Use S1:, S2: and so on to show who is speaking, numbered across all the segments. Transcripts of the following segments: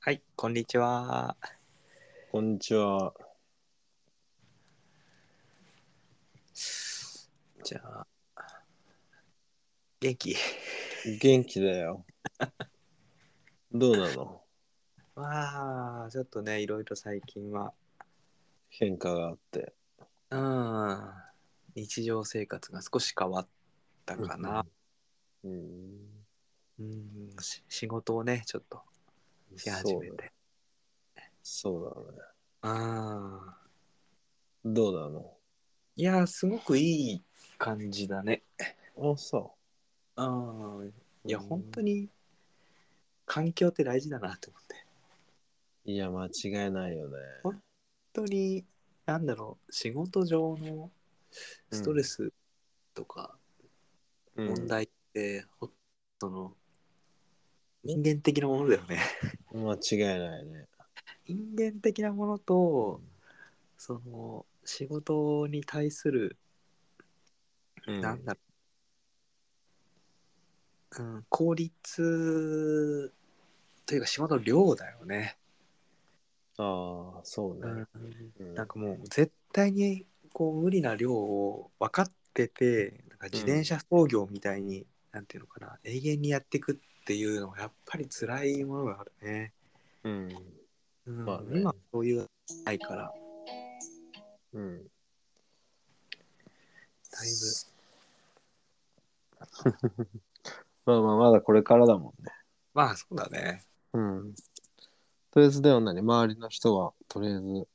S1: はい、こんにちは。
S2: こんにちは。
S1: じゃあ、元気
S2: 元気だよ。どうなの
S1: まあ、ちょっとね、いろいろ最近は、
S2: 変化があって。
S1: うん、日常生活が少し変わったかな。
S2: うん。
S1: うん、し仕事をね、ちょっとし始めて。
S2: そうだ。そうだね。
S1: うん。
S2: どうない
S1: や、すごくいい感じだね。
S2: のあ、そ
S1: うん。
S2: う。
S1: いや、本当に、環境って大事だなと思って。
S2: に。いや、間違いないよね。
S1: 本当に何だろう仕事上のストレスとか
S2: うん
S1: 問題って、ほん、その人間的なものだよね
S2: 間違いないね。
S1: 人間的なものとその仕事に対する、
S2: うん
S1: なんだろう、うん、効率というか仕事の量だよね、
S2: ああ、そうね。うん
S1: なんかもう絶対にこう無理な量を分かっててなんか自転車操業みたいに、なんていうのかな永遠にやっていくっていうのがやっぱり辛いものがあるね。
S2: うん。
S1: うん
S2: まあね
S1: 今そういうのないから
S2: うん。だいぶ
S1: だいぶ。
S2: まあまあ、まだこれからだもんね。
S1: まあそうだね。
S2: うん。とりあえずでは何周りの人は、とりあえず、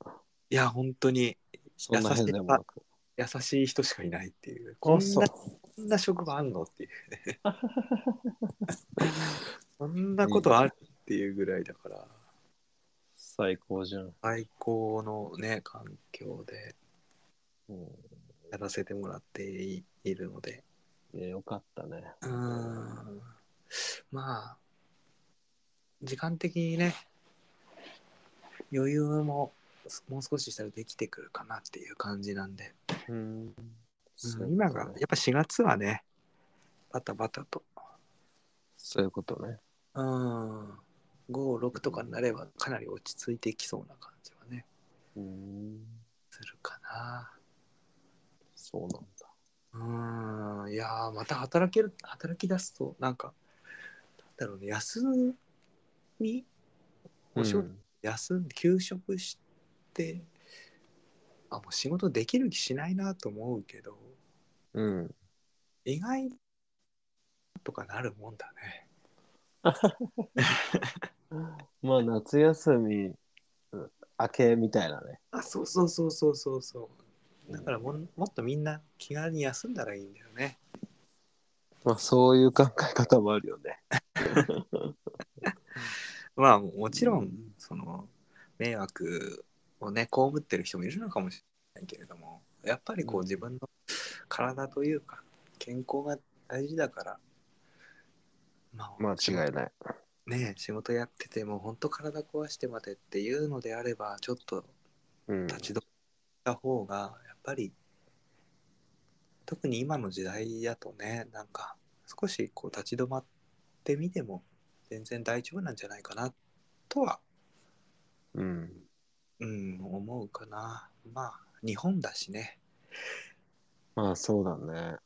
S1: いや本当に
S2: そんな変でもなく。
S1: 優しい人しかいないっていうこ
S2: あ、
S1: ん
S2: そ
S1: な
S2: う。
S1: こんな職場あんのっていうこんなことあるっていうぐらいだから
S2: 最高じゃん。
S1: 最高のね環境で
S2: うん
S1: やらせてもらっていいるので
S2: いや、よかったね。
S1: うーんまあ時間的にね余裕ももう少ししたらできてくるかなっていう感じなんで、
S2: うん。
S1: うん今がやっぱ4月はねバタバタと
S2: そういうことね。
S1: うん56とかになればかなり落ち着いてきそうな感じはね
S2: うん。
S1: するかな
S2: そうなんだ。
S1: うーんいやーまた働ける働き出すとなんかなんだろうね休みお仕事、休ん休職してあもう仕事できる気しないなと思うけど
S2: うん。うん。
S1: 意外とかなるもんだね
S2: まあ、夏休みうん明けみたいなね。
S1: あそうそうそうそうそうそうだからもんもっとみんな気軽に休んだらいいんだよね
S2: まあ、そういう考え方もあるよね。
S1: まあもちろんその迷惑をね被ってる人もいるのかもしれないけれどもやっぱりこう自分の体というか健康が大事だからまあ
S2: 間違いない。
S1: ね仕事やってても本当体壊してまでっていうのであればちょっと
S2: うん。
S1: 立ち止まった方がやっぱり特に今の時代だとねなんか少しこう立ち止まってみても全然大丈夫なんじゃないかなとは
S2: うん。
S1: うん思うかなまあ日本だしね
S2: まあ、そうだね。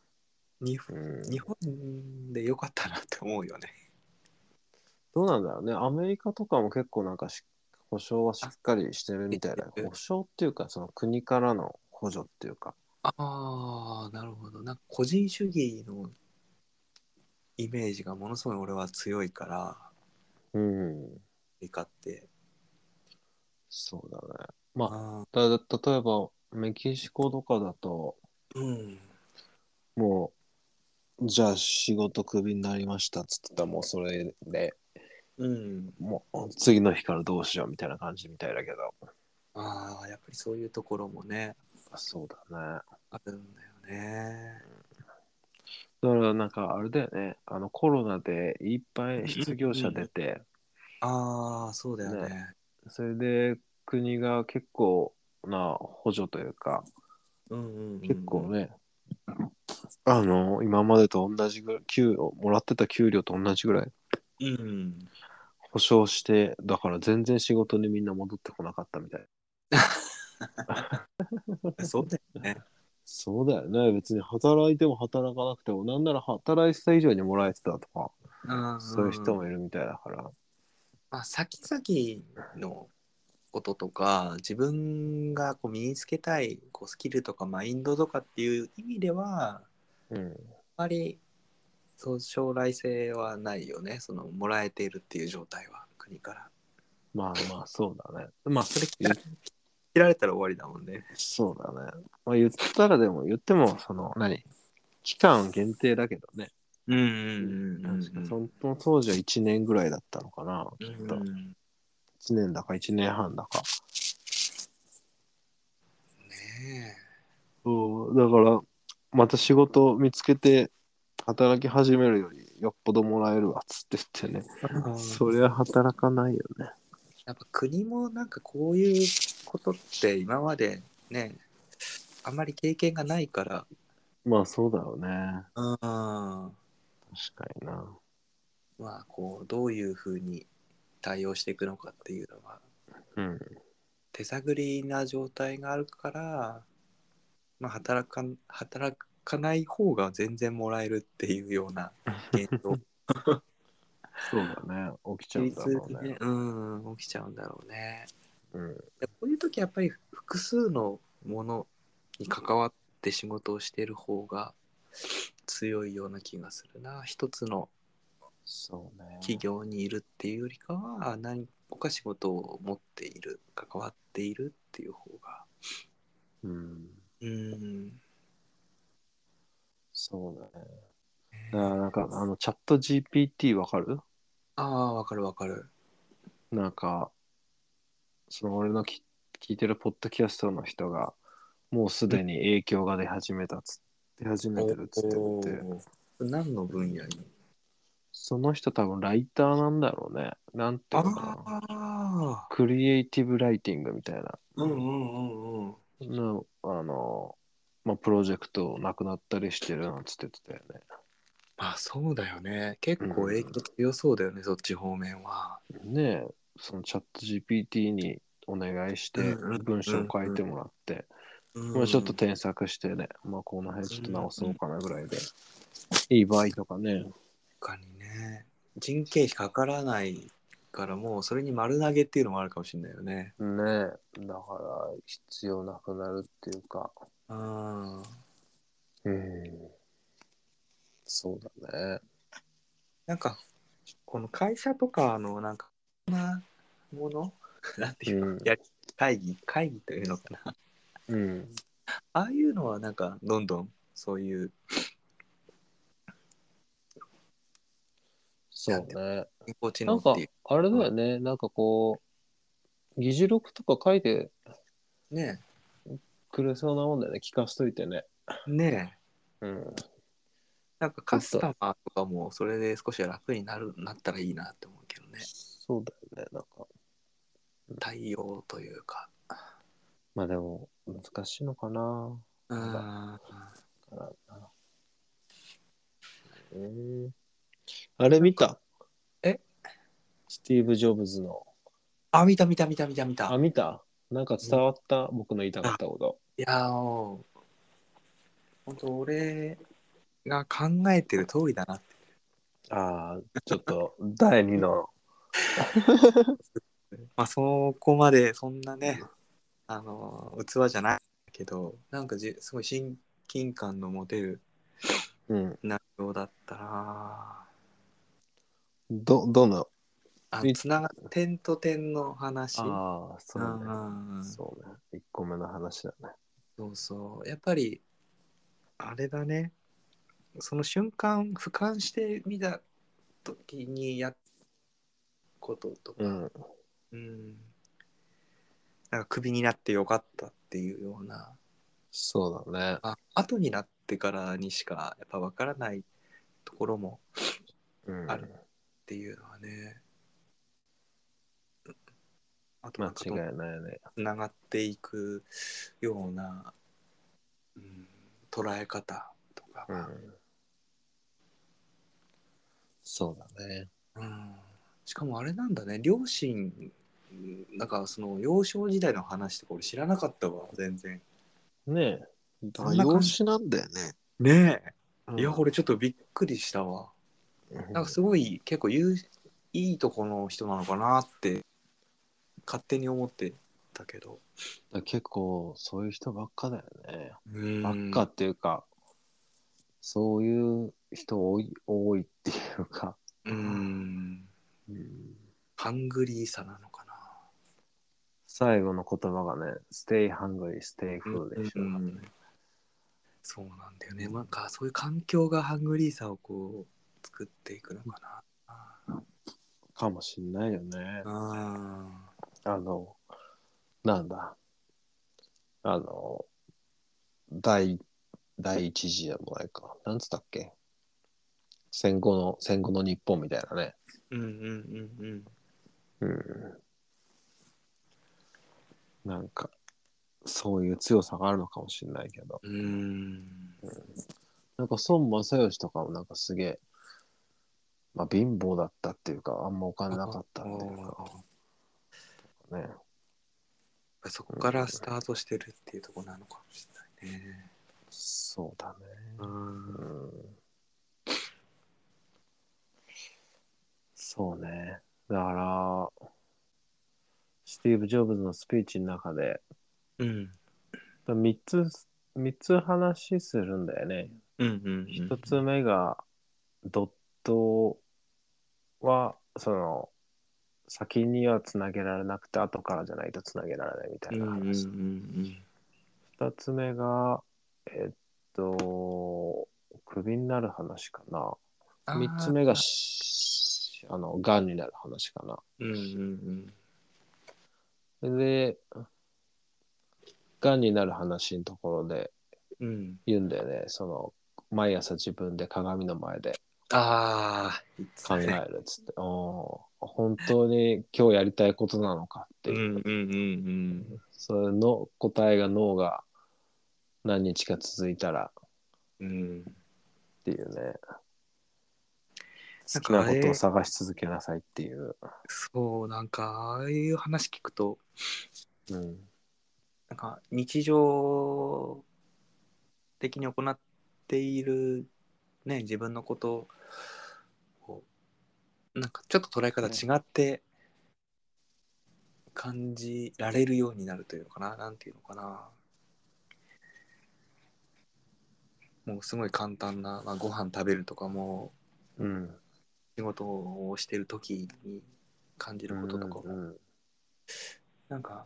S1: 日本
S2: うん。
S1: 日本でよかったなって思うよね
S2: どうなんだろうね。アメリカとかも結構なんかし、保証はしっかりしてるみたいな
S1: あ。
S2: 保証っていうか、その国からの補助っていうか。
S1: ああなるほどなんか個人主義のイメージがものすごい俺は強いからア
S2: うん。
S1: メリカって
S2: そうだね。まあ、
S1: あ
S2: た例えばメキシコとかだと
S1: ーうん
S2: もうじゃあ仕事クビになりましたっつってたらもうそれで
S1: うん
S2: もう次の日からどうしようみたいな感じみたいだけど
S1: ああやっぱりそういうところもね
S2: そうだね
S1: あるんだよね
S2: だからなんかあれだよねあのコロナでいっぱい失業者出て
S1: ああそうだよね
S2: それで国が結構な補助というか
S1: うんうんうん
S2: 結構ね、あの今までと同じぐらい給与もらってた給料と同じぐらい
S1: うん
S2: 保証して、だから全然仕事にみんな戻ってこなかったみたい。
S1: そうだよね。
S2: そうだよね。別に働いても働かなくても、なんなら働いてた以上にもらえてたとか、
S1: うん
S2: そういう人もいるみたいだから。
S1: まあ、先々のこととか自分がこう身につけたいこうスキルとかマインドとかっていう意味では
S2: うん。
S1: あまりそう将来性はないよねそのもらえているっていう状態は国から
S2: まあまあ、そうだね。まあ、それ言う
S1: 切られたら終わりだもんね
S2: そうだね。まあ、言ったらでも、言っても、その、何期間限定だけどね。
S1: うんうんうん
S2: 確かその当時は1年ぐらいだったのかな。
S1: うん
S2: 1年だか1年半だか。
S1: ね
S2: そうだから、また仕事を見つけて、働き始めるより、よっぽどもらえるわ、つって言ってね。
S1: え
S2: そりゃ働かないよね。
S1: やっぱ国もなんかこういうことって今までねあんまり経験がないから
S2: まあそうだよね。
S1: うん
S2: 確かにな。
S1: まあこうどういうふうに対応していくのかっていうのは
S2: うん。
S1: 手探りな状態があるから、まあ、働かん働かない方が全然もらえるっていうよう な現状
S2: そうだね。起きちゃうんだろうね。
S1: うん起きちゃうんだろうね。
S2: うん。
S1: でこういう時やっぱり複数のものに関わって仕事をしている方が強いような気がするな一つの
S2: そうね。
S1: 企業にいるっていうよりかは何か仕事を持っている関わっているっていう方が
S2: うん。
S1: うん
S2: そうだね。だからなんか、あの、チャット GPT わかる
S1: ああわかるわかる
S2: なんか、その俺のき聞いてるポッドキャストの人が、もうすでに影響が出始めたっつ、出始めてるっつって言って、
S1: おー何の分野に
S2: その人多分ライターなんだろうね。なんていうのかな。
S1: あ
S2: クリエイティブライティングみたいな。
S1: うんうんうんうん
S2: の、あの、まあ、プロジェクトなくなったりしてるなんつって言ってたよね。
S1: まあそうだよね結構影響強そうだよね、そっち方面は
S2: ねえ、そのチャット GPT にお願いして
S1: うんうん
S2: 文章を書いてもらって、まあ、ちょっと添削してね、まあ、この辺ちょっと直そうかなぐらいで、いい場合とかね。
S1: 確かにね人件費かからないからもうそれに丸投げっていうのもあるかもしれないよね
S2: ねえ、だから必要なくなるっていうか。
S1: うん
S2: うん。そうだね。
S1: なんかこの会社とかのなんかなもの なんていう
S2: うん。
S1: 会議会議というのかな
S2: うん、
S1: ああいうのはなんかどんどんそういう
S2: そうね。
S1: 人工知
S2: な
S1: 能
S2: ん
S1: って
S2: か
S1: いう、
S2: あれだよね、なんかこう、議事録とか書いて
S1: ね
S2: くれそうなもんだよね、聞かしといてね。
S1: ねえ
S2: うん。
S1: なんかカスタマーとかもそれで少し楽になるなったらいいなって思うけどね
S2: そうだよね、なんか。
S1: 対応というか
S2: まあでも、難しいのかな。
S1: うん
S2: からなうん。あれ見た
S1: え
S2: スティーブ・ジョブズの。
S1: あ見た見た見た見た見
S2: あ、
S1: た
S2: 見たなんか伝わった、僕の言いたかったこと。
S1: いやーもう本当俺が考えてる通りだなって
S2: ああ、ちょっと、第二の。
S1: まあそこまでそんなね、あの器じゃないけどなんかじすごい親近感の持てる
S2: うん。
S1: 内容だったな
S2: ど、どの
S1: あ
S2: い
S1: つなが点と点の話
S2: ああ、そう
S1: うん
S2: ね。
S1: うんうんそ
S2: そうね。1個目の話だね。
S1: うそうやっぱりあれだねその瞬間俯瞰してみた時にやっこととか、
S2: うん。
S1: うんなんかクビになってよかったっていうような
S2: そうだね。
S1: あ後になってからにしかやっぱ分からないところも
S2: うん
S1: あるっていうのはね、あと
S2: 間
S1: なんか
S2: 違いないね。
S1: つながっていくような、うん、捉え方とか
S2: う
S1: が、
S2: ん。そうだね。
S1: うんしかもあれなんだね両親なんかその幼少時代の話とか俺知らなかったわ全然
S2: ねえ。
S1: そんな感
S2: 養
S1: じ
S2: 子なんだよね。
S1: ねえ、
S2: うん
S1: いや俺ちょっとびっくりしたわなんかすごい結構優いいとこの人なのかなって勝手に思ってたけど
S2: だから結構そういう人ばっかだよね。ば
S1: 真
S2: っかっていうか、そういう人多い多いっていうか、
S1: うんハングリーさなのかな
S2: 最後の言葉がね、stay hungry, stay full でしょ。
S1: うんそうなんだよねなんかそういう環境がハングリーさをこう作っていくのかな
S2: かもしんないよね。
S1: あ
S2: あの、なんだ。あの、第、第一次じゃないか。なんつったっけ戦後の、戦後の日本みたいなね。
S1: ーうんうんうんうん
S2: うん。なんか、そういう強さがあるのかもしれないけど。
S1: うーん
S2: なんか孫正義とかもなんかすげえ、まあ貧乏だったっていうか、あんまお金なかったっていうかね。
S1: そこからスタートしてるっていうところなのかもしれないね。
S2: そうだね。
S1: うん
S2: うんそうね。だから、スティーブ・ジョブズのスピーチの中で、
S1: うん
S2: 3つ、三つ話するんだよね。
S1: うんうん
S2: 1つ目が、ドットは、その、先にはつなげられなくて、後からじゃないとつなげられないみた
S1: う
S2: い
S1: んう
S2: なん話。
S1: んうん
S2: 2つ目が、えっと、クビになる話かな。
S1: あー
S2: 3つ目がしあの、がんになる話か
S1: うんうん
S2: な。で、がんになる話のところで
S1: うんうん
S2: 言うんだよね。その、毎朝自分で鏡の前で
S1: ああ
S2: 考える っつって、おー本当に今日やりたいことなのかって
S1: うん
S2: いう、
S1: うんうん
S2: それの答えが脳が何日か続いたらっ
S1: うんうん
S2: ていうね。
S1: なん
S2: 好き
S1: か
S2: な
S1: あれ
S2: ことを探し続けなさいっていう。
S1: そうなんかああいう話聞くと
S2: うん。
S1: なんか日常的に行っている、ね、自分のことをなんかちょっと捉え方違って感じられるようになるというのかな、なんていうのかなもうすごい簡単な、まあ、ご飯食べるとかも
S2: うん。
S1: 仕事をしてる時に感じることとかも
S2: うん
S1: なんか、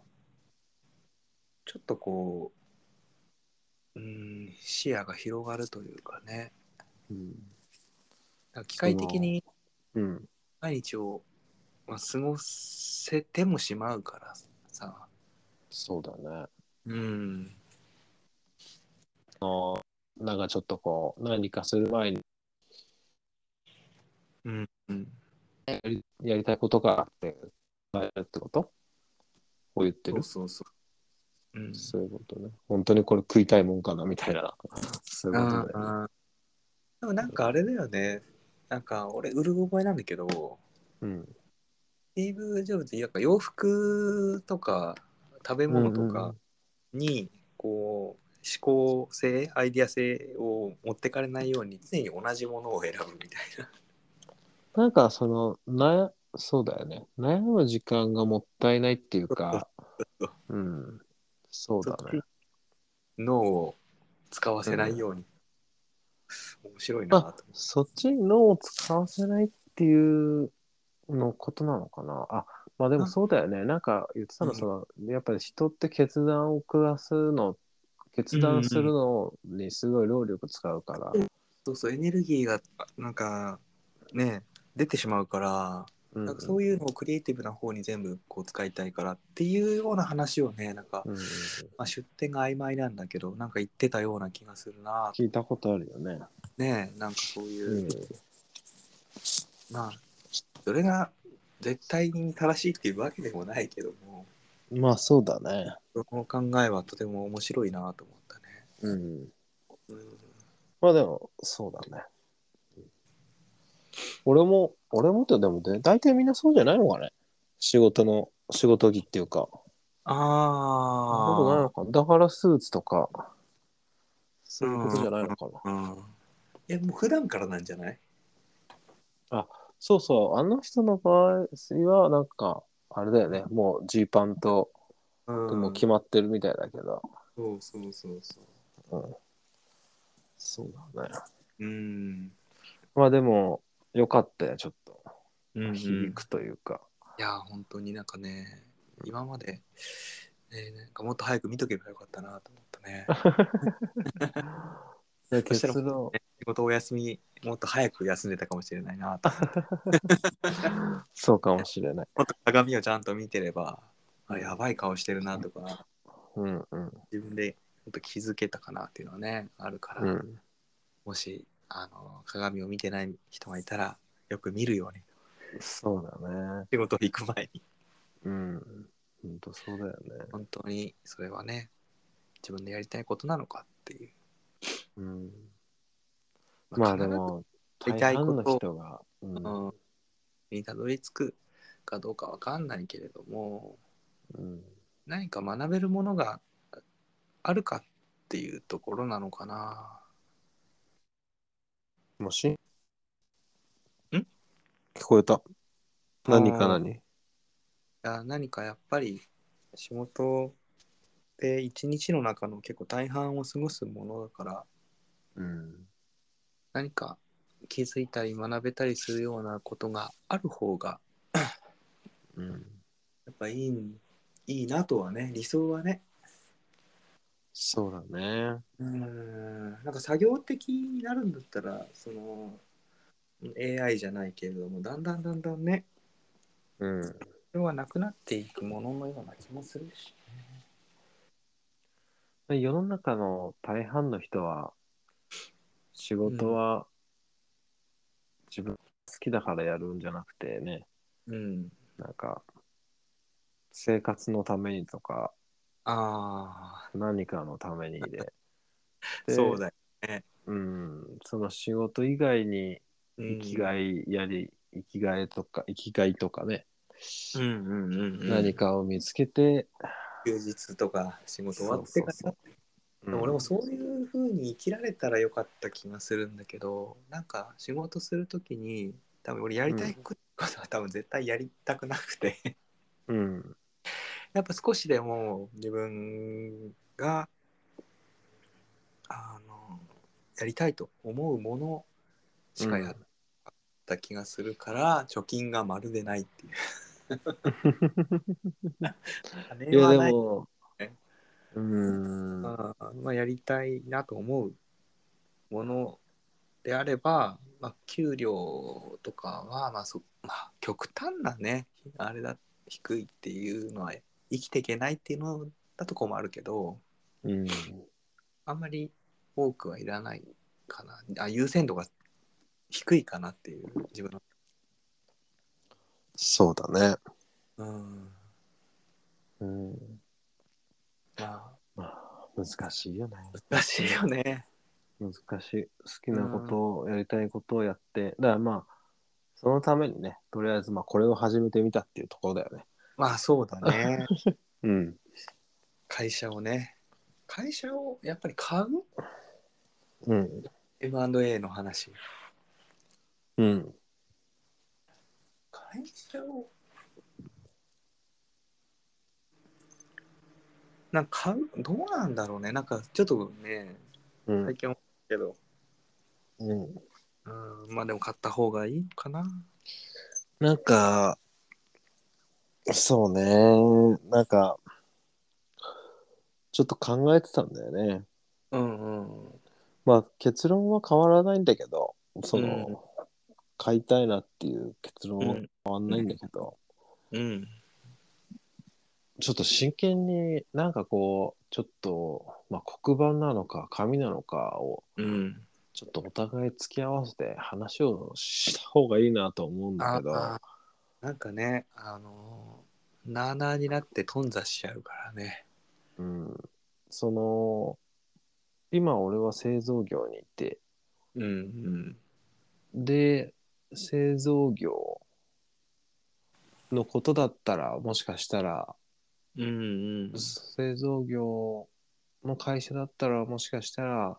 S1: ちょっとこう、うん、視野が広がるというかね、
S2: うん。
S1: なんか機械的に
S2: うん。
S1: 毎日を、まあ、過ごせてもしまうからさ、
S2: そうだね。
S1: うん、
S2: なんかちょっとこう、何かする前に
S1: うん、
S2: やりたいことがあって、考えるってことを言って
S1: そ
S2: る
S1: う。そうそう。うん、
S2: そういうことね。本当にこれ食いたいもんかなみたいな。そういうことだよね。
S1: あーでもなんかあれだよね、なんか俺、うる覚えなんだけど、
S2: うん。
S1: スティーブ・ジョブズ、やっぱ洋服とか食べ物とかに、こう、思考性、アイディア性を持ってかれないように、常に同じものを選ぶみたいな。
S2: なんかその、な、そうだよね。悩む時間がもったいないっていう か、うん。そうだね。
S1: 脳を使わせないように。面白いなと。
S2: そっちに脳を使わせないっていうのことなのかな。あ、まあでもそうだよね。なんか言ってたの、
S1: うん
S2: その、やっぱり人って決断を下すの、決断するのにすごい労力使うから。
S1: そうそう、エネルギーが、なんか、ね、出てしまうから、
S2: うん
S1: なんかそういうのをクリエイティブな方に全部こう使いたいからっていうような話をね、なんか、
S2: うんうんうん
S1: まあ、出典が曖昧なんだけど、なんか言ってたような気がするな
S2: 聞いたことあるよね。
S1: ねえなんかそういうう、
S2: ん
S1: まあそれが絶対に正しいっていうわけでもないけども
S2: まあそうだね。
S1: この考えはとても面白いなと思ったね。
S2: うん。
S1: うん
S2: まあでも、そうだね。俺も俺もってでもで大体みんなそうじゃないのかね仕事の仕事着っていうかそうな
S1: ああ
S2: のかだからスーツとかそういうことじゃないのかな、
S1: うんえもう普段からなんじゃない
S2: そうそうあの人の場合はなんかあれだよねもうジーパンと
S1: うん
S2: もう決まってるみたいだけど、
S1: そうそうそうそう
S2: そうだね
S1: うん
S2: まあでもよかったよちょっと
S1: うんうん
S2: 響くというか、
S1: いや本当になんかね今まで、ね、なんかもっと早く見とけばよかったなと思ったね
S2: で
S1: そしたら
S2: 結論
S1: 仕事お休みもっと早く休んでたかもしれないなと
S2: そうかもしれない
S1: もっと鏡をちゃんと見てればあやばい顔してるなとか
S2: うんうん
S1: 自分でもっと気づけたかなっていうのはねあるから、
S2: うん
S1: もしあの鏡を見てない人がいたらよく見るように
S2: そうだね
S1: 仕事行く前に
S2: うんほんとそうだよね
S1: 本当にそれはね自分でやりたいことなのかっていう
S2: うんまあで、も
S1: 必
S2: 大
S1: ずやりたいこ
S2: 半
S1: と
S2: の人が、うん
S1: 必ずうん、にたどり着くかどうかわかんないけれども
S2: うん
S1: 何か学べるものがあるかっていうところなのかな
S2: もしん
S1: 聞
S2: こえた何か
S1: あー
S2: 何
S1: いや何かやっぱり仕事って一日の中の結構大半を過ごすものだから
S2: うん
S1: 何か気づいたり学べたりするようなことがある方が
S2: うん
S1: やっぱいいんいいなとはね理想はね
S2: そうだね
S1: うーんなんか作業的になるんだったらその AI じゃないけれどもだんだんだんだんね
S2: うん
S1: それはなくなっていくもののような気もするし
S2: 世の中の大半の人は仕事は自分好きだからやるんじゃなくてね、
S1: うん
S2: なんか生活のためにとか
S1: あ
S2: 何かのためにで
S1: あ
S2: で
S1: そうだよ
S2: うん、その仕事以外に生きが
S1: い、
S2: いやり、生きがいとか生きがいとかね、
S1: うんうんうんうん、
S2: 何かを見つけて、
S1: 休日とか仕事終わってから
S2: そうそう
S1: でも俺もそういう風に生きられたらよかった気がするんだけどなんか仕事する時に多分俺やりたいことは多分絶対やりたくなくて、
S2: うん、うん
S1: やっぱ少しでも自分があのやりたいと思うものしかやった気がするから、貯金がまるでないっていう。
S2: い
S1: 金
S2: や
S1: は
S2: で
S1: ない
S2: も
S1: ね
S2: うん
S1: まあまあ、やりたいなと思うものであれば、まあ、給料とかは、まあそまあ、極端なねあれだ低いっていうのは生きていけないっていうのだとこもあるけど
S2: うん
S1: あんまり多くはいらないかなあ優先度が低いかなっていう自分の。
S2: そうだね
S1: うん
S2: うん
S1: ま
S2: まあ難しいよね
S1: あ、難しいよね。
S2: 難しい好きなことをやりたいことをやって、だからまあそのためにねとりあえずまあこれを始めてみたっていうところだよね
S1: まあそうだね。
S2: うん
S1: 会社をね。会社をやっぱり買う
S2: うん
S1: ?M&A の話。
S2: うん
S1: 会社をなんか買うどうなんだろうねなんかちょっとね
S2: うん
S1: 最近思うけど、
S2: うん
S1: うん、まあでも買った方がいいかな
S2: なんかそうねなんかちょっと考えてたんだよね
S1: うんうん
S2: まあ結論は変わらないんだけどその、
S1: うん
S2: 買いたいなっていう結論は
S1: うん
S2: 変わんないんだけど、
S1: うん
S2: ちょっと真剣になんかこうちょっと、まあ、黒板なのか紙なのかを
S1: うん
S2: ちょっとお互い付き合わせて話をした方がいいなと思うんだ
S1: あ
S2: けど
S1: あなんかねあのーなあなあになって頓挫しちゃうからね
S2: うん、その今俺は製造業にいて
S1: うん
S2: で製造業のことだったらもしかしたら
S1: うんうん。
S2: 製造業の会社だったらもしかしたら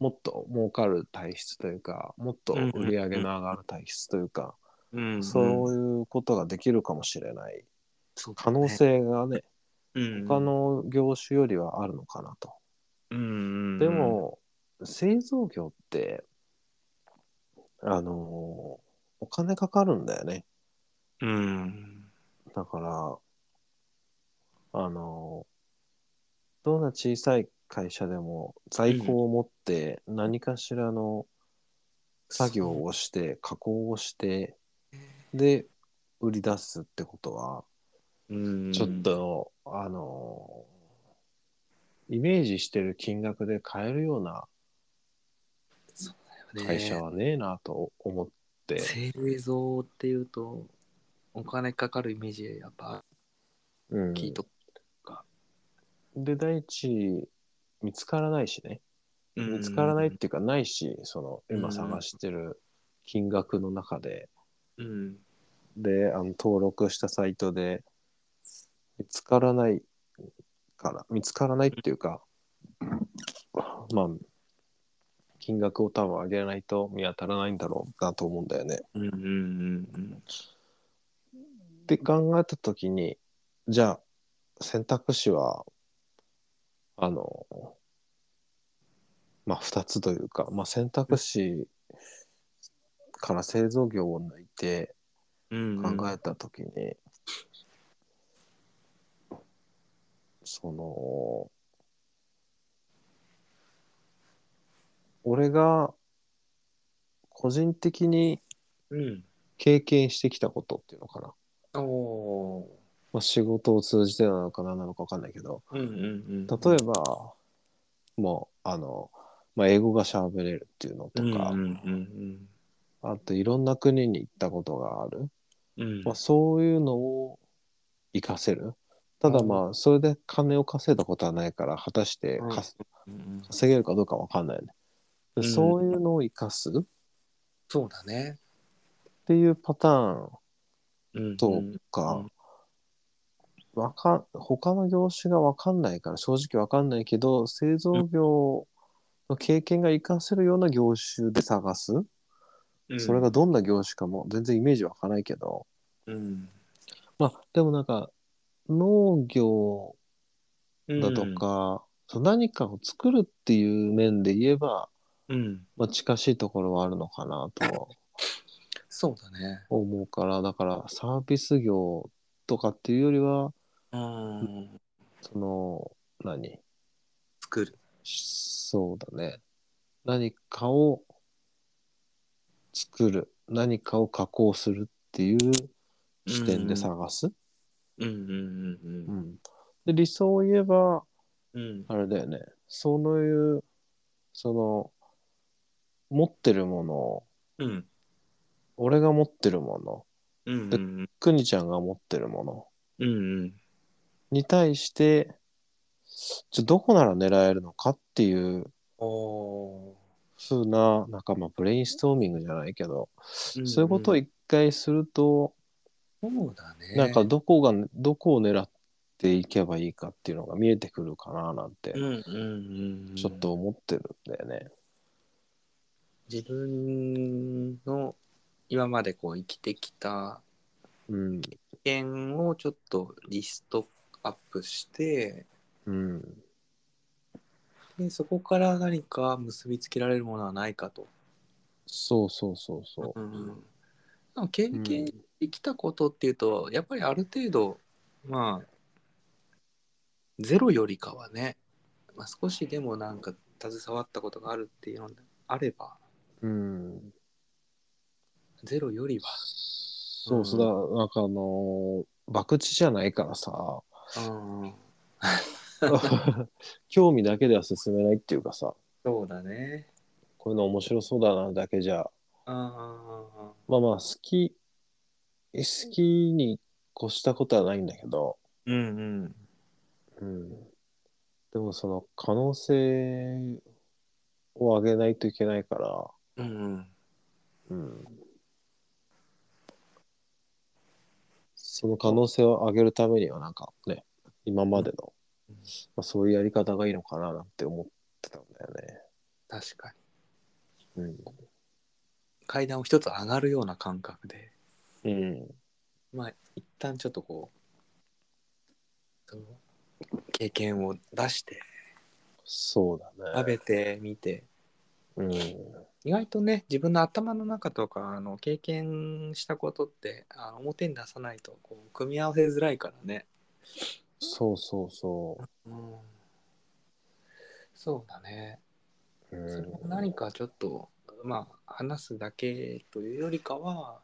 S2: もっと儲かる体質というかもっと売り上げの上がる体質というか、
S1: うんうん、
S2: そういうことができるかもしれない
S1: そうだね
S2: 可能、性がね
S1: うん、
S2: 他の業種よりはあるのかなと。
S1: うんうん、
S2: でも製造業ってあのお金かかるんだよね。
S1: うん、
S2: だから、あの、どんな小さい会社でも在庫を持って何かしらの作業をして、加工をして、で、売り出すってことは、
S1: うん、
S2: ちょっと、あの、イメージしてる金額で買えるような会社はねえなと思って、
S1: ね製造っていうとお金かかるイメージやっぱ
S2: うん
S1: 聞いと、
S2: で、第一、見つからないしね。
S1: うん
S2: 見つからないっ、ていうかないし、その
S1: う
S2: 今
S1: ん
S2: 探してる金額の中で、
S1: うん、
S2: であの登録したサイトで見つからないから見つからないっていうか、まあ金額を多分上げないと見当たらないんだろうなと思うんだよね。
S1: うんうんうん
S2: って考えた時にじゃあ選択肢はあのまあ2つというか、まあ、選択肢から製造業を抜いて
S1: うん
S2: 考えた時に、その俺が個人的に
S1: うん
S2: 経験してきたことっていうのかな
S1: おお
S2: まあ、仕事を通じてなのか何なのか分かんないけど
S1: ーうんうんうん
S2: 例えばもうあの、まあ、英語が喋れるっていうのとか、
S1: うんうん
S2: あといろんな国に行ったことがある、
S1: うんうん
S2: まあ、そういうのを活かせるただまあそれで金を稼いだことはないから果たしてかす
S1: うんうん
S2: 稼げるかどうか分かんないよねで
S1: うん
S2: そういうのを活かすっ
S1: そうだね
S2: ていうパターン
S1: うん
S2: と
S1: ん
S2: か、わかん他の業種が分かんないから正直分かんないけど製造業の経験が活かせるような業種で探す、
S1: うん
S2: それがどんな業種かも全然イメージ湧かないけど
S1: うん
S2: まあでもなんか農業だとか、そう何かを作るっていう面で言えば、
S1: うん
S2: まあ、近しいところはあるのかなと
S1: そうだね
S2: 思うからだからサービス業とかっていうよりは
S1: うん
S2: その何
S1: 作る
S2: そうだね。何かを作る、何かを加工するっていう視点で探す。
S1: うんうんうんうん
S2: うんで理想を言えば、
S1: うん
S2: あれだよね。そういう、その、持ってるもの、
S1: うん
S2: 俺が持ってるもの、
S1: うんうん
S2: くにちゃんが持ってるもの
S1: うんうん
S2: に対して、じゃあどこなら狙えるのかっていう
S1: おお
S2: ふうな、なんかまあブレインストーミングじゃないけど、
S1: そ
S2: そういうことを一回すると、
S1: そうだね。
S2: なんかどこが、どこを狙っていけばいいかっていうのが見えてくるかななんて
S1: うん、うんうんうん、
S2: ちょっと思ってるんだよね。
S1: 自分の今までこう生きてきた
S2: うん。
S1: 経験をちょっとリストアップして
S2: うん。
S1: でそこから何か結びつけられるものはないかと。
S2: そうそうそうそ
S1: うん、でも経験できたことっていうと、やっぱりある程度まあゼロよりかはね、まあ、少しでもなんか携わったことがあるっていうのであれば
S2: う。うん。
S1: ゼロよりは。
S2: そうそう
S1: う
S2: だ、なんかあのー、博打じゃないから さ、
S1: うん
S2: 興味だけでは進めないっていうかさ、
S1: そうだね。
S2: こういうの面白そうだなだけじゃ、
S1: ああ。
S2: まあまあ好き、好きに越したことはないんだけど、
S1: うんうん。
S2: うんでもその可能性を上げないといけないから、
S1: うんうん。
S2: うん、その可能性を上げるためには、なんかね、今までの、
S1: うん
S2: まあ、そういうやり方がいいのかななんて思ってたんだよね。
S1: 確かに
S2: うん。
S1: 階段を一つ上がるような感覚で
S2: うん。
S1: まあ一旦ちょっとこうその経験を出して
S2: そうだ
S1: 食
S2: ね。
S1: べてみて
S2: うん。
S1: 意外とね自分の頭の中とかあの経験したことってあの表に出さないとこう組み合わせづらいからね、
S2: そうそうそ
S1: うん、そうだね、
S2: う。
S1: それ
S2: う
S1: も
S2: ん、
S1: 何かちょっとまあ話すだけというよりかは、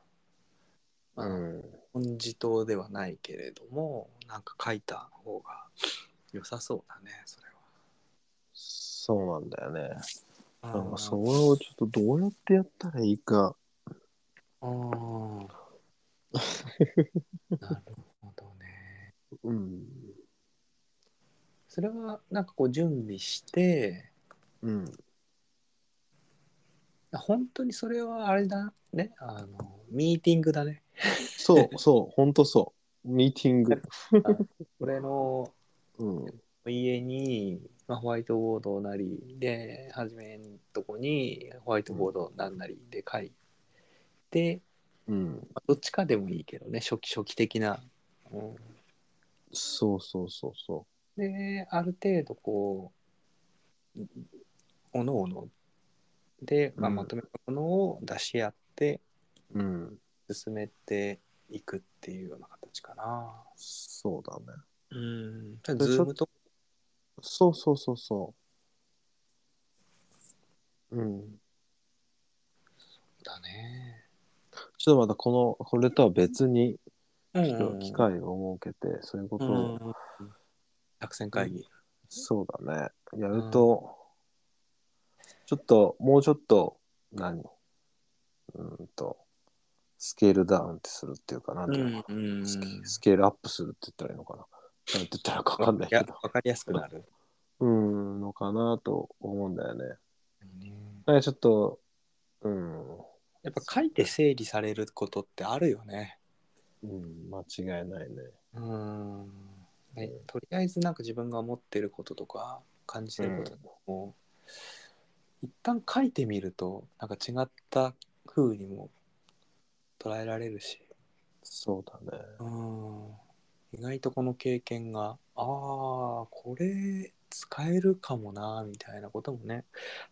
S1: まあ
S2: うん。
S1: 本字塔ではないけれどもなんか書いた方が良さそうだねそれ
S2: そうなんだよね。
S1: は。
S2: なんかそれをちょっとどうやってやったらいいか。
S1: うん。なるほどね。
S2: うん。
S1: それはなんかこう準備して
S2: うん。
S1: 本当にそれはあれだねあのミーティングだね
S2: そうそう、ほんとそう。ミーティング。
S1: 俺の
S2: うん。
S1: 家に、まあ、ホワイトボードなりで初めのとこにホワイトボードなんなりで書いて、
S2: うん。
S1: まあどっちかでもいいけどね初期初期的な、うん
S2: そうそうそうそ
S1: である程度こうおのおので、まあ、
S2: うん
S1: まとめたものを出し合って
S2: う。うん。
S1: 進めていくっていうような形かな。
S2: そうだね。
S1: うん。
S2: で
S1: ズームと
S2: そうそうそうそう。うん。
S1: だね。
S2: ちょっとまたこの、これとは別に
S1: うん
S2: 機会を設けて、そういうことを、
S1: うん作戦会議。
S2: そうだね。やると、ちょっと、もうちょっと、何うーんと、スケールダウンってするっていうか、なんていうのかな。
S1: うん
S2: スケスケールアップするって言ったらいいのかな。なんて言ったらかわかんないけ
S1: いや
S2: ど。
S1: わかりやすくなる。
S2: うん、のかなと思うんだよね。
S1: ね
S2: なんかちょっと、うん、
S1: やっぱ書いて整理されることってあるよね。
S2: うん、間違いないね。
S1: うん。ねとりあえずなんか自分が思ってることとか感じてることを、一旦書いてみるとなんか違った風にも捉えられるし。
S2: そうだね。
S1: うん意外とこの経験がああこれ使えるかもなみたいなこともね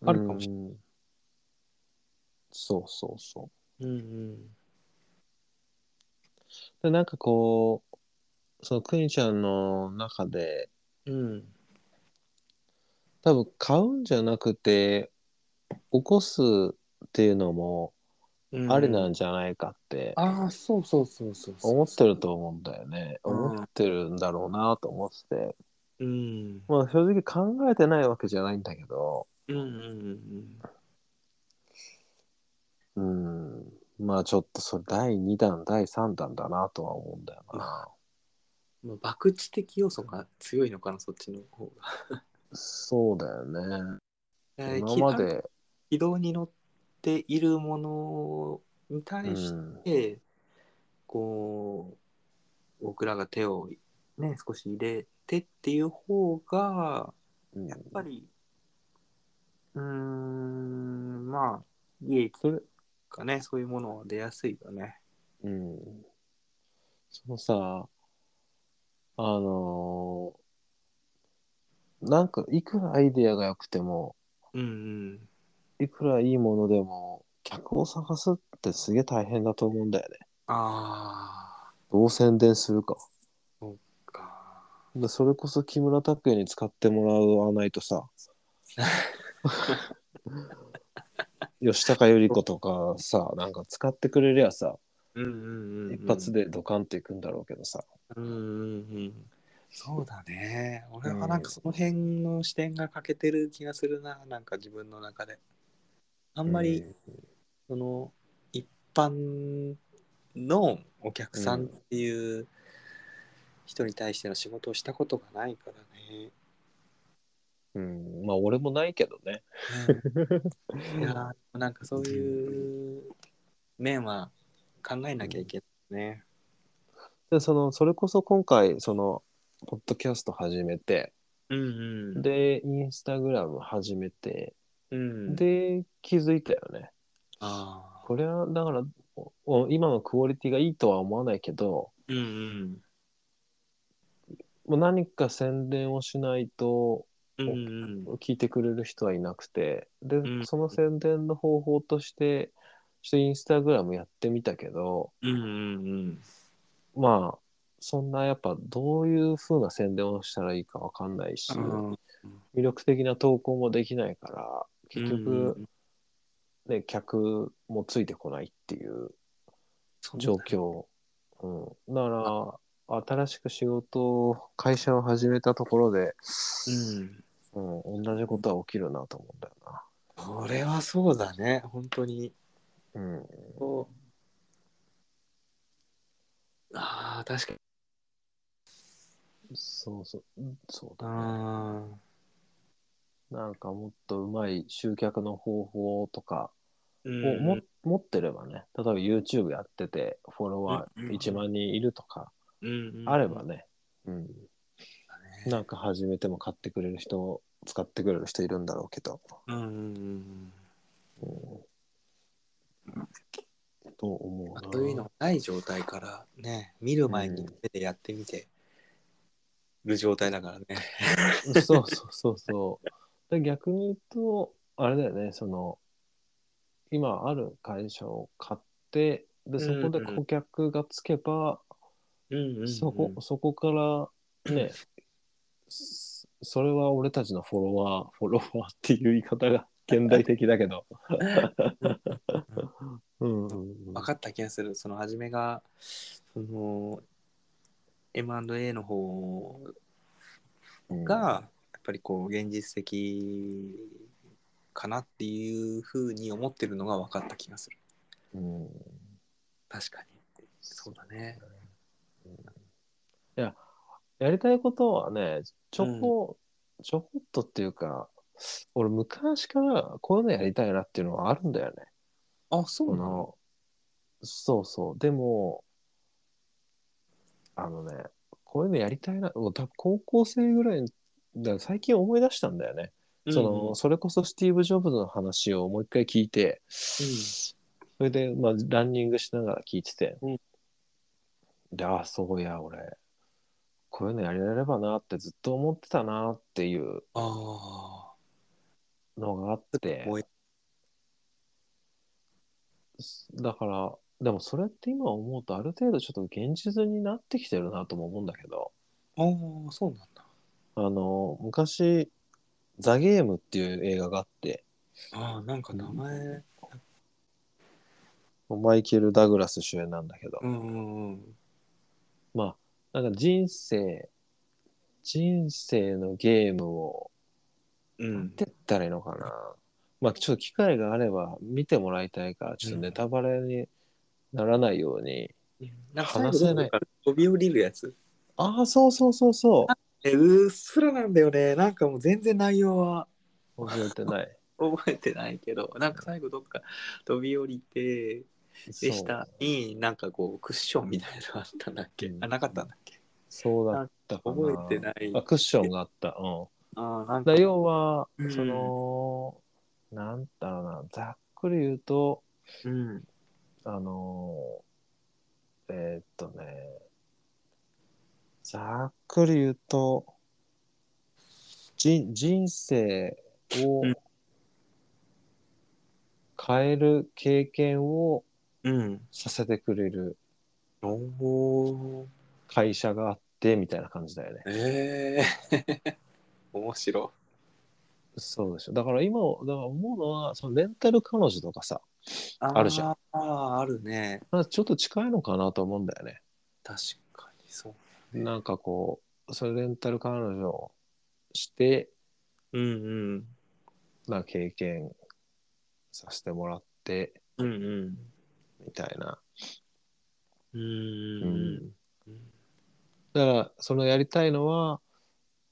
S1: あるかもしれ
S2: ない。そうそうそ
S1: うんうん
S2: う。で、なんかこう、そのクイちゃんの中で、
S1: うん
S2: 多分買うんじゃなくて、起こすっていうのも
S1: うん
S2: ありなんじゃないかって
S1: ああそうそうそうそうそう
S2: 思ってると思うんだよね。
S1: うん
S2: 思ってるんだろうなと思ってて。
S1: うん
S2: まあ正直考えてないわけじゃないんだけど、
S1: うんうんうん
S2: うん、まあちょっとそれ第2弾、第3弾だなとは思うんだよな。
S1: まあ博打的要素が強いのかなそっちの方が
S2: そうだよね。
S1: えー
S2: 今ま
S1: 軌道
S2: で、
S1: 軌道に乗っているものに
S2: う
S1: 対して、
S2: ん、
S1: でこう僕らが手をね少し入れてっていう方が
S2: うん
S1: やっぱりうーんまあ利益
S2: それ、
S1: かねそういうものは出やすいよね。
S2: うん、そのさ、あのーなんかいくらアイデアが良くても、
S1: うん
S2: いくらいいものでも、客を探すってすげえ大変だと思うんだよね。
S1: ああ
S2: どう宣伝するか。
S1: か
S2: でそれこそ木村拓哉に使ってもらわないと さ吉高由里子とかさなんか使ってくれりゃさ
S1: うんうんうん
S2: 一発でドカンといくんだろうけどさ、
S1: うんうんうんそうだね俺はなんかその辺の視点が欠けてる気がするななんか自分の中であんまり、その一般のお客さんっていう人に対しての仕事をしたことがないからね。
S2: うんうんまあ俺もないけどね
S1: いやーなんかそういう面は考えなきゃいけないね。
S2: でそのそれこそ今回そのポッドキャスト始めて
S1: うんうん。、
S2: でインスタグラム始めて
S1: うん、、
S2: で気づいたよね
S1: ああ。
S2: これはだからおお今のクオリティがいいとは思わないけど
S1: うんうん。
S2: もう何か宣伝をしないと
S1: うんうん。
S2: 聞いてくれる人はいなくてで、
S1: うん
S2: その宣伝の方法としてちょっとインスタグラムやってみたけど
S1: うんうんうん。
S2: まあそんなやっぱどういう風な宣伝をしたらいいかわかんないし、
S1: うん
S2: 魅力的な投稿もできないから結局、ね客もついてこないっていう状。況、うん、だから新しく仕事を会社を始めたところで、
S1: うん。
S2: うん、同じことは起きるなと思うんだよな。
S1: これはそうだね、本当に。
S2: うん
S1: こうああ、確かに。
S2: そうそう、そうだね。
S1: ああ。
S2: なんかもっとうまい集客の方法とか
S1: う
S2: を
S1: ん
S2: も、持ってればね、例えば YouTube やってて、フォロワ
S1: うん
S2: ー1万人いるとか、
S1: うん
S2: あればね、うん、
S1: ね
S2: なんか始めても買ってくれる人、使ってくれる人いるんだろうけど、
S1: うんうんうん
S2: うん、と思う
S1: ま
S2: な。
S1: あ、そういうのがない状態からね見る前に手でやってみてる状態だからね。
S2: そうそうそうそう。で逆に言うと、あれだよね、その、今ある会社を買って、で、そこで
S1: うんうん
S2: 顧客がつけば、
S1: うん
S2: そこ、そこから、ね、そそれは俺たちのフォロワー、フォロワーっていう言い方が現代的だけど。うんうんうん
S1: 分かった気がするその初めがその M&A の方がやっぱりこう現実的かなっていうふうに思ってるのが分かった気がする
S2: うん、
S1: 確かにそうだね
S2: やりたいことはね、ちょこ、ちょこっとっていうか、俺昔からこういうのやりたいなっていうのはあるんだよね。
S1: あそう
S2: こ
S1: なの
S2: の、そうそう。でも、あのね、こういうのやりたいな、もう多分高校生ぐらい、だから最近思い出したんだよね。その、それこそスティーブ・ジョブズの話をもう一回聞いて、それで、まあ、ランニングしながら聞いてて、
S1: うん
S2: で、ああ、そうや、俺、こういうのやれればなってずっと思ってたなっていう
S1: あ
S2: のがあって
S1: あ、思い
S2: だから、でもそれって今思うと、ある程度ちょっと現実になってきてるなとも思うんだけど、
S1: ああそうなんだ
S2: あの、昔、ザ・ゲームっていう映画があって、
S1: ああなんか名前
S2: マイケル・ダグラス主演なんだけど、
S1: うんうんうん
S2: まあ、なんか人生、人生のゲームを、
S1: うん
S2: って言ったらいいのかな。まあ、ちょっと機会があれば見てもらいたいから、ちょっとネタバレにならないように。
S1: なんか
S2: 話せない
S1: 最後飛び降りるやつ
S2: ああ、そうそうそうそう。
S1: えうっすらなんだよねなんかもう全然内容は
S2: 覚えてない。
S1: 覚えてないけどなんか最後どっか飛び降りて で下になんかこうクッションみたいなのあったんだっけ、
S2: うん
S1: あなかったんだっけ
S2: そう。そうだったかな。
S1: 覚えてない
S2: あクッションがあった。うん。
S1: ああなんか
S2: だ要は
S1: う、ん
S2: その、なんだろうな、ざっくり言うと、
S1: うん
S2: あのー、えーっとね、ざっくり言うと、人人生を
S1: うん
S2: 変える経験を
S1: うん
S2: させてくれる
S1: おお
S2: 会社があってみたいな感じだよね。
S1: ええ面白
S2: そうでしょ。だから今、だから思うのは、そのレンタル彼女とかさ、
S1: あ
S2: あるじゃん
S1: んあーあるね
S2: なんかちょっと近いのかなと思うんだよね。
S1: 確かにそう
S2: なんかこう、それレンタル彼女をして、
S1: うんうん
S2: な経験させてもらって、
S1: うんうん
S2: みたいな。
S1: う
S2: うん
S1: うん
S2: だから、そのやりたいのは、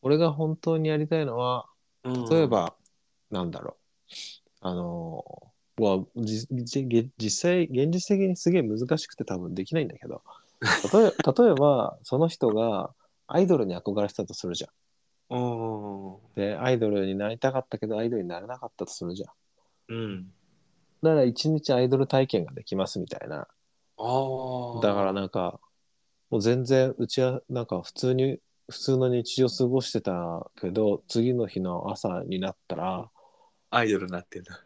S2: 俺が本当にやりたいのは、
S1: うん
S2: 例えば、なんだろう。あのー、まあじじ現実際、現実的にすげえ難しくて多分できないんだけど、例え 例えばその人がアイドルに憧れてたとするじゃん。
S1: お
S2: でアイドルになりたかったけどアイドルになれなかったとするじゃん。
S1: うん。
S2: なら一日アイドル体験ができますみたいな。
S1: ああ。
S2: だからなんかもう全然うちはなんか普通に普通の日常過ごしてたけど次の日の朝になったら
S1: アイドルになってんだ。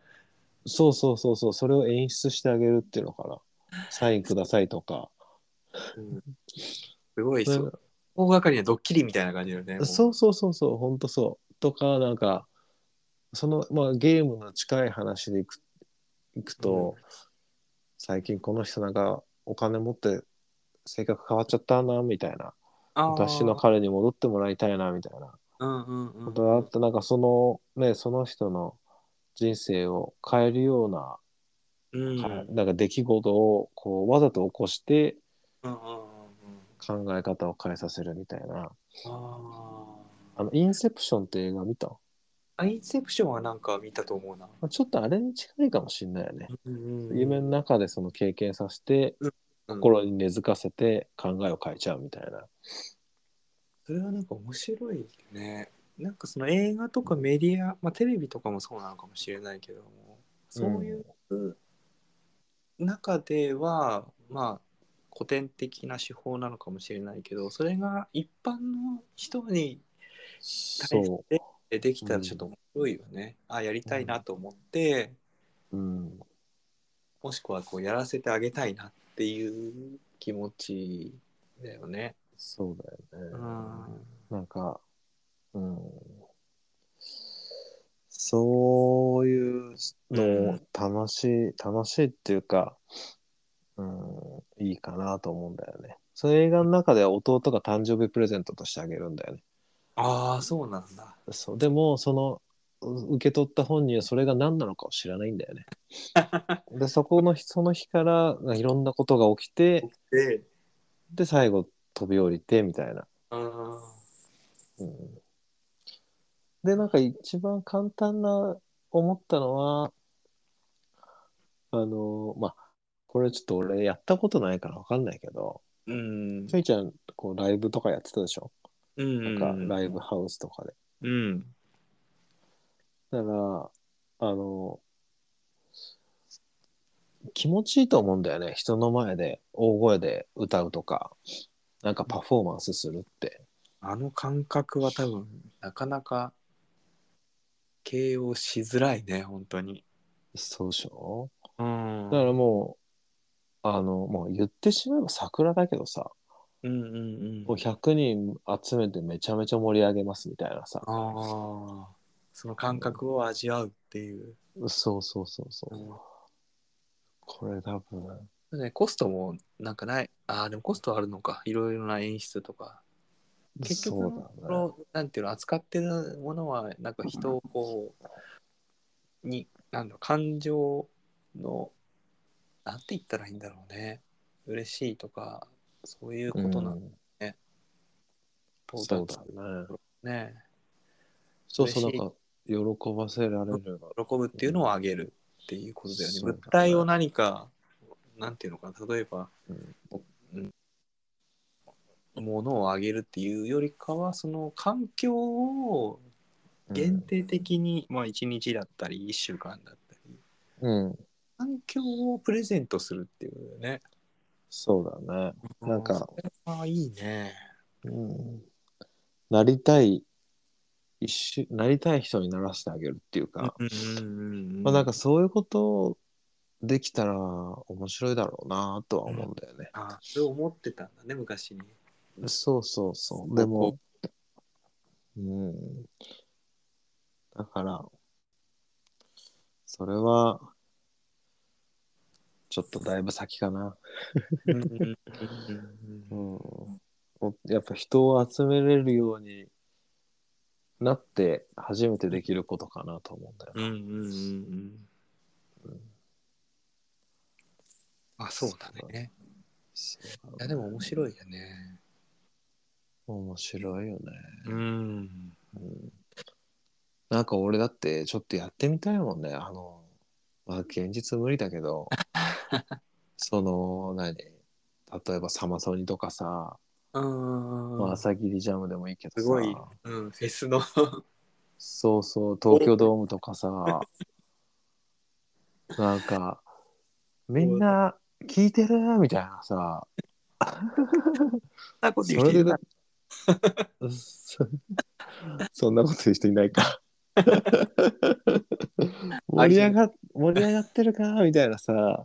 S2: そうそうそうそうそれを演出してあげるっていうのかなサインくださいとか
S1: すごいそ
S2: そ
S1: う。
S2: う
S1: 大掛かりなドッキリみたいな感じだよね。もう
S2: そうそうそうそうほんとそうとかなんかその、まあ、ゲームの近い話でいくいくと、最近この人なんかお金持って性格変わっちゃったなみたいな
S1: あー
S2: 私の彼に戻ってもらいたいなみたいな
S1: うんうんうん。
S2: ことがあってなんかそのねその人の人生を変えるような、
S1: うん。うん
S2: かなんか出来事をこうわざと起こして
S1: うんうん
S2: 考え方を変えさせるみたいな
S1: あ
S2: あのインセプションって映画見た
S1: あ。インセプションはなんか見たと思うな。
S2: まあちょっとあれに近いかもしんないよね、夢
S1: の
S2: の中でその経験させて心に根付かせて考えを変えちゃうみたいな、
S1: それはなんか面白いね。なんかその映画とかメディア、まあ、テレビとかもそうなのかもしれないけどもそういう中では、まあ古典的な手法なのかもしれないけどそれが一般の人に
S2: そ
S1: でできたらちょっと面白いよね。あやりたいなと思って、
S2: う、うん、
S1: もしくはこうやらせてあげたいなっていう気持ちだよね。
S2: そうだよね、
S1: うん
S2: なんか、うん、そういうのを楽しい、楽しいっていうか、うん、いいかなと思うんだよね。その映画の中では弟が誕生日プレゼントとしてあげるんだよね。
S1: ああそうなんだ。
S2: そうでもそのう受け取った本人はそれが何なのかを知らないんだよ ね。でそこの日その日からいろんなことが起きて
S1: で、
S2: で最後飛び降りてみたいな。
S1: うん、
S2: うんでなんか一番簡単な思ったのはあのまあこれちょっと俺やったことないから分かんないけど
S1: うん
S2: ちょいちゃんこうライブとかやってたでしょ
S1: うん、
S2: なんかライブハウスとかで
S1: うん。
S2: だからあの気持ちいいと思うんだよね人の前で大声で歌うとかなんかパフォーマンスするって
S1: あの感覚は多分なかなか形容しづらいね本当に。
S2: そうでしょ
S1: うん
S2: だからもう、あの、もう言ってしまえば桜だけどさ、
S1: うんうんう。
S2: もうん100人集めてめちゃめちゃ盛り上げますみたいなさ。
S1: ああその感覚を味わうっていう。
S2: そうそうそうそう。これ多分、
S1: ね、コストもなんかないああでもコストあるのかいろいろな演出とか結局
S2: そう
S1: こ
S2: だね。
S1: のなんていうの扱ってるものはなんか人をこうになんだろう感情のなんて言ったらいいんだろうね嬉しいとかそういうことな
S2: うんん
S1: と
S2: そうだね。
S1: ね
S2: そうそう、な
S1: 嬉
S2: ん
S1: しい
S2: か、喜ばせられる。
S1: 喜ぶっていうのをあげるっていうことだよね
S2: そうだね
S1: 物体を何かなんていうのかな例えば
S2: うん
S1: ものをあげるっていうよりかはその環境を限定的に、まあ1日だったり1週間だったり
S2: うん。
S1: 環境をプレゼントするっていうことだよね。
S2: そうだね。なんか、
S1: ああいいね。
S2: うん。なりたい、一瞬、なりたい人にならせてあげるっていうか、まあなんかそういうことできたら面白いだろうなとは思うんだよね。
S1: ああそれ思ってたんだね昔に。
S2: そうそうそう。
S1: う
S2: でも、うん。だから、それは、ちょっとだいぶ先かな。うん。おやっぱ人を集めれるようになって初めてできることかなと思うんだよね。
S1: あそうだね。いやでも面白いよね。
S2: 面白いよね。
S1: うん。
S2: うんなんか俺だってちょっとやってみたいもんね。あ の、まあ現実無理だけど、その、何例えばサマソニとかさ、
S1: うん。
S2: まあ、朝霧ジャムでもいいけどさ
S1: すごいうん、フェスの。
S2: そうそう東京ドームとかさなんかみんな聞いてるみたいなさ
S1: なこと
S2: そ
S1: 言う
S2: れで
S1: 人
S2: なそ そんなこと言う人いない か盛り上が盛り上がってるかみたいなさ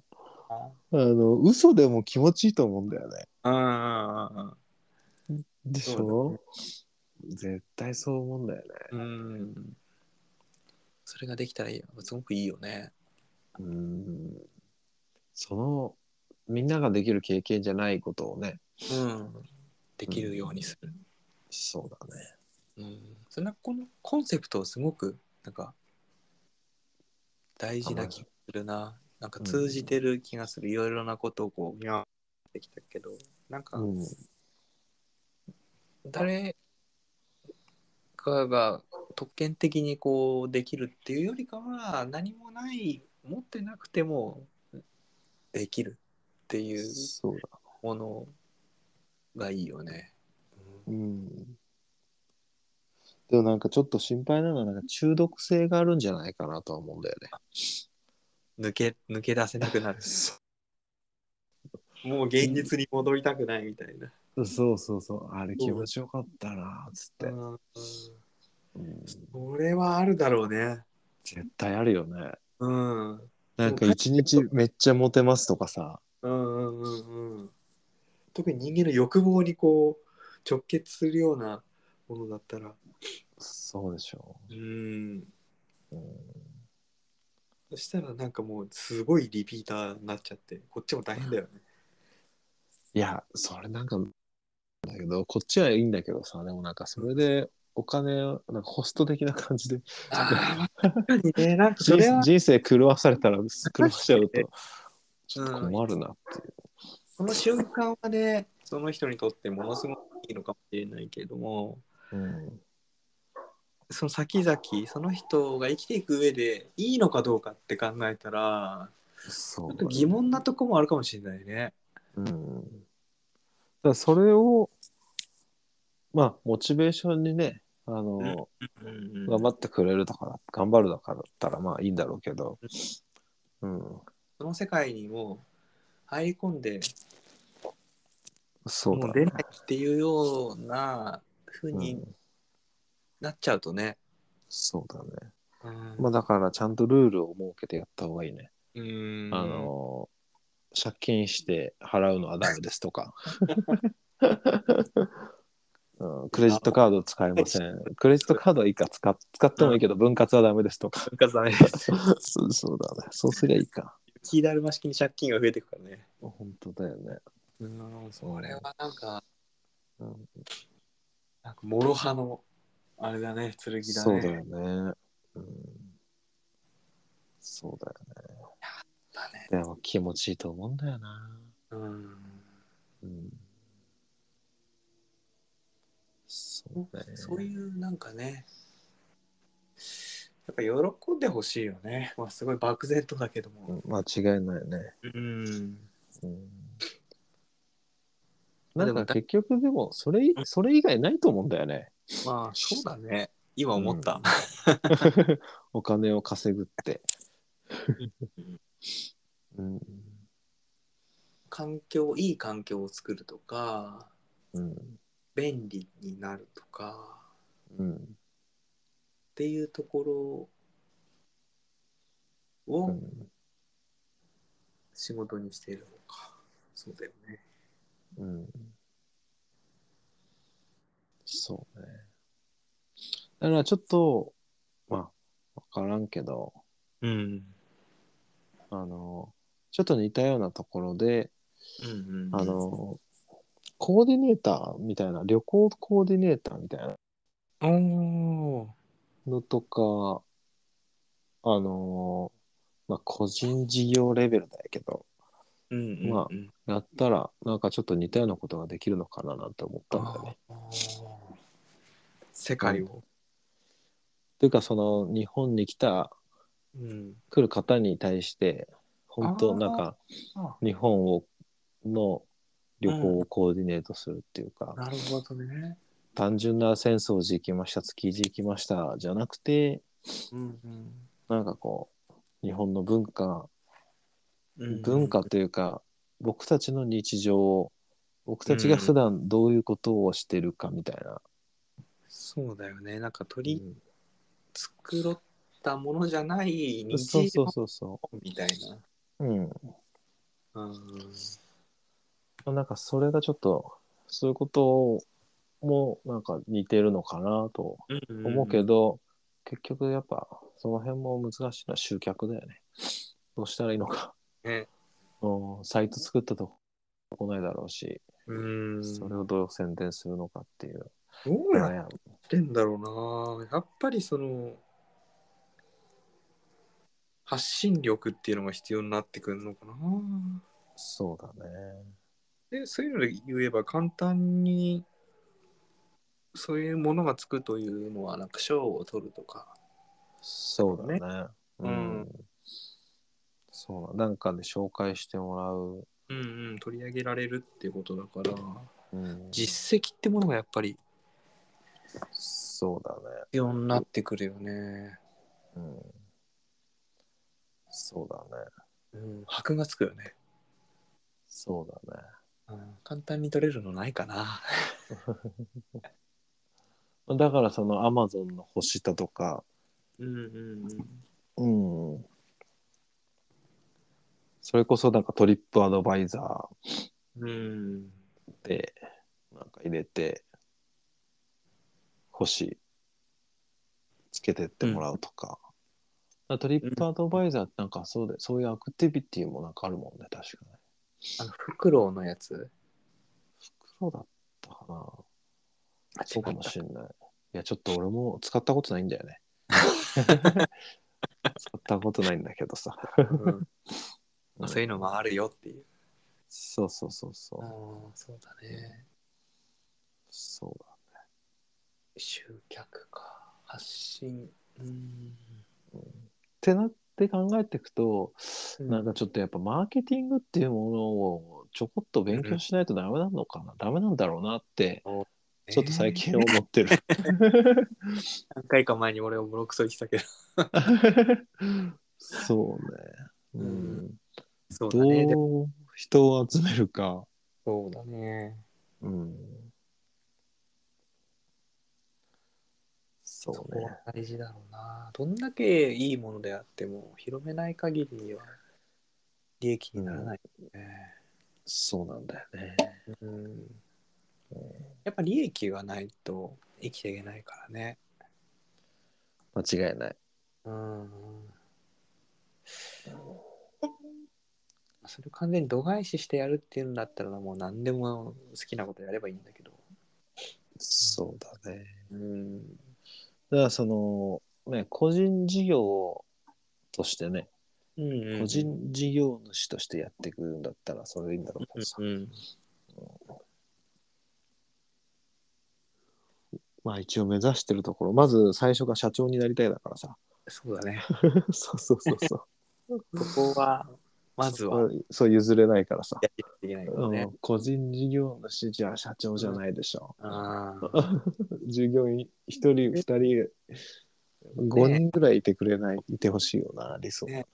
S2: あの嘘でも気持ちいいと思うんだよね
S1: うんうん
S2: でしょ、絶対そう思うんだよね
S1: うんうん。うん。それができたらいいよすごくいいよね。
S2: うーんそのみんなができる経験じゃないことをね
S1: うん。できるようにする。
S2: そうだね
S1: うん。そんなこのコンセプトをすごく、なんか、大事な気がするな。なんか通じてる気がする。いろいろなことをこう、にゃーってきたけど、なんか、
S2: うん
S1: 誰かが特権的にこうできるっていうよりかは何もない持ってなくてもできるっていう
S2: そうだ
S1: ものがいいよね。
S2: うんでもなんかちょっと心配なのはなんか中毒性があるんじゃないかなとは思うんだよね
S1: 抜け抜け出せなく なる。もう現実に戻りたくないみたいな。
S2: そうそうそうあれ気持ちよかったなつって、
S1: うん
S2: うん
S1: それはあるだろうね。
S2: 絶対あるよね
S1: うん。
S2: なんか一日めっちゃモテますとかさ
S1: うんうんうんうん。特に人間の欲望にこう直結するようなものだったら。
S2: そうでしょ
S1: うん。
S2: う、うん、
S1: そしたらなんかもうすごいリピーターになっちゃってこっちも大変だよね。
S2: いや、それなんか、だけど、こっちはいいんだけどさ、でもなんかそれでお金を、なんかホスト的な感じで、
S1: ああ 確かにねなんかそ
S2: 人
S1: れは
S2: 生人生狂わされたら、狂わしちゃ うと、ちょっと
S1: うん
S2: 困るなっていう。
S1: その瞬間はねその人にとってものすごくいいのかもしれないけれども
S2: うん、
S1: その先々その人が生きていく上でいいのかどうかって考えたら
S2: そ
S1: な
S2: うん
S1: か。疑問なとこもあるかもしれないね。
S2: うん。だからそれを、まあ、モチベーションにね、あの、
S1: うん
S2: 頑張ってくれるとか、頑張るとかだったら、まあいいんだろうけど、うん、
S1: その世界にも入り込んで
S2: そう
S1: も
S2: だ
S1: う出
S2: ね
S1: ないっていうような風に
S2: うん
S1: なっちゃうとね。
S2: そうだね。
S1: うん
S2: まあだから、ちゃんとルールを設けてやった方がいいね。
S1: うーん
S2: あの、借金して払うのはダメですと か、うん、クレジットカード使えません。クレジットカードはいいか使っ使ってもいいけど、分割はダメですとか。
S1: なんかダメです。
S2: そうそうだね。そうすりゃいいか。
S1: 雪だるま式に借金が増えていくからね。
S2: 本当だよね。
S1: うん、それはなんか、
S2: うん
S1: なんか、もろ刃の、あれだね、剣だね。
S2: そうだよね。うん、そうだよ
S1: だね。
S2: ね。でも気持ちいいと思うんだよな。
S1: うん。
S2: うん、そうだよね。
S1: そういう、なんかね、やっぱ喜んでほしいよね。まあ、すごい漠然とだけど
S2: う
S1: も。
S2: ん間違いないね。
S1: うん。
S2: うん
S1: まあ
S2: なん
S1: でも
S2: か結局でもそれいそれ以外ないと思うんだよね。
S1: まあ、そうだね。今思った。
S2: お金を稼ぐって。うん
S1: 環境、いい環境を作るとか、
S2: うん
S1: 便利になるとか、
S2: うん
S1: っていうところ
S2: う
S1: を、
S2: ん
S1: 仕事にしているのか。そうだよね。
S2: うんそうね。だからちょっとまあ分からんけど
S1: うん。
S2: あのちょっと似たようなところで
S1: うんうん、
S2: あ、のコーディネーターみたいな旅行コーディネーターみたいな
S1: おー
S2: のとか、あのーまあ、個人事業レベルだけど、
S1: うんうんうん、
S2: まあやったら、なんかちょっと似たようなことができるのかななんて思ったんだよね。
S1: あー世界を。
S2: というか、その、日本に来た、
S1: うん。
S2: 来る方に対して、本
S1: あ
S2: 当
S1: ー
S2: なんか、
S1: あ
S2: 日本を、の、旅行をコーディネートするっていうか、
S1: なるほどね。
S2: 単純な浅草寺行きました築地行きましたじゃなくて
S1: うんうん
S2: なんかこう日本の文化
S1: うんうん
S2: 文化というか、僕たちの日常を僕たちが普段どういうことをしてるかみたいな、
S1: そうだよね。なんか
S2: う
S1: 取り
S2: ん
S1: 繕ったものじゃない
S2: そ
S1: 日
S2: うそ
S1: 常
S2: うそうそ
S1: みたいな。
S2: う、うん、
S1: うん
S2: なんかそれがちょっとそういうこともなんか似てるのかなと思うけど、結局やっぱその辺も難しいのは集客だよね。どうしたらいいのか。
S1: ね
S2: うんサイト作ったとこ来ないだろうし、
S1: うん、
S2: それをどう宣伝するのかっていう
S1: どうや
S2: 悩み。
S1: ってんだろうなやっぱりその発信力っていうのが必要になってくるのかな
S2: そうだね。
S1: でそういうので言えば簡単にそういうものがつくというのはなんか賞を取るとか
S2: そうだね。
S1: うん
S2: そうだ。なんかで紹介してもらう。
S1: うんうん取り上げられるっていうことだから
S2: うん、
S1: 実績ってものがやっぱり
S2: そうだね。
S1: 必要になってくるよね、
S2: うん、そうだね。
S1: うん、箔がつくよね、
S2: そうだね。
S1: うん、簡単に取れるのないかな
S2: だからそのアマゾンの星田とか、
S1: うんうんうん
S2: うん、それこそなんかトリップアドバイザ
S1: うん。
S2: ーでなんか入れて星つけてってもらうとか、だからトリップアドバイザーってなんかそうで、そういうアクティビティもなんかあるもんね確かね
S1: あの、フクロウのやつ。
S2: 黒だったかな
S1: あ
S2: そうかもしれないいやちょっと俺も使ったことないんだよ ね使ったことないんだけどさ
S1: うんま あそういうのもあるよっていう。
S2: そうそうそうそう
S1: ああ。、そうだね。
S2: そうだ。
S1: 集客か。発信。うん。
S2: ってなって考えていくと、
S1: うん
S2: なんかちょっとやっぱマーケティングっていうものをちょこっと勉強しないとダメなのかな、ダメなんだろうなって、ちょっと最近思って る。
S1: 何回か前に俺をボロクソ言ってたけど。
S2: そうね。う。
S1: うんそうだね。でも
S2: どう人を集めるか。
S1: そうだね。
S2: うん。そうね。
S1: 大事だろうな。どんだけいいものであっても、広めない限りは利益にならないよね。
S2: そうなんだよね。
S1: うん。やっぱ利益がないと生きていけないからね。
S2: 間違いない。
S1: うんそれ完全に度外視してやるっていうんだったらもう何でも好きなことやればいいんだけど。
S2: そうだね。
S1: うん。
S2: だからその、ね、個人事業としてね、
S1: うんうん
S2: 個人事業主としてやっていくんだったらそれでいいんだろうけどさ、
S1: うん。
S2: まあ一応目指してるところまず最初が社長になりたいだからさ
S1: そうだね。
S2: そうそうそう そう
S1: そこは、まずはやっ
S2: そうそう譲れないからさ、
S1: ていけないよね
S2: う。ん個人事業主じゃ社長じゃないでしょ、
S1: ああ。
S2: 従業員1人2人5人ぐらいいてくれないいてほしいよな理想、
S1: ね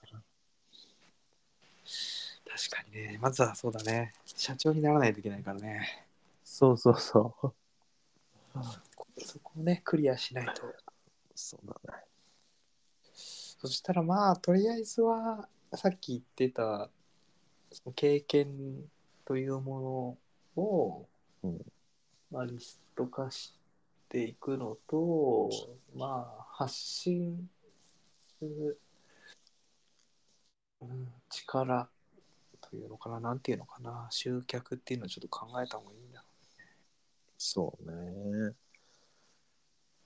S1: 確かにね。まずはそうだね。社長にならないといけないからね。
S2: そうそうそう
S1: そこをね、クリアしないと。
S2: そうだね
S1: そしたらまあとりあえずはさっき言ってたその経験というものを、
S2: うん
S1: まあ、リスト化していくのとまあ発信する、うん、力というのかななんていうのかな集客っていうのをちょっと考えた方がいいんだ
S2: そうね。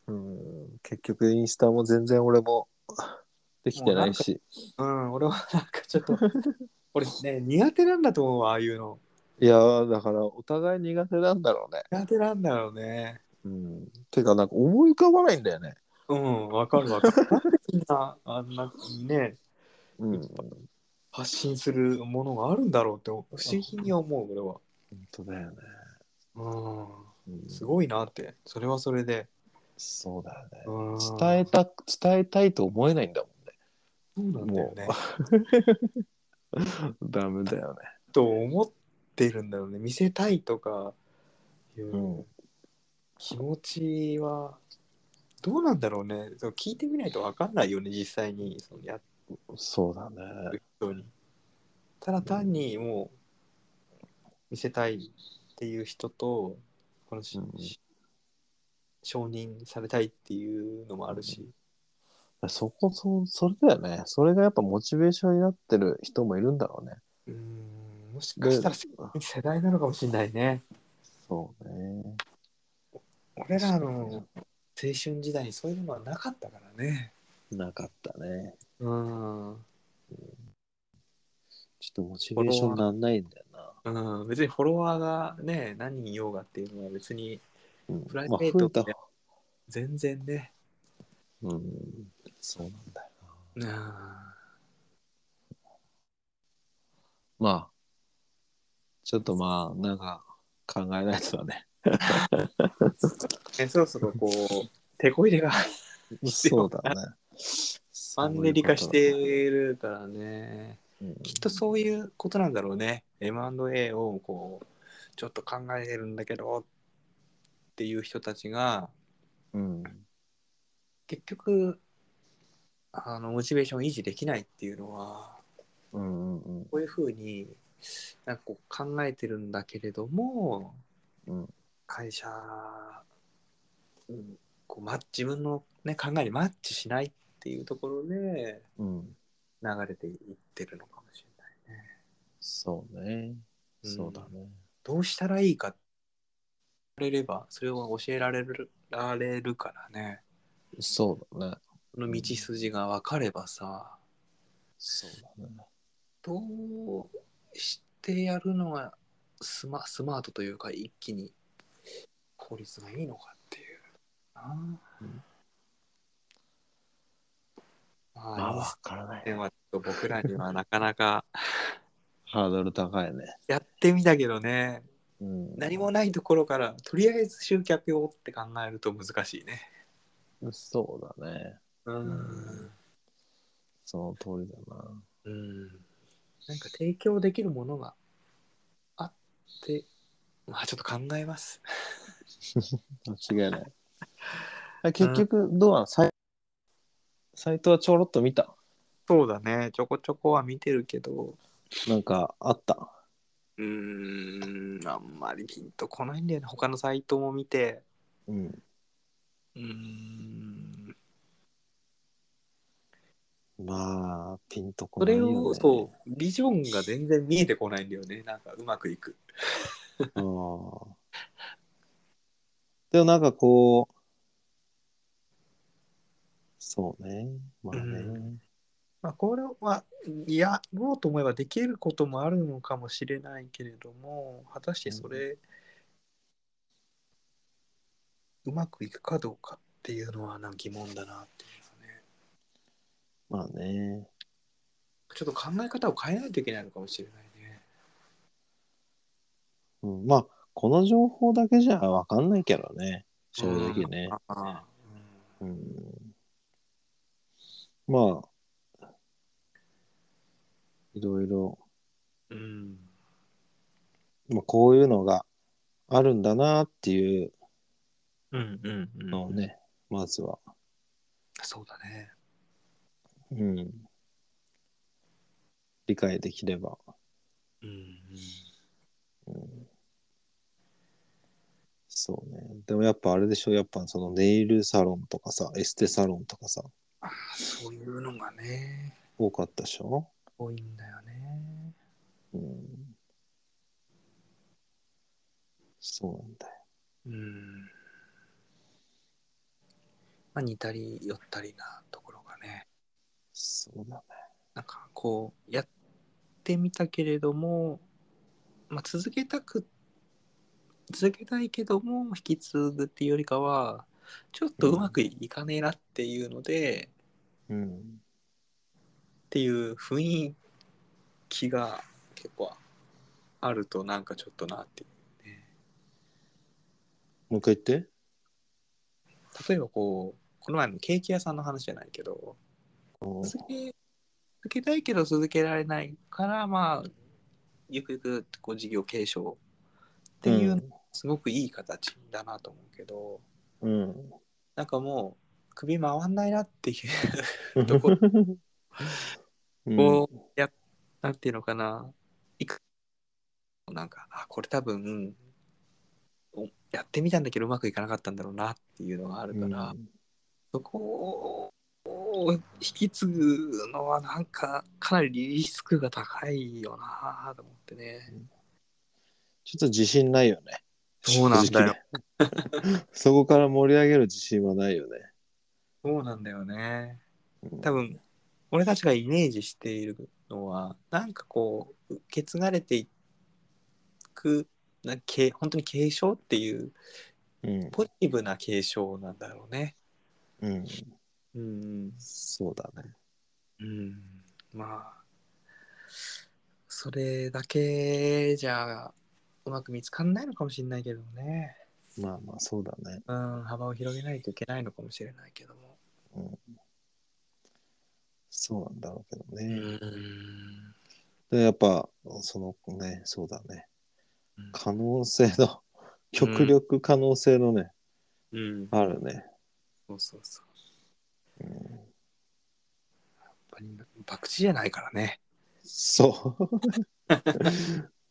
S2: うん、結局インスタも全然俺もできてないし。
S1: うん俺はなんかちょっ と俺ね苦手なんだと思うわああいうの
S2: いやー、だからお互い苦手なんだろうね。
S1: 苦手なんだろうね
S2: うん。てか、なんか思い浮かばないんだよね。
S1: うん、わかるわかる。なんでみんなあんなにね、
S2: うん。
S1: 発信するものがあるんだろうって不思議に思う、俺は。
S2: 本当だよね。
S1: うん
S2: うん
S1: すごいなってそれはそれで
S2: そうだよね。
S1: うん
S2: 伝えたく伝えたいと思えないんだも
S1: そうなんだよね
S2: もんね。ダメだよね。
S1: と思ってるんだろうね見せたいとかいう
S2: うん
S1: 気持ちはどうなんだろうねそう聞いてみないと分かんないよね実際にそのやっ
S2: そうだ
S1: て
S2: ね。
S1: る人にただ単にもう見せたいっていう人とこのし、
S2: うん
S1: 承認されたいっていうのもあるし、
S2: そこそそれだよね。それがやっぱモチベーションになってる人もいるんだろうね。
S1: うーんもしかしたら世世代なのかもしれないね
S2: そうね。
S1: 俺らの青春時代にそういうのはなかったからね
S2: なかったね。
S1: うん、う
S2: ちょっとモチベーションなんないんだよな。
S1: ん、別にフォロワーがね何人いようがっていうのは別に
S2: うん、
S1: プライベートって
S2: まあ増え
S1: 全然ね
S2: たうん。そうなんだよな。
S1: うん
S2: まあ、ちょっとまあ、なんか考えないと だね。
S1: えそろそろこう手こ入れが必
S2: そ
S1: 要
S2: うだね。
S1: マンネリ化してるからねきっとそういうことなんだろうね M&A をこうちょっと考えてるんだけどっていう人たちが
S2: うん。
S1: 結局あのモチベーション維持できないっていうのは
S2: うんうんうん
S1: こういうふうになんかこう考えてるんだけれども、
S2: うん
S1: 会社、うんこうま、自分の、ね、考えにマッチしないっていうところで
S2: うん。
S1: 流れていってるのかもしれない。
S2: そうね。
S1: うん
S2: そうだね。
S1: どうしたらいいか言われればそれを教えられるられるからね
S2: そうだね。
S1: その道筋が分かればさ、
S2: そうだね。
S1: どうしてやるのがスマスマートというか一気に効率がいいのかっていうな、ま
S2: まあ、
S1: あ
S2: わからない
S1: 点。はちょっと僕らにはなかなか
S2: ハードル高いね。
S1: やってみたけどね
S2: うん。
S1: 何もないところからとりあえず集客をって考えると難しいね
S2: そうだね。
S1: うん
S2: その通りだな。
S1: うんなんか提供できるものがあってまあちょっと考えます
S2: 間違 いない。あ結局、どうなのサイサイトはちょろっと見た。
S1: そうだね、ちょこちょこは見てるけど、
S2: なんかあった。
S1: うーん、あんまりピンとこないんだよね。他のサイトも見て、
S2: うん。
S1: うーん、
S2: まあ、ピンとこ
S1: そ
S2: ない
S1: れ
S2: よ、ね。
S1: を、そう、ビジョンが全然見えてこないんだよね。なんかうまくいく。
S2: ああ。でもなんかこう、そうね。まあね。
S1: うんまあ、これは、やろうと思えばできることもあるのかもしれないけれども、果たしてそれ、うまくいくかどうかっていうのは、なんか疑問だなっていうのはね。
S2: まあね。
S1: ちょっと考え方を変えないといけないのかもしれないね。
S2: うん、まあ、この情報だけじゃわかんないけどね。正直ね。
S1: ああ
S2: うん。まあ、いろいろ、
S1: うんうん
S2: まあ、こういうのがあるんだなっていう
S1: うんうんうん
S2: のをね、まずは。
S1: そうだね。
S2: うん。理解できれば。
S1: うんうん
S2: うんそうね。でもやっぱあれでしょ、やっぱそのネイルサロンとかさ、エステサロンとかさ、
S1: ああそういうのがね
S2: 多かったでしょ
S1: 多いんだよね。
S2: うん。そうなんだよ。
S1: うん。まあ似たり寄ったりなところがね
S2: そうだね。
S1: なんかこうやってみたけれども、まあ、続けたく続けたいけども引き継ぐっていうよりかはちょっとうまくいかねえなっていうので。
S2: うん。
S1: っていう雰囲気が結構ああるとなんかちょっとなっていうね。
S2: もう一回言って。
S1: 例えばこうこの前のケーキ屋さんの話じゃないけど
S2: うん
S1: 続け続けたいけど続けられないからまあゆくゆくこう事業継承っていう、
S2: うん
S1: すごくいい形だなと思うけど
S2: うん。
S1: なんかもう首回んないなっていう どここうやなんていうのかないくなんかあこれ多分おやってみたんだけどうまくいかなかったんだろうなっていうのがあるから。そこを引き継ぐのはなんかかなりリスクが高いよなと思ってね。
S2: ちょっと自信ないよね。
S1: そうなんだよ
S2: 正直ね。 そこから盛り上げる自信はないよね。
S1: そうなんだよね。
S2: うん
S1: 多分俺たちがイメージしているのはなんかこう受け継がれていくなけ本当に継承っていう
S2: うん。
S1: ポジティブな継承なんだろうね。
S2: うん。
S1: うん、
S2: そうだね。
S1: うん、まあそれだけじゃうまく見つかんないのかもしれないけどね。
S2: まあまあ、そうだね。
S1: うん、幅を広げないといけないのかもしれないけども。
S2: そうなんだろうけど
S1: う
S2: ね。
S1: ん。
S2: で、やっぱ、そのね、そうだね。可能性の、極力可能性のね、
S1: うん。
S2: あるね。
S1: そうそうそう。
S2: うん
S1: やっぱり博打じゃないからね。
S2: そう。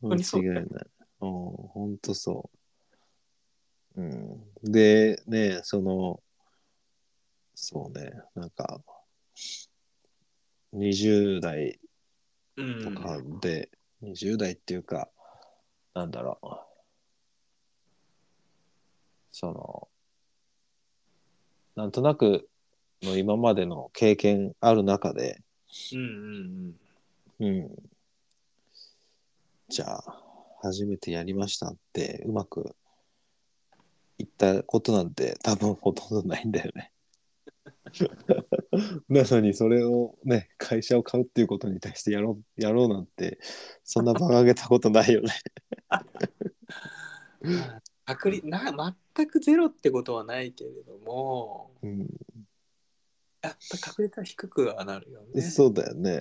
S1: 当
S2: 間
S1: にそう
S2: 違いない。うん、ほんとそう。うん、で、ね、その、そうね、なんか、20代
S1: う
S2: と
S1: ん
S2: かで、20代っていうか、なんだろう、その、なんとなくの今までの経験ある中で、
S1: うんうん
S2: うん。じゃあ、初めてやりましたって、うまくいったことなんて多分ほとんどないんだよね。 なのにそれをね、会社を買うっていうことに対してやろう、やろうなんて、そんな馬鹿げたことないよね。
S1: うん。まあ確率な全くゼロってことはないけれども、
S2: うん、
S1: やっぱ確率は低くはなるよね。
S2: そうだよね。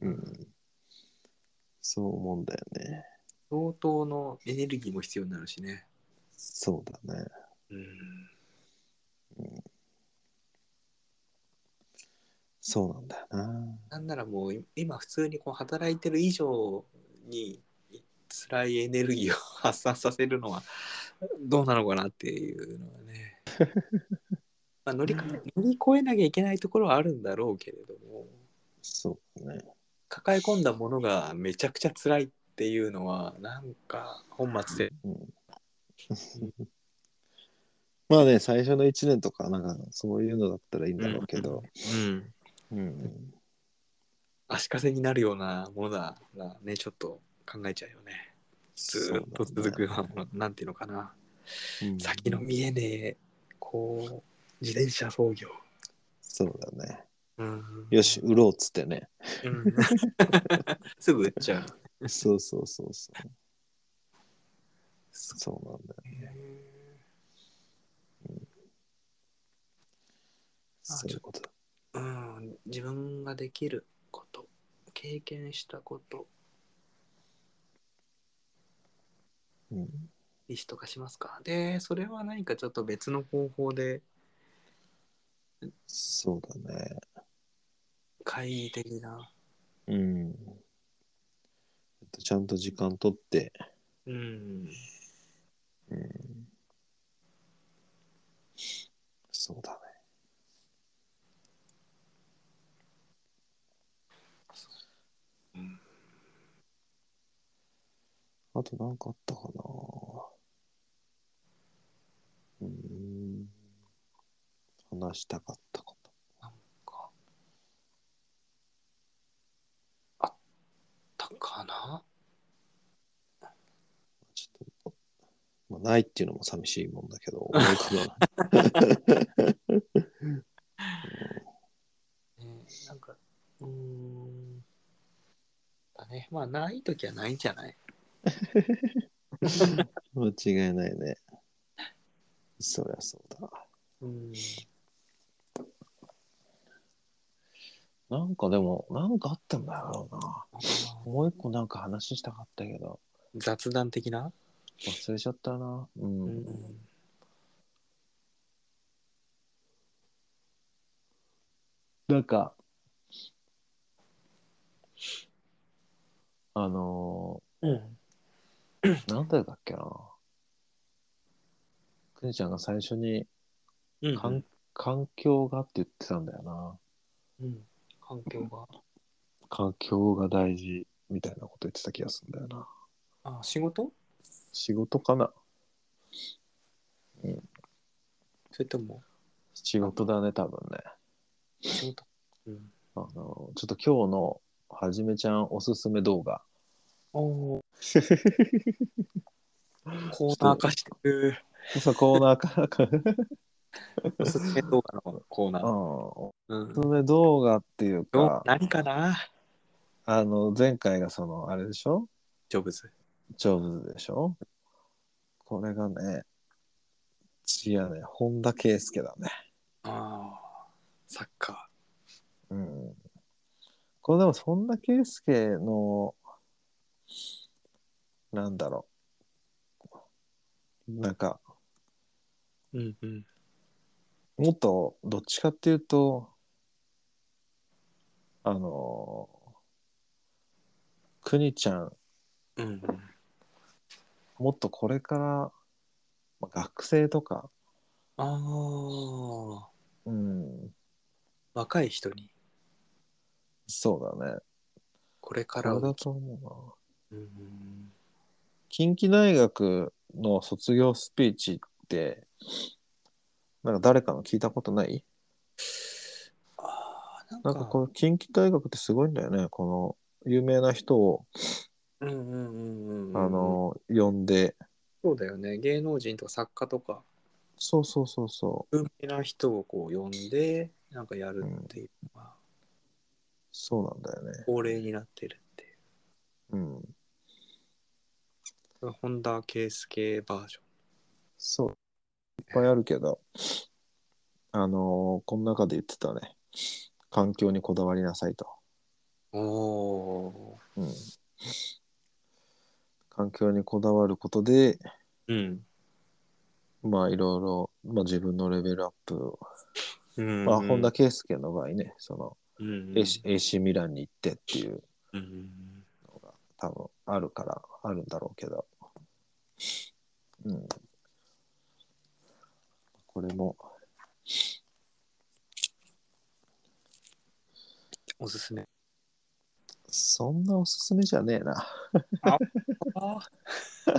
S2: うん。そう思うんだよね。
S1: 相当のエネルギーも必要になるしね。
S2: そうだね。
S1: うん。
S2: そうなんだよな。
S1: なんならもうい今普通にこう働いてる以上に辛いエネルギーを発散させるのは どうなのかなっていうのは ね、まあ、乗りか乗り越えなきゃいけないところはあるんだろうけれども
S2: そうだね。
S1: 抱え込んだものがめちゃくちゃ辛いっていうのはなんか本末転
S2: うんまあね最初の1年とかなんかそういうのだったらいいんだろうけど、
S1: うん、
S2: うん
S1: 足かせになるようなものだらねちょっと考えちゃうよねずーっと続くようななんていうのかな
S2: うん
S1: 先の見えねえこう自転車操業、
S2: そうだね
S1: うん
S2: よし、売ろうっつってね
S1: うんすぐ売っちゃう
S2: そうそうそうそうそうなんだよ
S1: あ
S2: そういうことだ
S1: うん自分ができること経験したこと
S2: うん
S1: リスト化しますかでそれは何かちょっと別の方法で
S2: そうだね
S1: 会議的な
S2: うんちゃんと時間取って、
S1: うん
S2: うん、そうだねあとなんかあったかなうーん。話したかったこと。
S1: かあったかな
S2: ちょっと、まあ、ないっていうのも寂しいもんだけど、思い浮かばない。
S1: ねなんかうーんだねまあない時はないんじゃない
S2: 間違いないね。そりゃそうだ。
S1: うん
S2: なんかでも、なんかあったんだろうな。もう一個なんか話したかったけど、
S1: 雑談的な、
S2: 忘れちゃったな。うん。なんか、あの
S1: うん
S2: ー、なんだったっけな。くねちゃんが最初に、
S1: うん
S2: かん環境がって言ってたんだよな。
S1: うん、環境が
S2: 環境が大事みたいなこと言ってた気がするんだよな。
S1: あ仕事
S2: 仕事かな
S1: それとも
S2: 仕事だね、多分ね。
S1: 仕事、 うん、
S2: あの、ちょっと今日のはじめちゃんおすすめ動画。
S1: おーコーナー化してる
S2: そう、コーナーからか。
S1: おすすめ動画のコーナ
S2: う
S1: ー、
S2: ん。お
S1: うん
S2: す、すめ動画っていう
S1: ど
S2: か、
S1: 何かな
S2: あの、前回がその、あれでしょ
S1: ジョブズ
S2: ジョブズでしょこれがね、次はね、本田圭佑だね。
S1: ああサッカ
S2: うん。これでも、本田圭佑の、なんだろう。なんか、
S1: ーうんうん
S2: もっとどっちかっていうとあのくにちゃん
S1: うん
S2: もっとこれからまあ学生とか、
S1: ああ
S2: うん、
S1: 若い人に
S2: そうだね
S1: これか
S2: こ
S1: ら
S2: れ
S1: を
S2: だと思うな
S1: うんうん
S2: 近畿大学の卒業スピーチってなんか誰かの聞いたことない
S1: ああなんか
S2: なんかこの近畿大学ってすごいんだよねこの有名な人を、
S1: うんうんうんうんうん
S2: あの呼んで
S1: そうだよね芸能人とか作家とか
S2: そうそうそうそう
S1: 有名な人をこう呼んでなんかやるっていうのが
S2: そうなんだよね
S1: 恒例になってるっていう
S2: うん
S1: それが本田圭佑バージョン
S2: そう。いっぱいあるけど、あのーこの中で言ってたね。環境にこだわりなさいと。
S1: おお
S2: うん。環境にこだわることで、
S1: うん
S2: まあいろいろ、まあ自分のレベルアップを、
S1: うん
S2: まあ本田圭佑の場合ね、その、
S1: うんうん
S2: AC, AC ミランに行ってっていう
S1: うんうん
S2: 多分あるからあるんだろうけど、うん、これも
S1: おすすめ
S2: そんなおすすめじゃねえな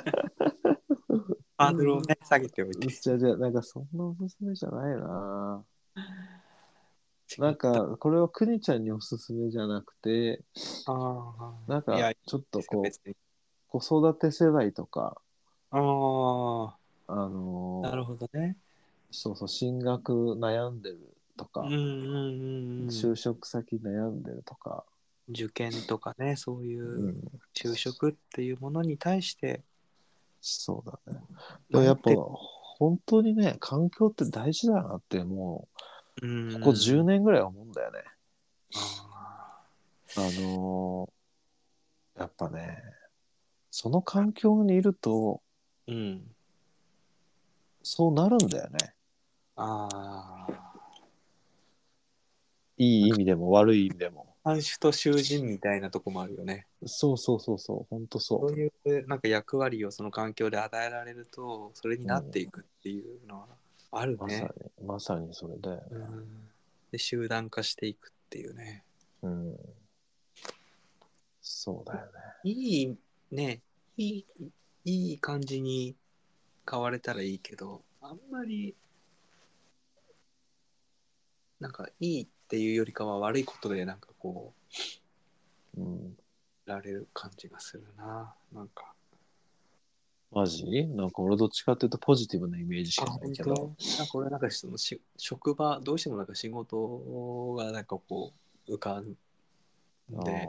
S1: ハードルをね下げておいて
S2: じゃあじゃあなんかそんなおすすめじゃないななんかこれはくにちゃんにおすすめじゃなくて
S1: あー
S2: なんか
S1: いや
S2: ちょっとこ
S1: 別に
S2: う子育て世代とか
S1: あ
S2: あの
S1: あ
S2: ー
S1: なるほどね
S2: そうそう進学悩んでるとか、
S1: うんうんうんうん
S2: 就職先悩んでるとか、
S1: 受験とかねそういううん就職っていうものに対して
S2: そうだねでもやっぱ本当にね環境って大事だなっても
S1: うん
S2: うここ10年ぐらい思うんだよね、
S1: あ
S2: あのーやっぱねその環境にいると
S1: ーうん
S2: そうなるんだよね
S1: あ
S2: いい意味でも悪い意味でも
S1: あ。種と囚人みたいなとこもあるよね。
S2: そうそうそうそうほんとそ
S1: そう
S2: う
S1: いうなんか役割をその環境で与えられると、それになっていくっていうのはある
S2: まさ
S1: ね。
S2: にまさにそれだよね
S1: うんで、集団化していくっていうね。
S2: うんそうだよね
S1: いいね、いいいい感じに買われたらいいけど、あんまり、なんかいいっていうよりかは悪いことでなんかこう、
S2: うん
S1: られる感じがするな。なんか。
S2: マジなんか俺どっちかっていうとポジティブなイメージし
S1: あ
S2: かない
S1: 本
S2: け
S1: 当
S2: ど
S1: なんか俺なんかそのし職場どうしてもなんか仕事がなんかこう浮かん
S2: あ
S1: で、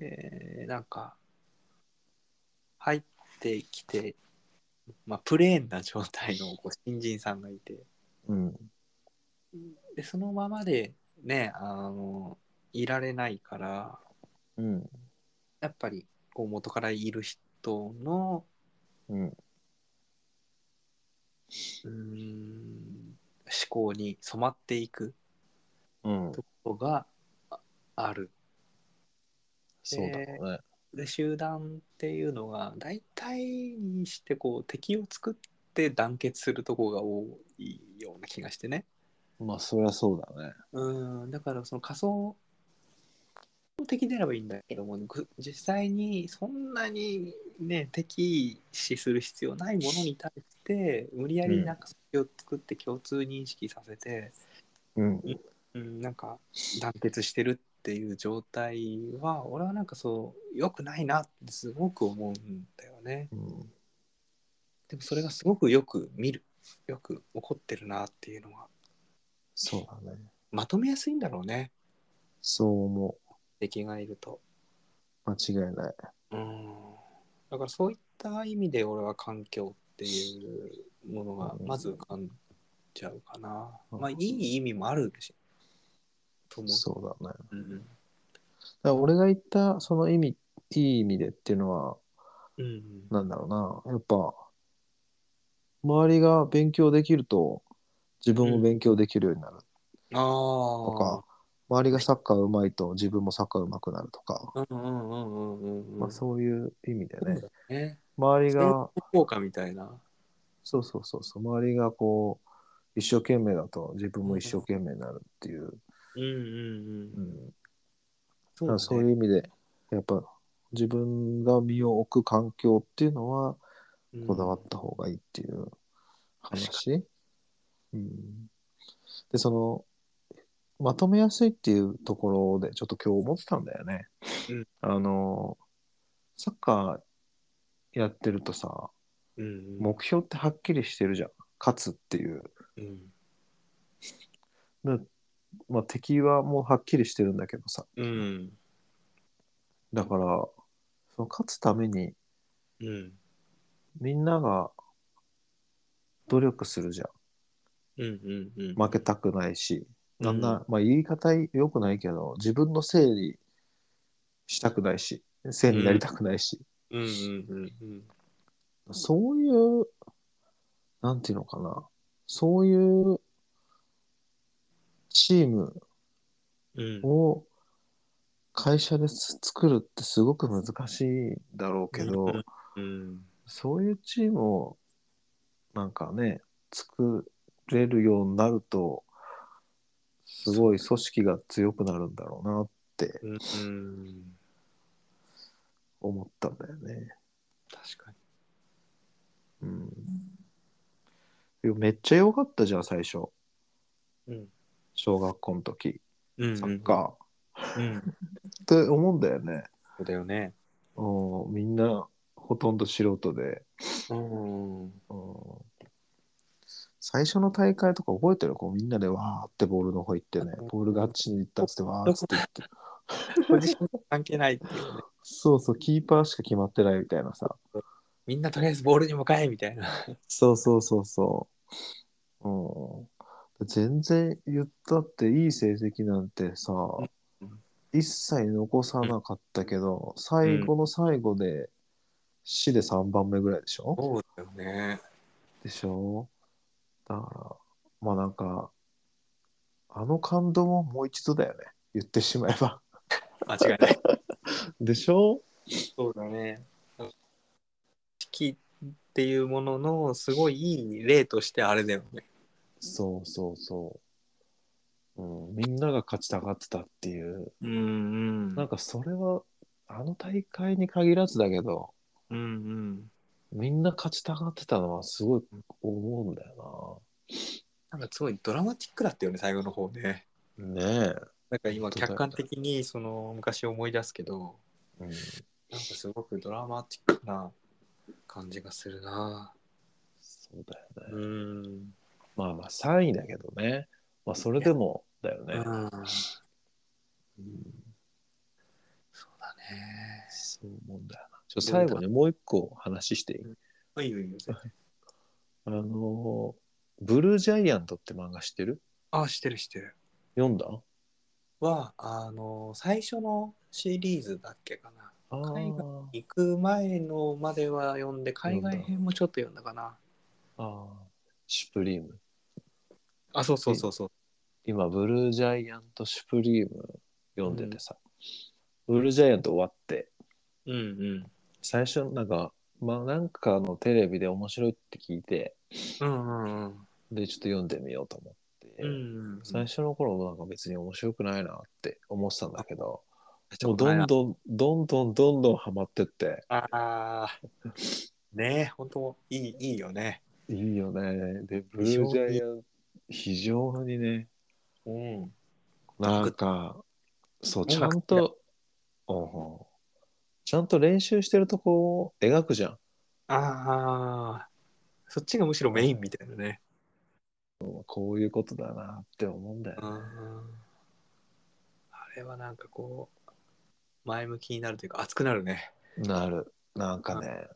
S1: えーなんか入ってきて、まあ、プレーンな状態のこう新人さんがいて
S2: うん。
S1: でそのままでねあのいられないから
S2: うん。
S1: やっぱりこう元からいる人の
S2: うん。
S1: うーん思考に染まっていく
S2: うん。
S1: ところがあある
S2: そうだろうね。
S1: で集団っていうのが大体にしてこう敵を作って団結するとこが多いような気がしてね
S2: まあ、そりゃそうだね。
S1: うんだからその仮想的であればいいんだけどもぐ実際にそんなにね敵視する必要ないものに対して無理やりなんかそれを作って共通認識させて、
S2: うん。
S1: うん、なんか団結してるっていう状態は俺はなんかそう良くないなってすごく思うんだよね。
S2: うん。
S1: でもそれがすごくよく見るよく起こってるなっていうのは
S2: そうだね。
S1: まとめやすいんだろうね
S2: そう思
S1: 敵がいると
S2: う。間違いない。
S1: うんだからそういった意味で俺は環境っていうものが
S2: うん
S1: まず浮かんじゃうかな、
S2: うん
S1: まあいい意味もあるしと思
S2: そうだね。
S1: ううん
S2: だから俺が言ったその意味いい意味でっていうのは
S1: うん
S2: なんだろうなやっぱ周りが勉強できると自分も勉強できるようになる
S1: ああ
S2: とか、周りがサッカーうまいと自分もサッカーうまくなるとか、
S1: うんうんうんうんうんうん
S2: まあ、そういう意味でね
S1: ね
S2: 周りが
S1: 効果みたいな
S2: そうそうそうそう周りがこう一生懸命だと自分も一生懸命になるっていう、
S1: うんうん
S2: う
S1: うん
S2: ん、
S1: そ
S2: だからそういう意味でやっぱ自分が身を置く環境っていうのは
S1: う
S2: こだわ
S1: っ
S2: った方がいいっていう話。うん、で、その、まとめやすいっていうところでちょっと今日思ってたんだよね。
S1: うん
S2: あの、サッカーやってるとさ、
S1: うん
S2: 目標ってはっきりしてるじゃん。勝つっていう。
S1: うん
S2: だまあ、敵はもうはっきりしてるんだけどさ。
S1: うん
S2: だから、その勝つために
S1: うん
S2: みんなが努力するじゃ
S1: う
S2: ん。
S1: んうんうん
S2: 負けたくないし、だんだん、
S1: うん
S2: まあ言い方良くないけど、自分のせいにしたくないし、せいになりたくないし、
S1: うんうんうん
S2: そういう、なんていうのかな、そういうチーム
S1: うんうん
S2: を会社です作るってすごく難しいんだろうけど、
S1: うんうん
S2: そういうチームをなんかね作れるようになるとすごい組織が強くなるんだろうなって
S1: うんうん
S2: 思ったんだよね。
S1: 確かに
S2: うん、いやめっちゃ良かったじゃん最初
S1: うん
S2: 小学校の時
S1: うん
S2: サッカ
S1: うん
S2: ーって思うんだよね。
S1: そうだよね
S2: うん、みんなほとんど素人で、
S1: うん
S2: うん、最初の大会とか覚えてるこうみんなでわーってボールの方行ってねボールがあっちに行ったっつってわーっつって行って
S1: ポジション関係ないっていうね
S2: そうそう、キーパーしか決まってないみたいなさ。
S1: みんなとりあえずボールに向かえみたいな
S2: そうそうそうそう。うん、全然言ったっていい成績なんてさ、
S1: ん
S2: 一切残さなかったけど、最後の最後で、死で3番目ぐらいでしょ
S1: そうだよね
S2: でしょだから、まあなんか、あの感動ももう一度だよね。言ってしまえば。
S1: 間違いない
S2: でしょ
S1: そうだね式っていうもののすごいいい例としてあれだよね
S2: そうそうそう。うん、みんなが勝ちたがってたっていう。
S1: うんうん
S2: なんかそれはあの大会に限らずだけど
S1: うんうん
S2: みんな勝ちたがってたのはすごい思うんだよ
S1: なんかすごいドラマティックだったよね最後の方ね
S2: な。ね
S1: なんか今客観的にその昔を思い出すけど
S2: え。うん、
S1: なんかすごくドラマティックな感じがするな。
S2: そうだよね。
S1: うん。
S2: まあまあ3位だけどね。まあそれでもだよ
S1: う
S2: ね。
S1: ん。
S2: うん、
S1: そうだね。
S2: そう思うんだよな。ちょ最後にもう一個話していい
S1: あ、いいよいいよ。全然
S2: あのーブルージャイアントって漫画知ってる
S1: あ、してるしてる。
S2: 読んだ
S1: は、あの、最初のシリーズだっけかな。
S2: あー
S1: 海行く前のまでは読んで、海外編もちょっと読んだかな。
S2: あーシュプリーム。
S1: あ、そうそうそうそう。
S2: 今、ブルージャイアント・シュプリーム読んでてさ、ブルージャイアント終わって、
S1: うんうん。
S2: 最初なんか、まあなんかのテレビで面白いって聞いて、
S1: うんうんうん。
S2: で、ちょっと読んでみようと思って、
S1: うんうん、
S2: 最初の頃もなんか別に面白くないなって思ってたんだけど、も
S1: も
S2: う
S1: う
S2: ど
S1: ど
S2: ん
S1: んどん。
S2: どん、どんどんどんどんハマってって、
S1: ああー。ねえ、本当いい、いいよね。
S2: いいよね。で、ブルージャイアント、非常にね、
S1: うん。
S2: なんか、そう、ち
S1: 音
S2: ゃ
S1: 楽
S2: んと、うんうんちゃんと練習してるとこを描くじゃん。
S1: ああ。そっちがむしろメインみたいなね。
S2: こういうことだなって思うんだよ
S1: う
S2: ね。
S1: ん。あれはなんかこう、前向きになるというか、熱くなるね。
S2: なる。なんかね、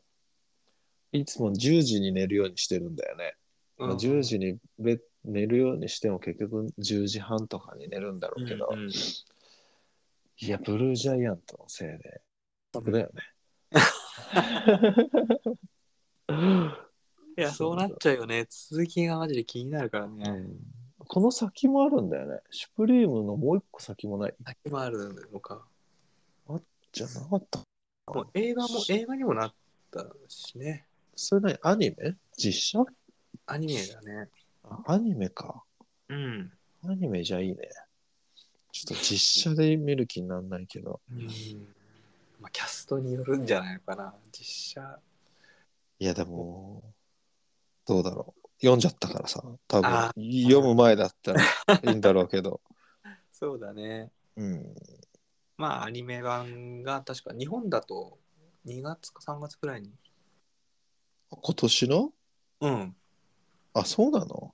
S2: いつも10時に寝るようにしてるんだよね。まあ
S1: うん
S2: 10時にベ寝るようにしても結局10時半とかに寝るんだろうけど、
S1: うんうん
S2: いや、ブルージャイアントのせいで、僕だよ ね。
S1: いや、そうなっちゃうよね。続きがマジで気になるから
S2: う
S1: ね。
S2: んこの先もあるんだよね。シュプリームのもう一個先もない
S1: 先もあるのか。
S2: じゃなかった。
S1: もう映画も、映画にもなったしね。
S2: それ何アニメ実写
S1: アニメだね。
S2: あアニメか。
S1: うん。
S2: アニメじゃいいね。ちょっと実写で見る気になんないけど。
S1: うんまあ、キャストによるんじゃないのかな実写
S2: いやでも、どうだろう。読んじゃったからさ、多分
S1: あ
S2: 読む前だったらいいんだろうけど。
S1: そうだね
S2: うん。
S1: まあアニメ版が確か日本だと2月か3月くらいに
S2: 今年の
S1: うん
S2: あ、そうなの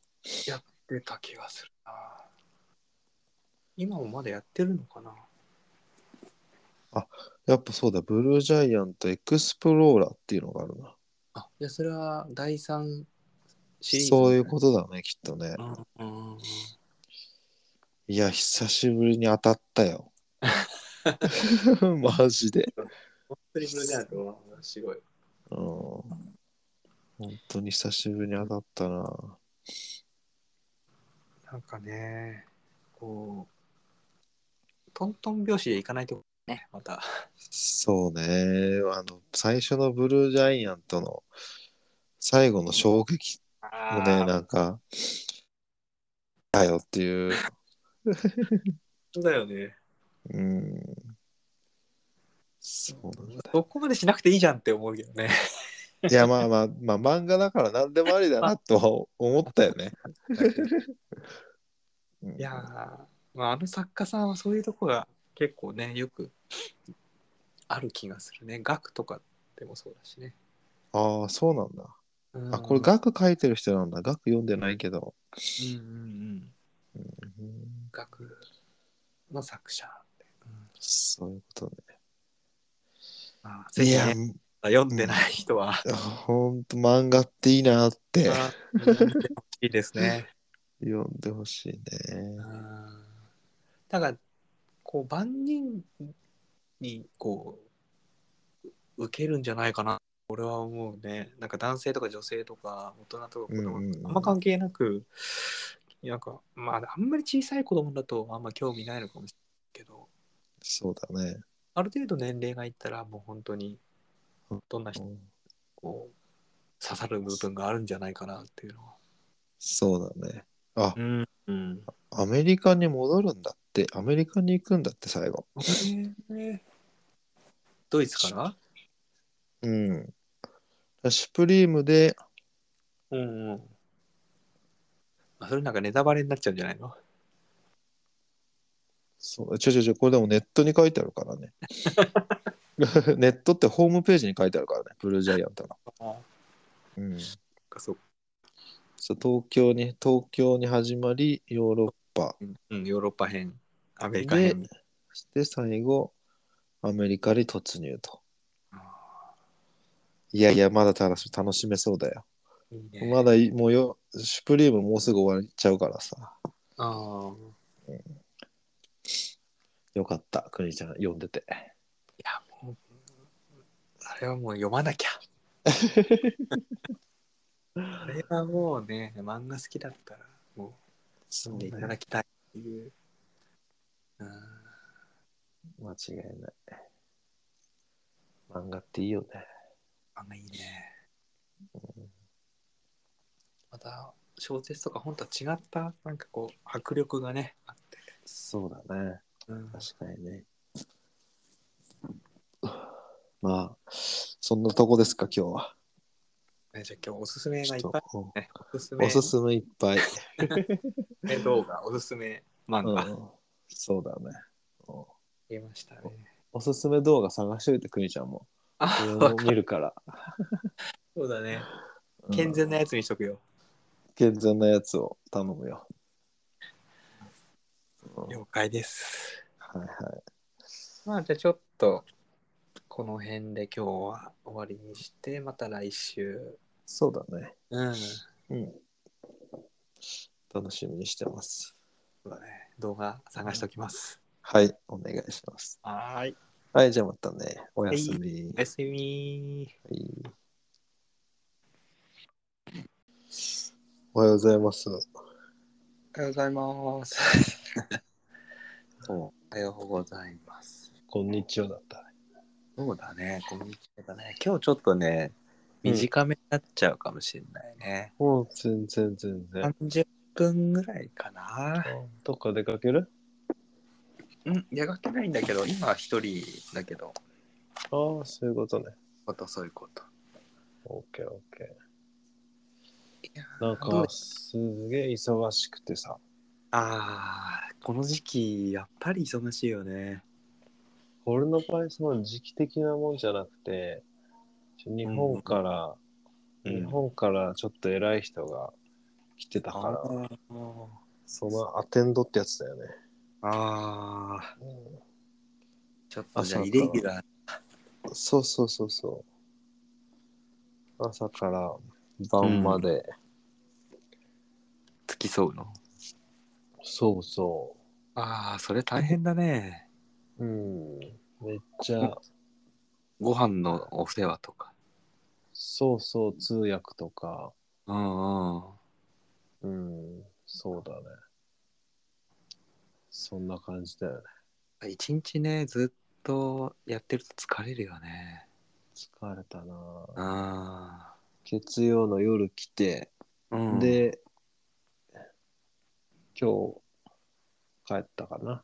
S1: 出た気がするな今もまだやってるのかな
S2: やっぱそうだ、ブルージャイアントエクスプローラーっていうのがあるな。
S1: あいやそれは第3シリーズ
S2: そういうことだね、きっとね。
S1: とうんうんうん
S2: いや、久しぶりに当たっ たよ。マジで。
S1: 本当にブルージャイアントはすごい
S2: うん。本当に久しぶりに当たったな。
S1: なんかねこうトントン拍子でいかないとねまた
S2: そうね。あの、最初のブルージャイアントの最後の衝撃もね、なんか、だよっていう。
S1: 当だよね
S2: うん。そうなんだ。
S1: そこまでしなくていいじゃんって思うけどね。
S2: いや、まあまあ、まあ、漫画だから何でもありだなとは思ったよね。うん
S1: いやー、まあ、あの作家さんはそういうとこが結構ね、よくある気がするね。額とかでもそうだしね。
S2: ああ、そうなんだ。
S1: うん
S2: あ、これ、額書いてる人なんだ。額読んでないけど。
S1: うんうんうん。額の作者。うん
S2: そういうこと
S1: まあ、ぜ
S2: ね。い
S1: ひ、
S2: や、
S1: ね、読んでない人は、
S2: ほんと漫画っていいなって
S1: まあ うん見てほしいですね。
S2: 読んでほしいね。
S1: うんだから、こう、万人に、こう、受けるんじゃないかな。俺は思うね。なんか男性とか女性とか、大人とか子供とか、
S2: うんうんうん
S1: あんま関係なく、なんか、まあ、あんまり小さい子供だとあんま興味ないのかもしれないけど、
S2: そうだね。
S1: ある程度年齢がいったら、もう本当に、どんな
S2: う
S1: 人に
S2: ん
S1: こう刺さる部分があるんじゃないかなっていうのは。
S2: そうだね。あ、
S1: うん。うん。
S2: アメリカに戻るんだって。アメリカに行くんだって、最後。
S1: ドイツか
S2: うん。シュプリームで、
S1: らうんうん。あそれなんかネタバレになっちゃうんじゃないの
S2: そう、ちょちょちょ、これでもネットに書いてあるからね。 ネットってホームページに書いてあるからね、ブルージャイアントが。
S1: あ
S2: うん。
S1: あ、そう。
S2: そう東京に東京に始まりヨーロッパ
S1: うん、ヨーロッパ編、アメリカ
S2: で
S1: 編。
S2: で最後アメリカに突入と
S1: あ
S2: いやいや、まだ楽し楽しめそうだよ。
S1: いいね。
S2: まだいもうよ、シュプリームもうすぐ終わっちゃうからさ。
S1: ああ。
S2: よかった、くにちゃん、読んでて。
S1: いや、もう、あれはもう読まなきゃ。あれはもうね、漫画好きだったら、もう、
S2: そ
S1: 読んでいただきたいっていう。うん
S2: 間違いない。漫画っていいよね。
S1: あいいね。また小説とか本とは違ったなんかこう迫力がねあって、
S2: そうだね。
S1: うん
S2: 確かにね。 まあ、そんなとこですか、今日は。
S1: ねじゃあ今日おすすめがいっ
S2: ちょっ
S1: ぱい
S2: と
S1: あるね。おすす
S2: うん
S1: め
S2: おすすめいっぱい。
S1: め動画、おすすめ漫
S2: う
S1: 画。
S2: ん、そうだね。うん
S1: 言えましたね。
S2: おすすめ動画探しといて、くにちゃんも。
S1: あ
S2: 俺
S1: わ
S2: も
S1: か
S2: 見るから。
S1: そうだね。
S2: うん
S1: 健全なやつにしとくよ。
S2: 健全なやつを頼むよ。うん
S1: 了解です。
S2: はいはい。
S1: まあじゃあちょっとこの辺で今日は終わりにしてまた来週。
S2: そうだね。
S1: うん。
S2: うん。楽しみにしてます。
S1: そうだね。動画探しておきます。
S2: はい、お願いします。
S1: はーい。
S2: はい、じゃあまたね。おやすみ。
S1: おやすみ。
S2: はいおはようございます。
S1: おはようございます。
S2: こ
S1: おはようございます。
S2: んにちはだった。
S1: そうだね、こんにちはだね。今日ちょっとね、
S2: うん
S1: 短めになっちゃうかもしれないね。
S2: もう全然全然。
S1: 30分ぐらいかな。
S2: どっか出かける
S1: うん、出かけないんだけど、今は一人だけど、
S2: ああ、そういうことね。
S1: またそういうこと。
S2: オッケーオッケ
S1: いや
S2: ー。なん
S1: どう
S2: か
S1: です
S2: げえ忙しくてさ。
S1: ああ、この時期、やっぱり忙しいよね。
S2: 俺の場合、その時期的なもんじゃなくて、日本から、
S1: うん
S2: 日本からちょっと偉い人が来てたから、そのアテンドってやつだよね。
S1: ああ、ちょっとじゃ
S2: 朝か
S1: あ
S2: ら
S1: イレギュラー。
S2: そうそうそうそう。朝から晩まで、
S1: 付き添うの
S2: そうそ
S1: ああ、それ大変だね。
S2: う。うん。めっちゃ、
S1: ご飯のお世話とか。
S2: そうそう、通訳とか、
S1: うんうん。
S2: うん、そうだね。そんな感じだよね。
S1: 一日ねずっとやってると疲れるよね
S2: 疲れたなぁ
S1: あ
S2: 月曜の夜来て、
S1: あうん
S2: で、今日帰ったかな。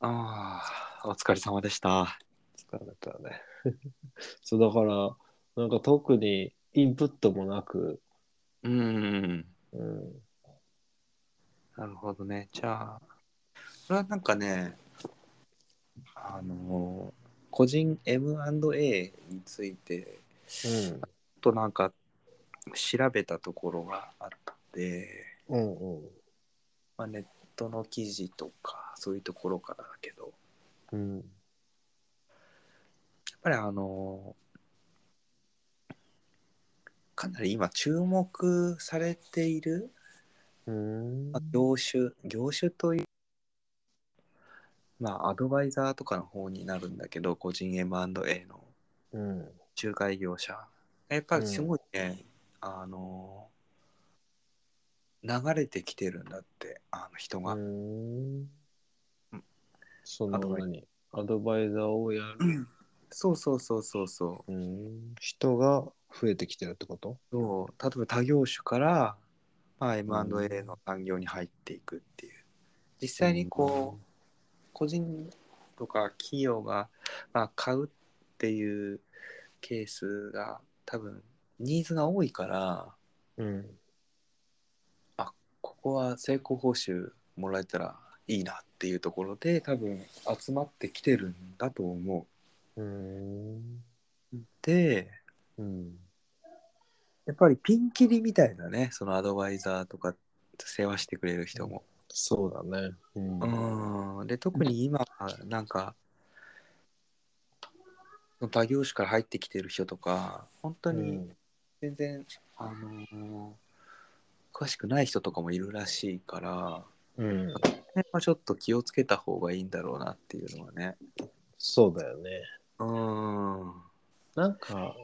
S1: ああお疲れ様でした
S2: 疲れたね。 そうだから、なんか特にインプットもなく、
S1: うん
S2: うん、
S1: なるほどねじゃあこれはなんかねあの個人 M&A についてちょっとなんか調べたところがあって、
S2: うん、うん、うん。
S1: まあ、ネットの記事とかそういうところからだけど
S2: うん、
S1: やっぱりあのかなり今注目されている
S2: うん
S1: まあ業種業種というまあアドバイザーとかの方になるんだけど個人 M&A の
S2: うん、
S1: 仲介業者やっぱりすごいね、あの流れてきてるんだってあの人が、
S2: うん
S1: うん
S2: そ
S1: アド
S2: の
S1: バイ
S2: 何アドバイザーをやる、
S1: そうそうそうそうそう
S2: うん、人が増えてきてるってこと
S1: そう例えば他業種から、まあ、M&A の産業に入っていくっていう実際にこう、個人とか企業が、まあ、買うっていうケースが多分ニーズが多いから
S2: うん、うん
S1: ここは成功報酬もらえたらいいなっていうところで多分集まってきてるんだと思
S2: うん
S1: う。で
S2: うん
S1: やっぱりピンキリみたいなねそのアドバイザーとか世話してくれる人も。
S2: そうだね。うん
S1: うんで特に今なんか他業種から入ってきてる人とか本当
S2: う
S1: に
S2: ん
S1: 全然、あのー詳しくない人とかもいるらしいから
S2: うん、
S1: やっぱちょっと気をつけた方がいいんだろうなっていうのはね
S2: そうだよね。
S1: うん
S2: なんか、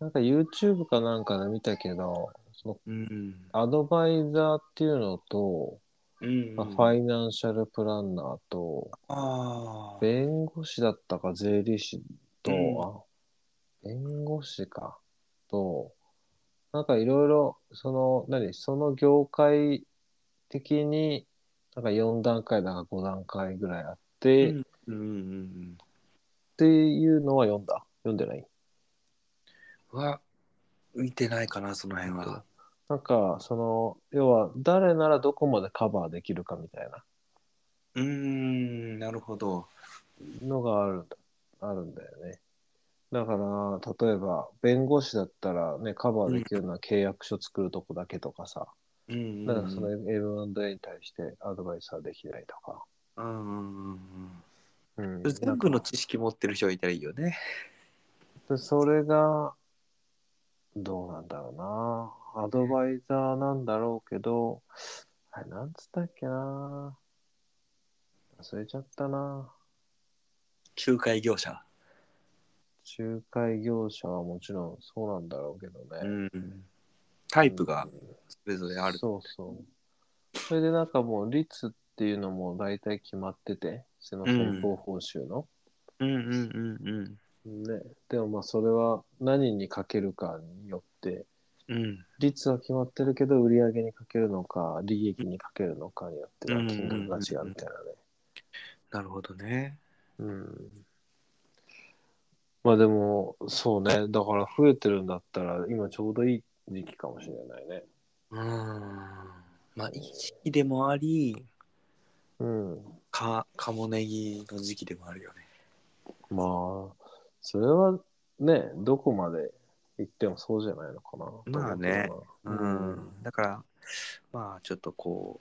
S2: なんか YouTube かなんかで見たけど、その
S1: うん
S2: アドバイザーっていうのと、
S1: うん
S2: まあファイナンシャルプランナーと、
S1: あー
S2: 弁護士だったか税理士と、
S1: うん
S2: あ弁護士かと、なんかいろいろ、その、何、その業界的に、なんか4段階だか5段階ぐらいあって、
S1: う
S2: っ
S1: んうんうん
S2: ていうのは読んだ。読んでない
S1: うんは見てないかなその辺は
S2: なんか、その、要は、誰ならどこまでカバーできるかみたいな
S1: うんなるほど
S2: のがあるんだ、あるんだよね。だから、例えば、弁護士だったらね、カバーできるのは契約書作るとこだけとかさ、
S1: うんうん
S2: だからその M&A に対してアドバイスはできないとか。
S1: うんうんうん
S2: うん
S1: うん全部の知識持ってる人がいたらいいよね
S2: でそれが、どうなんだろうな。アドバイザーなんだろうけど、あれ、なんつったっけな。忘れちゃったな。
S1: 仲介業者
S2: 仲介業者はもちろんそうなんだろうけどね。
S1: うんタイプがそれぞれある。
S2: そうそう。それでなんかもう率っていうのも大体決まってて、その先方報酬の。
S1: うんうんうん
S2: ね。でもまあそれは何にかけるかによって、
S1: うん。うん
S2: 率は決まってるけど売り上げにかけるのか、利益にかけるのかによっては金額が違うみたい
S1: なるほどね。
S2: なね。うん。まあでも、そうね。だから増えてるんだったら今ちょうどいい時期かもしれないね。
S1: うん。まあ、いい時期でもあり、
S2: うん。
S1: か、カモネギの時期でもあるよね。
S2: まあ、それはね、どこまで行ってもそうじゃないのかな。
S1: まあね
S2: と思うけどな。
S1: だから、まあ、ちょっとこう、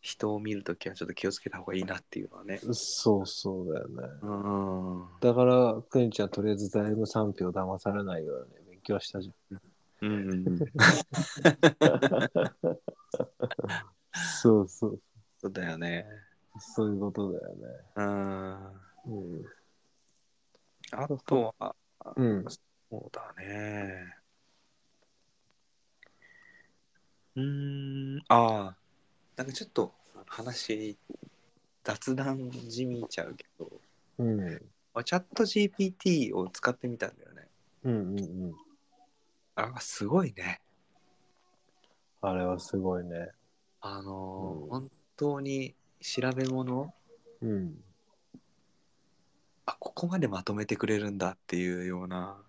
S1: 人を見るときはちょっと気をつけた方がいいなっていうのはね。
S2: うん。そうそうだよね。
S1: うん。
S2: だから、くんちゃんとりあえず財務賛否を騙されないように勉強したじ
S1: うん。
S2: ゃん。そうそう。
S1: そうだよね。
S2: そういうことだよね。
S1: うん。
S2: うん。
S1: あとは、
S2: うん。
S1: そうだね。うーん、ああ、なんかちょっと話、雑談じみちゃうけど、
S2: うん。うん
S1: チャット GPT を使ってみたんだよね。
S2: うんうん。
S1: あ、すごいね。
S2: あれはすごいね。
S1: あのー
S2: うん
S1: 本当に調べ物、
S2: うん。
S1: あ、ここまでまとめてくれるんだっていうような、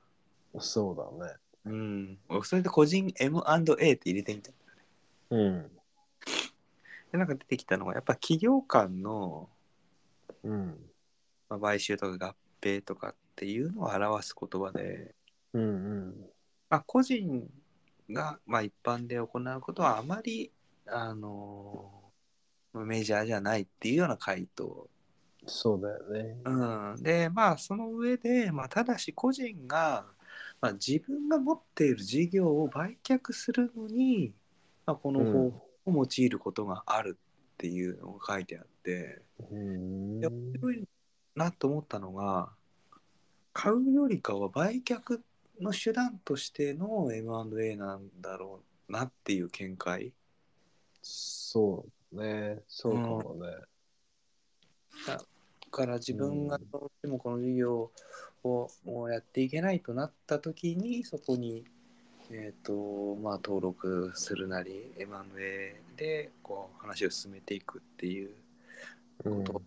S2: そうだね。
S1: うん、それで個人 M&A って入れてみた。
S2: うん。
S1: で、なんか出てきたのが、やっぱ企業間の、
S2: うん。
S1: まあ、買収とか合併とかっていうのを表す言葉で、
S2: うんうん。
S1: まあ、個人が、まあ、一般で行うことはあまり、あのーメジャーじゃないっていうような回答、
S2: そうだよね。
S1: うん、でまあその上で、まあ、ただし個人が、まあ、自分が持っている事業を売却するのに、まあ、この方法を用いることがあるっていうのが書いてあって、
S2: うん。
S1: や面白いなと思ったのが買うよりかは売却の手段としての M&A なんだろうなっていう見解
S2: そうね。そうかもね。
S1: だから自分が
S2: うん
S1: どうしてもこの事業をもうやっていけないとなった時にそこに、えーとまあ、登録するなり M&A でこう話を進めていくっていう
S2: うん
S1: こと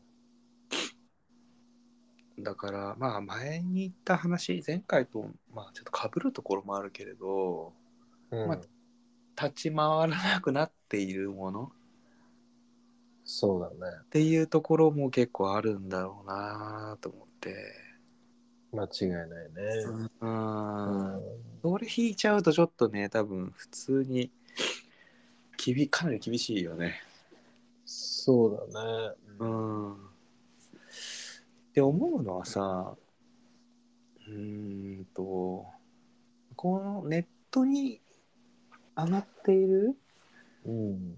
S1: だからまあ前に言った話前回とまあちょっとかぶるところもあるけれど
S2: うん
S1: まあ立ち回らなくなっているもの
S2: そうだね。
S1: っていうところも結構あるんだろうなと思って
S2: 間違いないね。
S1: うん、それ引いちゃうとちょっとね多分普通に厳かなり厳しいよね
S2: そうだね。
S1: うんって思うのはさうーんとこのネットに上がっている、
S2: うん。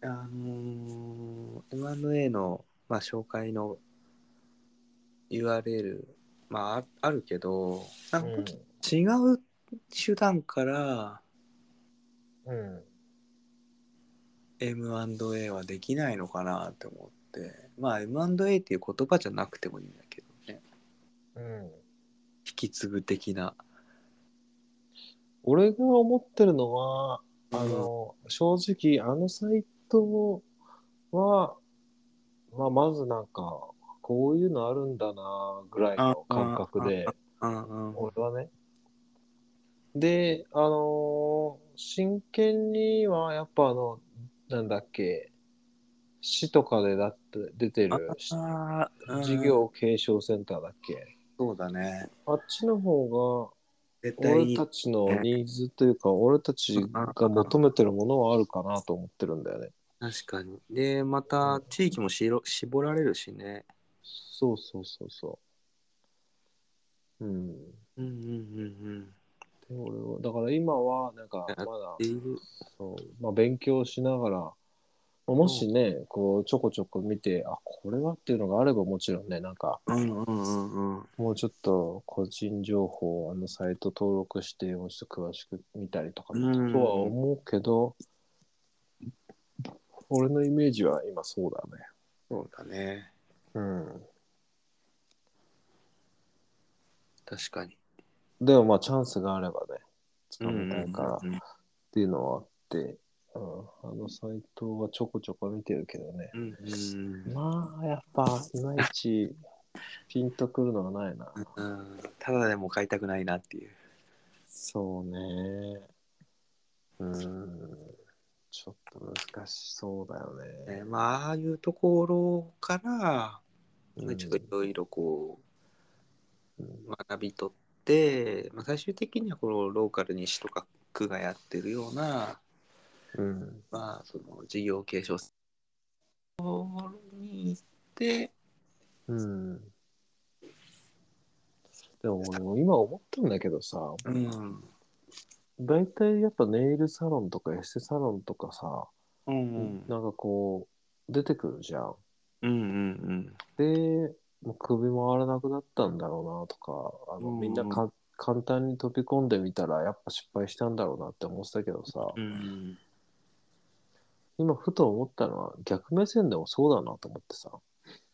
S1: あのー M&A の、まあ、紹介の URL、まああ、あるけどなんか違う手段から
S2: うん。
S1: M&A はできないのかなって思ってまあ M&A っていう言葉じゃなくてもいいんだけどね
S2: うん。
S1: 引き継ぐ的な。
S2: 俺が思ってるのは、あの、正直、あのサイトは、まあ、まずなんか、こういうのあるんだな、ぐらいの感覚で、
S1: うんうん
S2: 俺はね。で、あのー真剣には、やっぱあの、なんだっけ、市とかでだって出てる、
S1: あーうん
S2: 事業継承センターだっけ。
S1: そうだね
S2: あっちの方が、
S1: 絶対
S2: 俺
S1: に
S2: たちのニーズというか、俺たちが求めてるものはあるかなと思ってるんだよね。
S1: 確かにでまた地域もしろ絞られるしね
S2: そうそうそうそう。うん。で、
S1: うんうんうん
S2: 俺は、だから今は、なんか、まだ、
S1: うんいる
S2: そう、まあ、勉強しながら、まあもしね、こう、ちょこちょこ見て、あ、これはっていうのがあれば、もちろんね、なんか、
S1: うんうんうんうん
S2: もうちょっと個人情報をあのサイト登録して、もうちょっと詳しく見たりとかと
S1: うん
S2: は思うけど、俺のイメージは今そうだね。
S1: そうだね
S2: うん。
S1: 確かに
S2: でもまあチャンスがあればね、つかみたいからっ
S1: うん
S2: ていうのはあって、うん、あのサイトはちょこちょこ見てるけどね。
S1: うんうん
S2: まあやっぱいまいちピンとくるのはないな。
S1: うんただでも買いたくないなっていう
S2: そうね。うん。ちょっと難しそうだよね。
S1: ねまあああいうところから、
S2: うん
S1: ちょっといろいろこ
S2: うん
S1: う学び取って、まあ、最終的にはこのローカルに市とか区がやってるような、
S2: うん
S1: まあ、その事業継承に行って、
S2: うんでも俺も今思ったんだけどさ、
S1: うん
S2: 大体やっぱネイルサロンとかエステサロンとかさ、
S1: うんうん
S2: なんかこう出てくるじゃん。
S1: うんうん
S2: で、もう首回らなくなったんだろうなとか、あの
S1: うん
S2: みんなか簡単に飛び込んでみたらやっぱ失敗したんだろうなって思ってたけどさ、
S1: うん
S2: 今ふと思ったのは逆目線でもそうだなと思ってさ、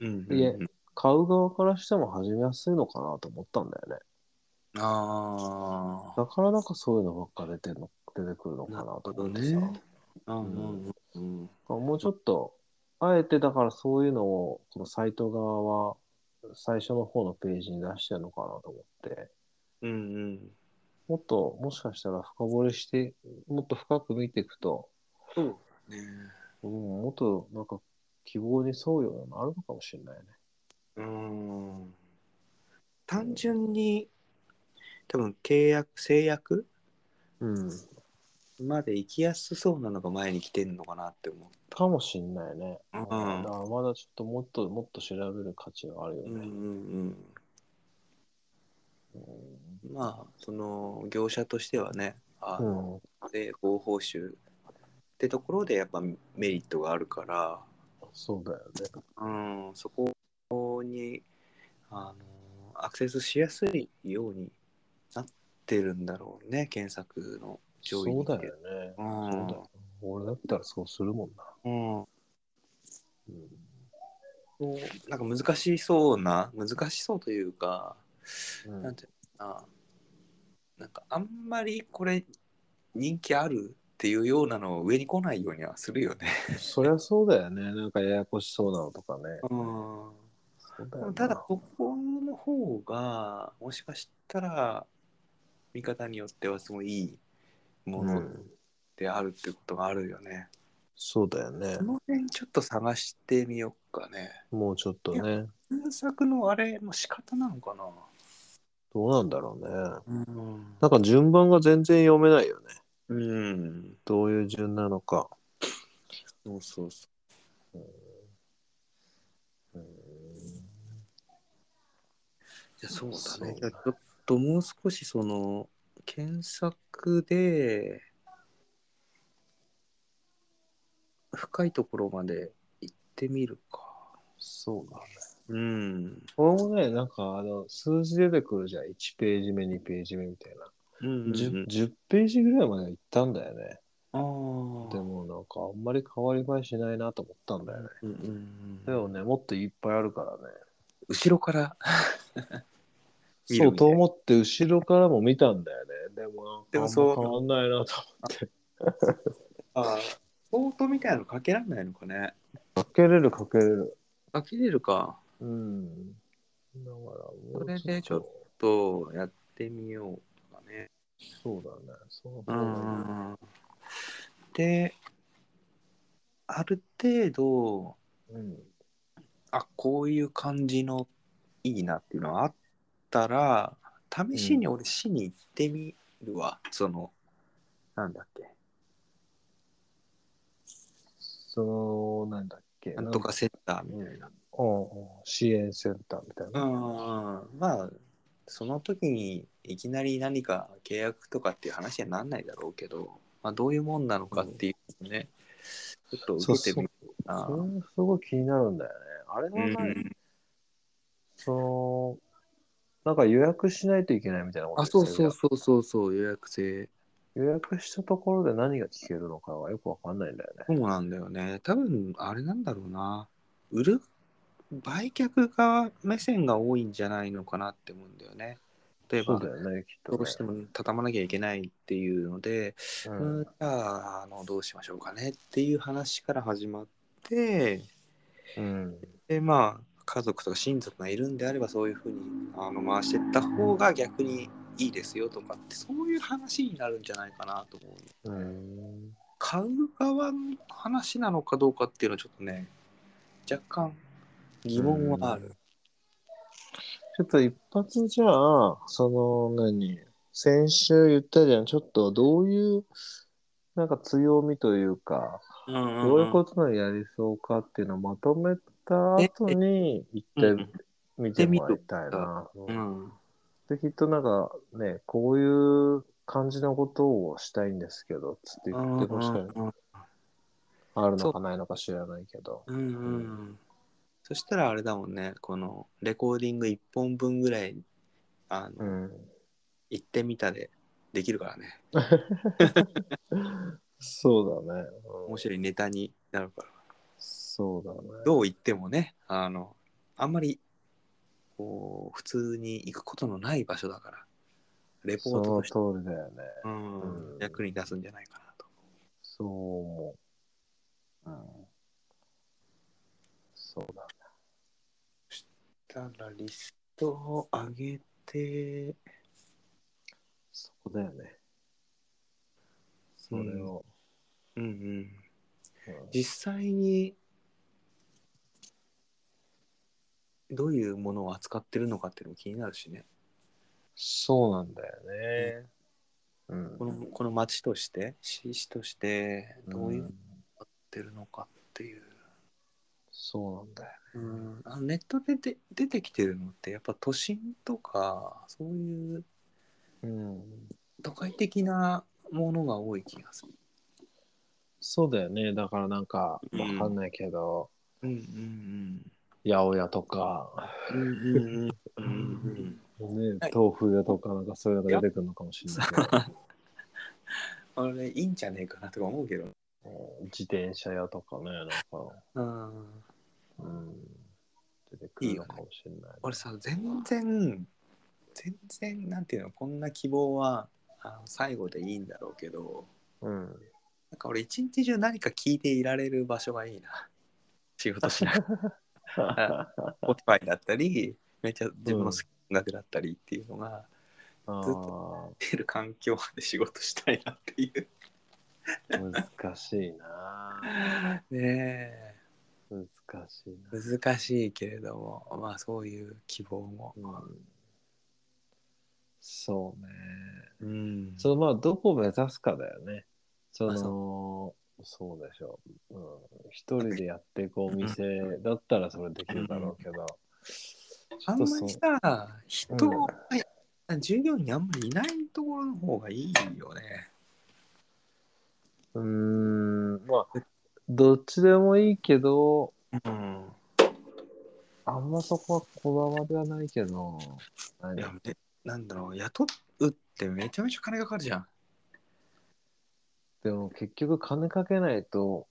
S1: うん
S2: いえ買う側からしても始めやすいのかなと思ったんだよね。
S1: ああ
S2: だからなんかそういうのばっか出てんの出てくるのかなと思ってさ、
S1: なるほどねうんうんうん
S2: もうちょっとあえてだからそういうのをこのサイト側は最初の方のページに出してるのかなと思って
S1: うんうん
S2: もっともしかしたら深掘りしてもっと深く見ていくと、
S1: そうだね
S2: うん、もっとなんか希望に沿うようなのあるのかもしれないね。
S1: うん単純に多分契約制約
S2: うん、
S1: まで行きやすそうなのが前に来てんのかなって思
S2: かもしれないね。
S1: う
S2: だからまだちょっともっともっと調べる価値はあるよ
S1: う
S2: ね。
S1: んうん
S2: うん
S1: うんまあその業者としてはねあの、
S2: うん
S1: で高報酬ってところでやっぱメリットがあるから、
S2: そうだよ
S1: うん、
S2: ね。
S1: そこにあのアクセスしやすいようになってるんだろうね検索の上位
S2: そ
S1: に
S2: うだよね。
S1: うん
S2: そうだよ。俺だったらそうするもんな。
S1: うん
S2: うん
S1: そうなんか難しそうな難しそうというか、
S2: うん
S1: なんていうのかななんかあんまりこれ人気あるっていうようなのを上に来ないようにはするよね。
S2: そりゃそうだよね。なんかややこしそうなのとかね。
S1: で
S2: そうだよ
S1: も
S2: な
S1: ただここの方がもしかしたら見方によってはすごいいいも
S2: う
S1: の
S2: ん、
S1: であるっていうことがあるよね。
S2: そうだよね
S1: こ。の辺ちょっと探してみようかね。
S2: もうちょっとね。
S1: 検索のあれの仕方なのかな。
S2: どうなんだろうね。
S1: うん
S2: なんか順番が全然読めないよね。
S1: うん。
S2: どういう順なのか。
S1: そうそうそ
S2: うん
S1: う。いやそうだね。
S2: そう
S1: ちょっともう少しその検索で深いところまで行ってみるか。
S2: そうなんだ。
S1: うん。
S2: これもね、なんかあの、数字出てくるじゃん。1ページ目、2ページ目みたいな。
S1: うんうんうん
S2: 10, 10ページぐらいまで行ったんだよね。
S1: あ
S2: で
S1: あ。
S2: もなんかあんまり変わり映えしないなと思ったんだよね。
S1: うんうんうん
S2: でもね、もっといっぱいあるからね。
S1: 後ろから。見る
S2: そう
S1: み
S2: と
S1: たい
S2: 思って後ろからも見たんだよね。でも
S1: で
S2: な
S1: も
S2: んかあん
S1: そ
S2: ま
S1: う
S2: 変わんないなと
S1: ああ。ソートみたいなのかけられないのかね。
S2: 思って。かけれるかけれる。
S1: かけれるか。
S2: うん。だからもう
S1: それでちょっ
S2: と。
S1: とやってみようかね。
S2: そうだね。そう
S1: う
S2: だね。
S1: ん。で、ある程度、
S2: うん。
S1: あこういう感じのいいなっていうのはあったら試しに俺市に行ってみるわ、そのなんだっけ
S2: その、なんだっけ。
S1: なんとかセンターみたいな。
S2: うんうん支援センターみたいな。
S1: うんまあその時にいきなり何か契約とかっていう話にはなんないだろうけど、まあ、どういうもんなのかっていうね、ちょっと受けてみるな。
S2: それすごい気になるんだよね。あれはない、
S1: うん
S2: その、なんか予約しないといけないみたいなこと
S1: あ
S2: 言っ
S1: そ
S2: て
S1: う
S2: たじゃ
S1: そ
S2: ん
S1: うそうそうそう予約制
S2: 予約したところで何が聞けるのかはよくわかんないんだよね。
S1: そうなんだよね。多分あれなんだろうな。売る売却側目線が多いんじゃないのかなって思うんだよね。例え
S2: そ
S1: ば、
S2: うだよね、きっと、ね。
S1: どうしても畳まなきゃいけないっていうので、
S2: う。
S1: うんんじゃああのどうしましょうかねっていう話から始まって、
S2: うん。
S1: でまあ家族とか親族がいるんであればそういうふうにあの回していった方が逆にいいですよとかってそういう話になるんじゃないかなと思う。
S2: うん。
S1: 買う側の話なのかどうかっていうのはちょっとね若干疑問はある、
S2: ちょっと一発じゃあ、その何、先週言ったじゃん、ちょっとどういう、なんか強みというか、
S1: うんうん
S2: どういうことなのやりそうかっていうのをまとめた後に、一
S1: う
S2: 回
S1: ん
S2: 見てもらいたいな。
S1: うん
S2: で、きっとなんかね、こういう感じのことをしたいんですけど、つって言ってほしい。あるのかないのか知らないけど。
S1: うんうんそしたらあれだもんねこのレコーディング1本分ぐらいあ
S2: う
S1: の、
S2: ん。
S1: 行ってみたでできるからね
S2: そうだね。うん
S1: 面白いネタになるから
S2: そうだね。
S1: どう言ってもねあのあんまりこう普通に行くことのない場所だからレポ
S2: そ
S1: ート
S2: の
S1: として、
S2: 通りだよね。
S1: うん
S2: うん
S1: 役に出すんじゃないかなと。
S2: そう思う。うん。そうだね。
S1: たらリストを上げて、
S2: そこだよね。それを。
S1: うんうん、
S2: うん
S1: 実際にどういうものを扱ってるのかっていうのも気になるしね
S2: そうなんだよね。うん
S1: このこの町として市市としてどういうのをや
S2: ん
S1: ってるのかっていう、
S2: そうなんだよ。
S1: うん、あのネットでで出てきてるのってやっぱ都心とかそういう
S2: うん。
S1: 都会的なものが多い気がする。
S2: そうだよね。だからなんか、
S1: うん
S2: わかんないけど、
S1: うんうん
S2: 八百屋とか、
S1: うんうんうんうんうん
S2: ね、
S1: はい
S2: 豆腐屋とか、なんかそういうのが出てくるのかもしれないけど、
S1: うん。あれいいんじゃねえかなとか思うけど。
S2: うん自転車屋とかね、なんか、
S1: うん
S2: うん、出てくるのかもしれない。
S1: 俺さ全然全然なんていうのこんな希望はあの最後でいいんだろうけど
S2: うん。
S1: なんか俺一日中何か聞いていられる場所がいいな仕事しながら おっぱいだったりめっちゃ自分の好きな音楽だったりっていうのが
S2: あ
S1: ずっ
S2: あ、
S1: 出る環境で仕事したいなっていう
S2: 難しいな。
S1: ね
S2: 難しいな。
S1: え難しいけれどもまあそういう希望も
S2: うん、そうね。
S1: うん
S2: そのまあどこを目指すかだよね。その
S1: あ
S2: そうでしょう、うん。一人でやっていくお店だったらそれできるだろうけど。ちょ
S1: あ
S2: っ
S1: んま
S2: と
S1: り
S2: そう
S1: さ人を従業員あんまりいないところの方がいいよね。
S2: うーん、まあ、どっちでもいいけど、
S1: うん。
S2: あんまそこはこだわりはないけど、
S1: いや、でなんだろう、雇うってめちゃめちゃ金かかるじゃん。
S2: でも結局金かけないと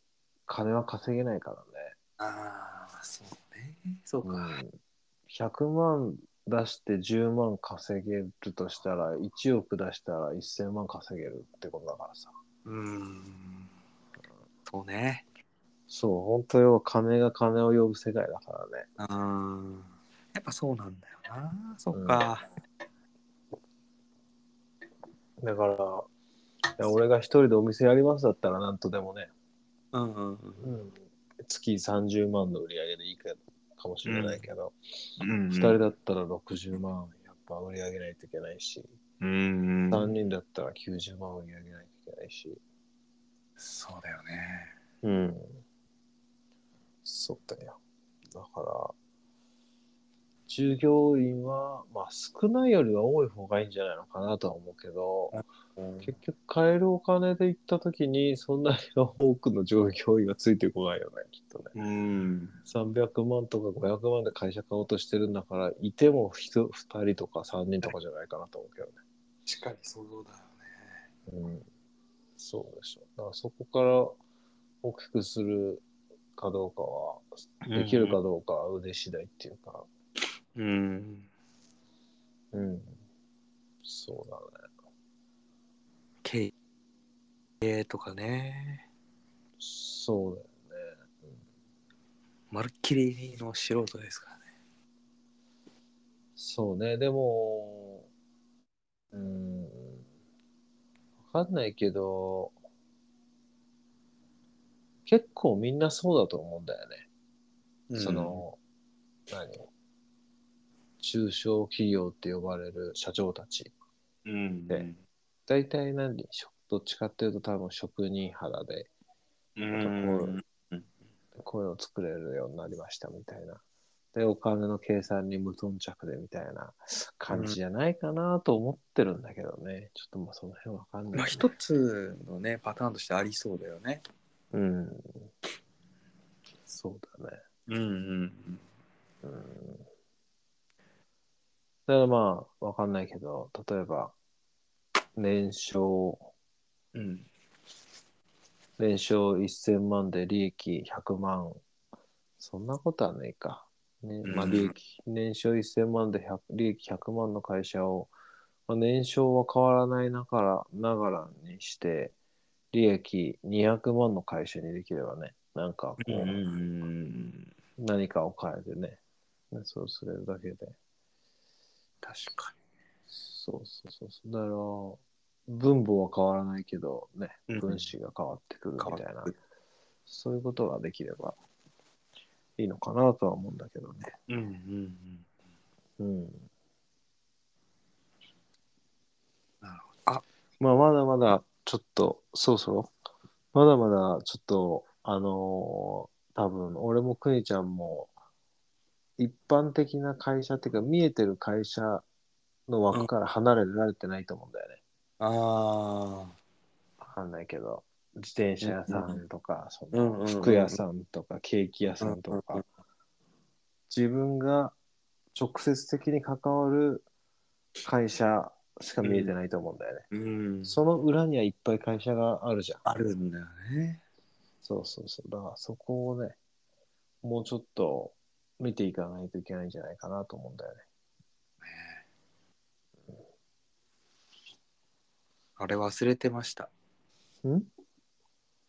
S2: 金は稼げないから
S1: ああ、そうね。そうか。
S2: ね。うん、100万出して10万稼げるとしたら、1億出したら1000万稼げるってことだからさ。
S1: うん。そうね。
S2: そう、本当よ、金が金を呼ぶ世界だからね。
S1: うん。やっぱそうなんだよな。そっか。
S2: だから、いや俺が一人でお店やりますだったらなんとでもね、
S1: うん。うん。うん
S2: うん、月30万の売り上げでいいかかもしれないけど、
S1: うん
S2: 二2人だったら60万やっぱ売り上げないといけないし、
S1: うん。
S2: 3人だったら90万売り上げないといけないし、
S1: そうだよね。
S2: うん、そうだよ。だから、従業員は、まあ、少ないよりは多い方がいいんじゃないのかなとは思うけど、結局買えるお金で行った時にそんなに多くの従業員はついてこないよねきっとね
S1: うん。
S2: 300万とか500万で会社買おうとしてるんだからいても2人とか3人とかじゃないかなと思うけどね、
S1: しっかり想像だよね。
S2: うん、そうでしょだからそこから大きくするかどうかはできるかどうかは腕次第っていうか
S1: うん。
S2: うん、そうだね
S1: 経営とかね。
S2: そうだよね、うん
S1: まるっきりの素人ですからね。
S2: そうね、でも、うーん、わかんないけど、結構みんなそうだと思うんだよね。そ、の、何中小企業って呼ばれる社長たち。
S1: うん。
S2: で大体何しょどっちかっていうと多分職人肌で
S1: うん。
S2: こういうの作れるようになりましたみたいな。で、お金の計算に無頓着でみたいな感じじゃないかなと思ってるんだけどね。ちょっともうその辺わかんない、
S1: まあ一つのね、パターンとしてありそうだよね。
S2: うん。そうだね。
S1: うんうん。
S2: うん。だからまあ、わかんないけど、例えば、年商、
S1: うん。
S2: 年商1000万で利益100万。そんなことはないか。ね
S1: うん
S2: まあ、利益、年商1000万で100利益100万の会社を、まあ、年商は変わらないながら、ながらにして、利益200万の会社にできればね、なんかこう、
S1: うん。
S2: 何かを変えてね、ねそうするだけで。
S1: 確か
S2: そうそうそうそう。だから、分母は変わらないけど、ね、
S1: うん
S2: 分子が変わってくる
S1: に。
S2: みたいな。
S1: 変わって
S2: そういうことができればいいのかなとは思うんだけどね。
S1: くるうんうん
S2: うん。
S1: なるほどあ
S2: まあ、まだまだちょっと、そろそろ、まだまだちょっと、あのー多分、俺もくにちゃんも、一般的な会社っていうか、見えてる会社の枠から離れられてないと思うんだよね。
S1: うん。ああ。
S2: わかんないけど、自転車屋さんとか、そ
S1: うんうんうん
S2: の服屋さんとか、ケーキ屋さんと
S1: うんう
S2: か、自分が直接的に関わる会社しか見えてないと思うんだよね。
S1: うん。
S2: その裏にはいっぱい会社があるじゃん。
S1: あるんだよね。
S2: そうそうそう。だからそこをね、もうちょっと見ていかないといけないんじゃないかなと思うんだよね。
S1: あれ忘れてました。
S2: ん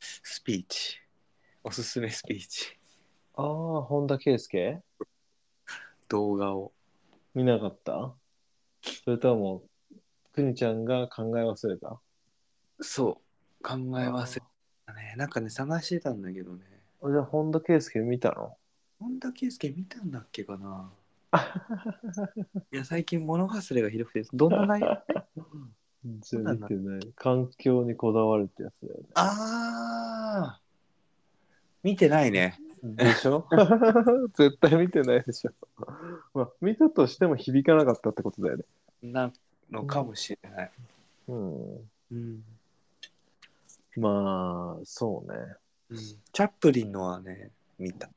S1: スピーチ。おすすめスピーチ。
S2: ああ、本田圭佑
S1: 動画を。
S2: 見なかったそれとはもう、くにちゃんが考え忘れた
S1: そう。考え忘れたね。なんかね、探してたんだけどね。
S2: あじゃあ、本田圭佑見たの
S1: 本田圭佑見たんだっけかないや、最近物忘れがひどくて、どんな内容
S2: 全
S1: なんだ
S2: 然見てない。環境にこだわるってやつだよ
S1: ああ見てないね。
S2: ね。でし ょ絶対見てないでしょ。まあ、見たとしても響かなかったってことだよね。
S1: なのかもしれない。
S2: うん。
S1: うん
S2: まあ、そうね。
S1: うんチャップリンのはね、見た。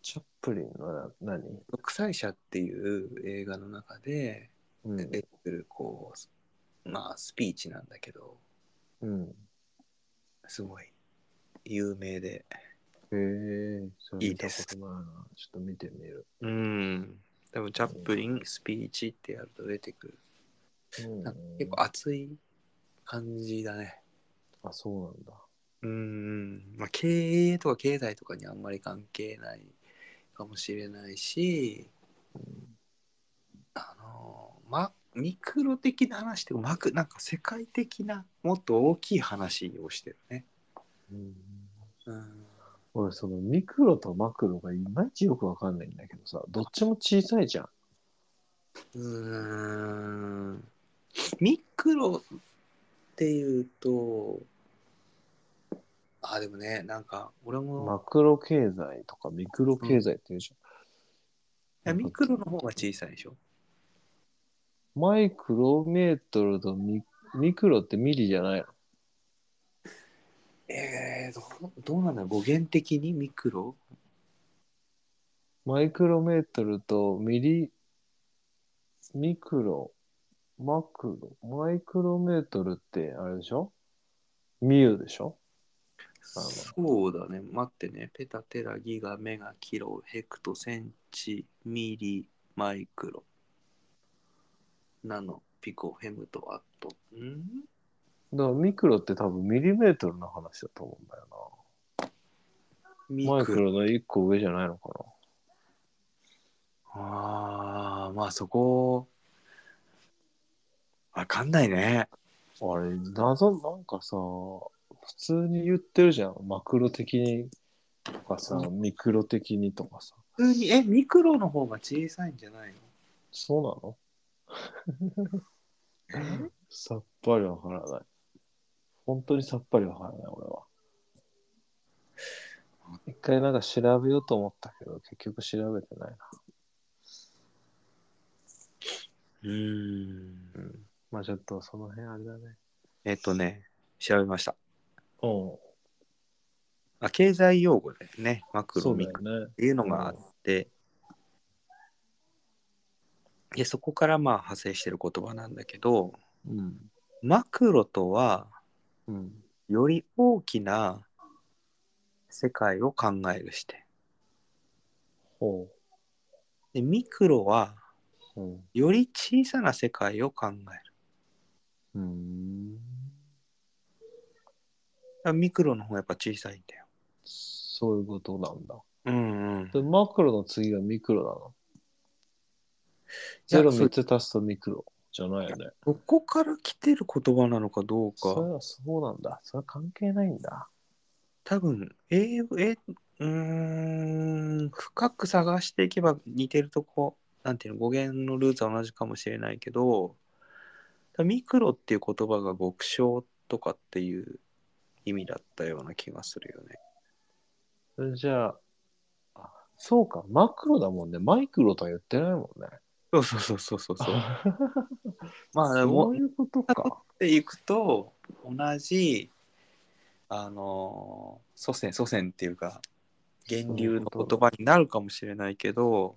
S2: チャップリンのな何
S1: 独裁者っていう映画の中で
S2: うん
S1: 出てくるこう、まあスピーチなんだけど、
S2: うん。
S1: すごい有名で。
S2: へえ、それ
S1: いい
S2: 見た
S1: で
S2: こ
S1: す
S2: とないな。ちょっと見てみる。
S1: うん。多分チャップリンスピーチってやると出てくる。
S2: うん
S1: なんか結構熱い感じだね。
S2: あ、そうなんだ。
S1: うん。まあ経営とか経済とかにあんまり関係ないかもしれないし、あのま、ミクロ的な話っていうかマクなんか世界的なもっと大きい話をしてるね。
S2: うん、
S1: うん、
S2: 俺、そのミクロとマクロがいまいちよくわかんないんだけどさ、どっちも小さいじゃん。
S1: うーんミクロっていうとあでもねなんか俺も、
S2: マクロ経済とかミクロ経済っていうじ
S1: い
S2: ゃ
S1: や
S2: ん。
S1: ミクロの方が小さいでしょ
S2: マイクロメートルとミミクロってミリじゃないの
S1: えー、どうどうなんだろう語源的にミクロ
S2: マイクロメートルとミリ、ミクロ、マクロ、マイクロメートルってあれでしょミュでしょあの
S1: そうだね待ってねペタテラギガメガキロヘクトセンチミリマイクロナノピコフェムトワットん
S2: だからミクロって多分ミリメートルの話だと思うんだよ
S1: ミ
S2: な。マイク
S1: クロ
S2: ロの一個上じゃないのか
S1: ああ、まあそこ、わかんないね。
S2: な。あれ、謎、なんかさ、普通に言ってるじゃん。マクロ的にとかさ、ミクロ的にとかさ。
S1: 普通に、え、ミクロの方が小さいんじゃないの
S2: そうなの さっぱりわからない。本当にさっぱりわからない、俺は。一回なんか調べようと思ったけど、結局調べてないな。
S1: うーん。
S2: まあちょっとその辺あれだね。
S1: えっとね、調べました。
S2: うん。
S1: あ、経済用語だよね。マク
S2: そ
S1: ロ、
S2: う
S1: ミ
S2: だよ
S1: クロ
S2: ね
S1: っ。ていうのがあって、で、そこからまあ派生してる言葉なんだけど、
S2: うん。
S1: マクロとは、
S2: うん。
S1: より大きな世界を考える視点。
S2: ほ
S1: で、ミクロは、
S2: う。うん。
S1: より小さな世界を考える。
S2: うーん。
S1: あミクロの方がやっぱ小さいんだよ。
S2: そういうことなんだ。
S1: うんうん。
S2: で、マクロの次がミクロなの。ゼロ
S1: そう
S2: 3つ足すとミクロじゃないよね。
S1: どこから来てる言葉なのかどう
S2: そ
S1: か。
S2: れはそうなんだ。それは関係ないんだ。
S1: 多分、英語、え、うーん、深く探していけば似てるとこ、なんていうの、語源のルーツは同じかもしれないけど、ミクロっていう言葉が極小とかっていう意味だったような気がするよね。
S2: じゃあ、あそうか、マクロだもんね。マイクロとは言ってないもんね。
S1: そうそうそうそうそうそう。まあ、も
S2: そうういうことか。
S1: っていくと同じあの祖先祖先っていうか源流の言葉になるかもしれないけど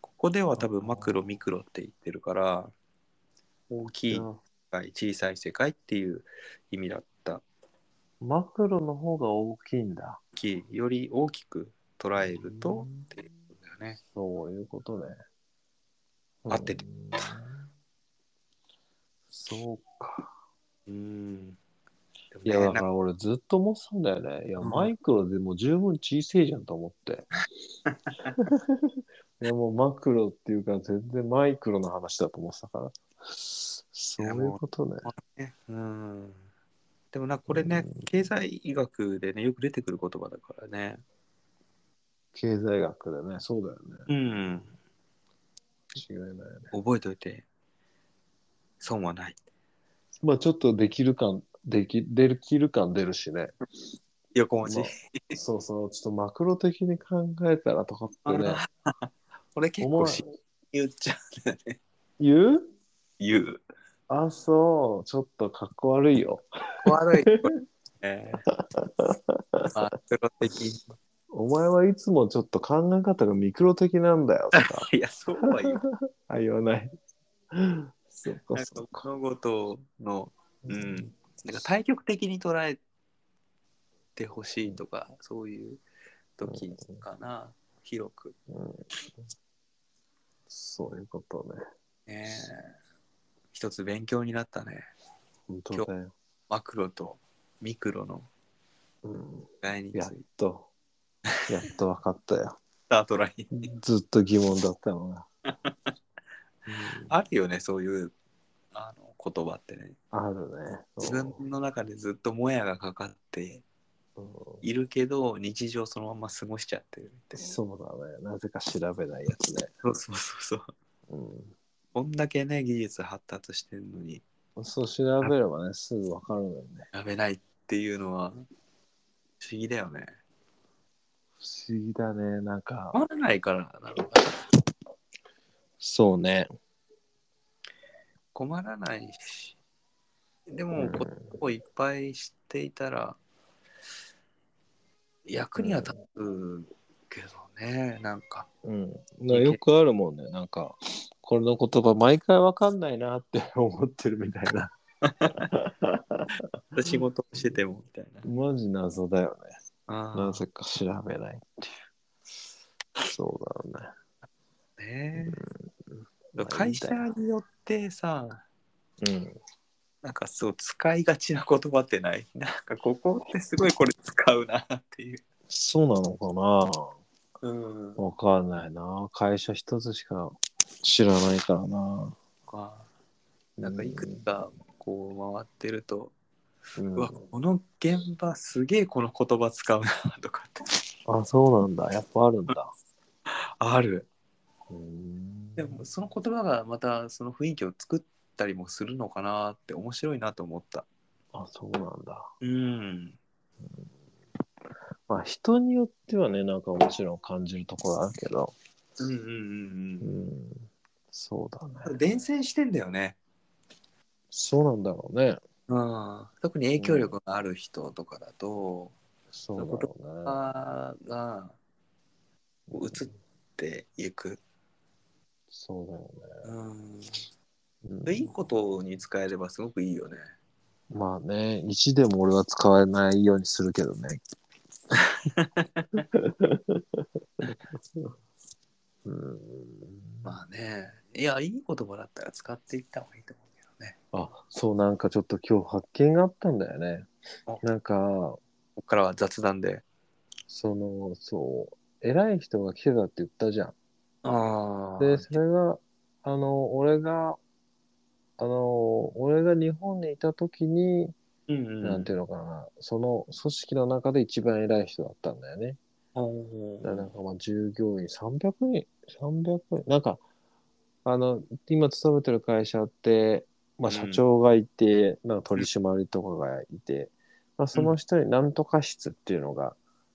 S1: ここでは多分マクロミクロって言ってるから大きい世界小さい世界っていう意味だった
S2: マクロの方が大きいんだ。
S1: きより大きく捉えると
S2: うん
S1: っていうことだよね。
S2: そういうことね。
S1: 合ってて
S2: うん。そうか。
S1: うん
S2: いや、だから俺ずっと思ってたんだよね。いや、
S1: うん
S2: マイクロでも十分小さいじゃんと思 って。いや、もうマクロっていうか全然マイクロの話だと思ってたから。そういうことね。
S1: ね、うん。でもな、これね、経済医学でね、よく出てくる言葉だからね。
S2: 経済学でね、そうだよね。
S1: うん。
S2: 違いないよね。
S1: 覚えといて、損はない。
S2: まあちょっとできる感、でき、できる感出るしね。
S1: 横文字。
S2: まあそうそう、ちょっとマクロ的に考えたらとかってね、
S1: 俺結
S2: 思
S1: 構
S2: わ
S1: し言っちゃうんだよね。
S2: 言う
S1: 言う。
S2: あ、そう。ちょっとかっこ悪いよ。
S1: 悪い。 えー、あ、プロ的。
S2: お前はいつもちょっと考え方がミクロ的なんだよとか
S1: いや、そうは言う。
S2: あ言わない。 そっ
S1: な
S2: か
S1: ん
S2: そっ
S1: か
S2: か。
S1: 物事の、うん、なんか対極的に捉えてほしいとか、そういう時かな、広く。
S2: うんそういうことね。
S1: ねえ一つ勉強になったね。
S2: 本当だよ。
S1: マクロとミクロの
S2: うん、
S1: 違いに
S2: や
S1: つ
S2: っ
S1: い
S2: と、やっと分かったよ。
S1: たトライン。
S2: ずっと疑問だったの が。
S1: あるよね、そういうあの言葉ってね。
S2: あるね。
S1: 自分の中でずっともやがかかって
S2: うん
S1: いるけど、日常そのまま過ごしちゃってるって。う
S2: そうだね。なぜか調べないやつね。
S1: そうそうそう。
S2: う
S1: こんだけね、技術発達してるのに、
S2: ん、そう調べればね、すぐ分かるのよね。
S1: やべないっていうのは不思議だよね。
S2: 不思議だね。なんか、
S1: わからないからなのかな。
S2: そうね。
S1: 困らないし。で
S2: う
S1: も、
S2: ん
S1: こをいっぱい知っていたら、役には立つけどね、なんか。
S2: うん、だからよくあるもんね。なんか、これの言葉、毎回分かんないなって 思ってるみたいな。
S1: 仕事をしててもみたいな。
S2: マジ謎だよね。
S1: あ
S2: な
S1: ー
S2: ぜか調べないっていう。そうだろ
S1: ね
S2: うん
S1: 会社によってさ、
S2: うね。
S1: なんかそう使いがちな言葉ってない なんかここってすごいこれ使うなっていう。
S2: うん。そうなのか
S1: うん
S2: な。分かんないな。会社一つしか知らないからな。
S1: かなんかいくつかこう回ってると、
S2: う、
S1: うんわ、この現場すげえこの言葉使うなとかって
S2: あ、そうなんだ。やっぱあるんだ。
S1: ある。
S2: うん
S1: でもその言葉がまたその雰囲気を作ったりもするのかなって面白いなと思った。
S2: あ、そうなんだ。
S1: うん。
S2: まあ人によってはね、なんかもちろん感じるところあるけど、
S1: うんうんう
S2: うんん、そうだ
S1: うん。
S2: ね。
S1: 伝染してんだよね。
S2: そうなんだろうね。
S1: うん、特に影響力がある人とかだと、
S2: そうだろう
S1: う
S2: ね。
S1: が移っていく、
S2: そうだよ
S1: うん
S2: ね。
S1: でいいことに使えればすごくいいよね。
S2: うんまあね、1でも俺は使わないようにするけどね。うん、
S1: まあね、いや、いい言葉だったら使っていった方がいいと思うけどね。
S2: あそうなんかちょっと今日発見があったんだよね
S1: あ。
S2: なんか
S1: ここからは雑談で。
S2: そのそう偉い人が来てたって言ったじゃん。
S1: あ
S2: で、それが、あの、俺が、あの、俺が日本にいた時に、
S1: うんうん、
S2: なんていうのかな、その組織の中で一番偉い人だったんだよね。
S1: お
S2: だからな
S1: ー
S2: んかまあ従業員300人、300人、なんか、あの、今勤めてる会社って、まあ
S1: うん
S2: 社長がいて、なんか取締りとかがいて、まあその下になんとか室っていうのが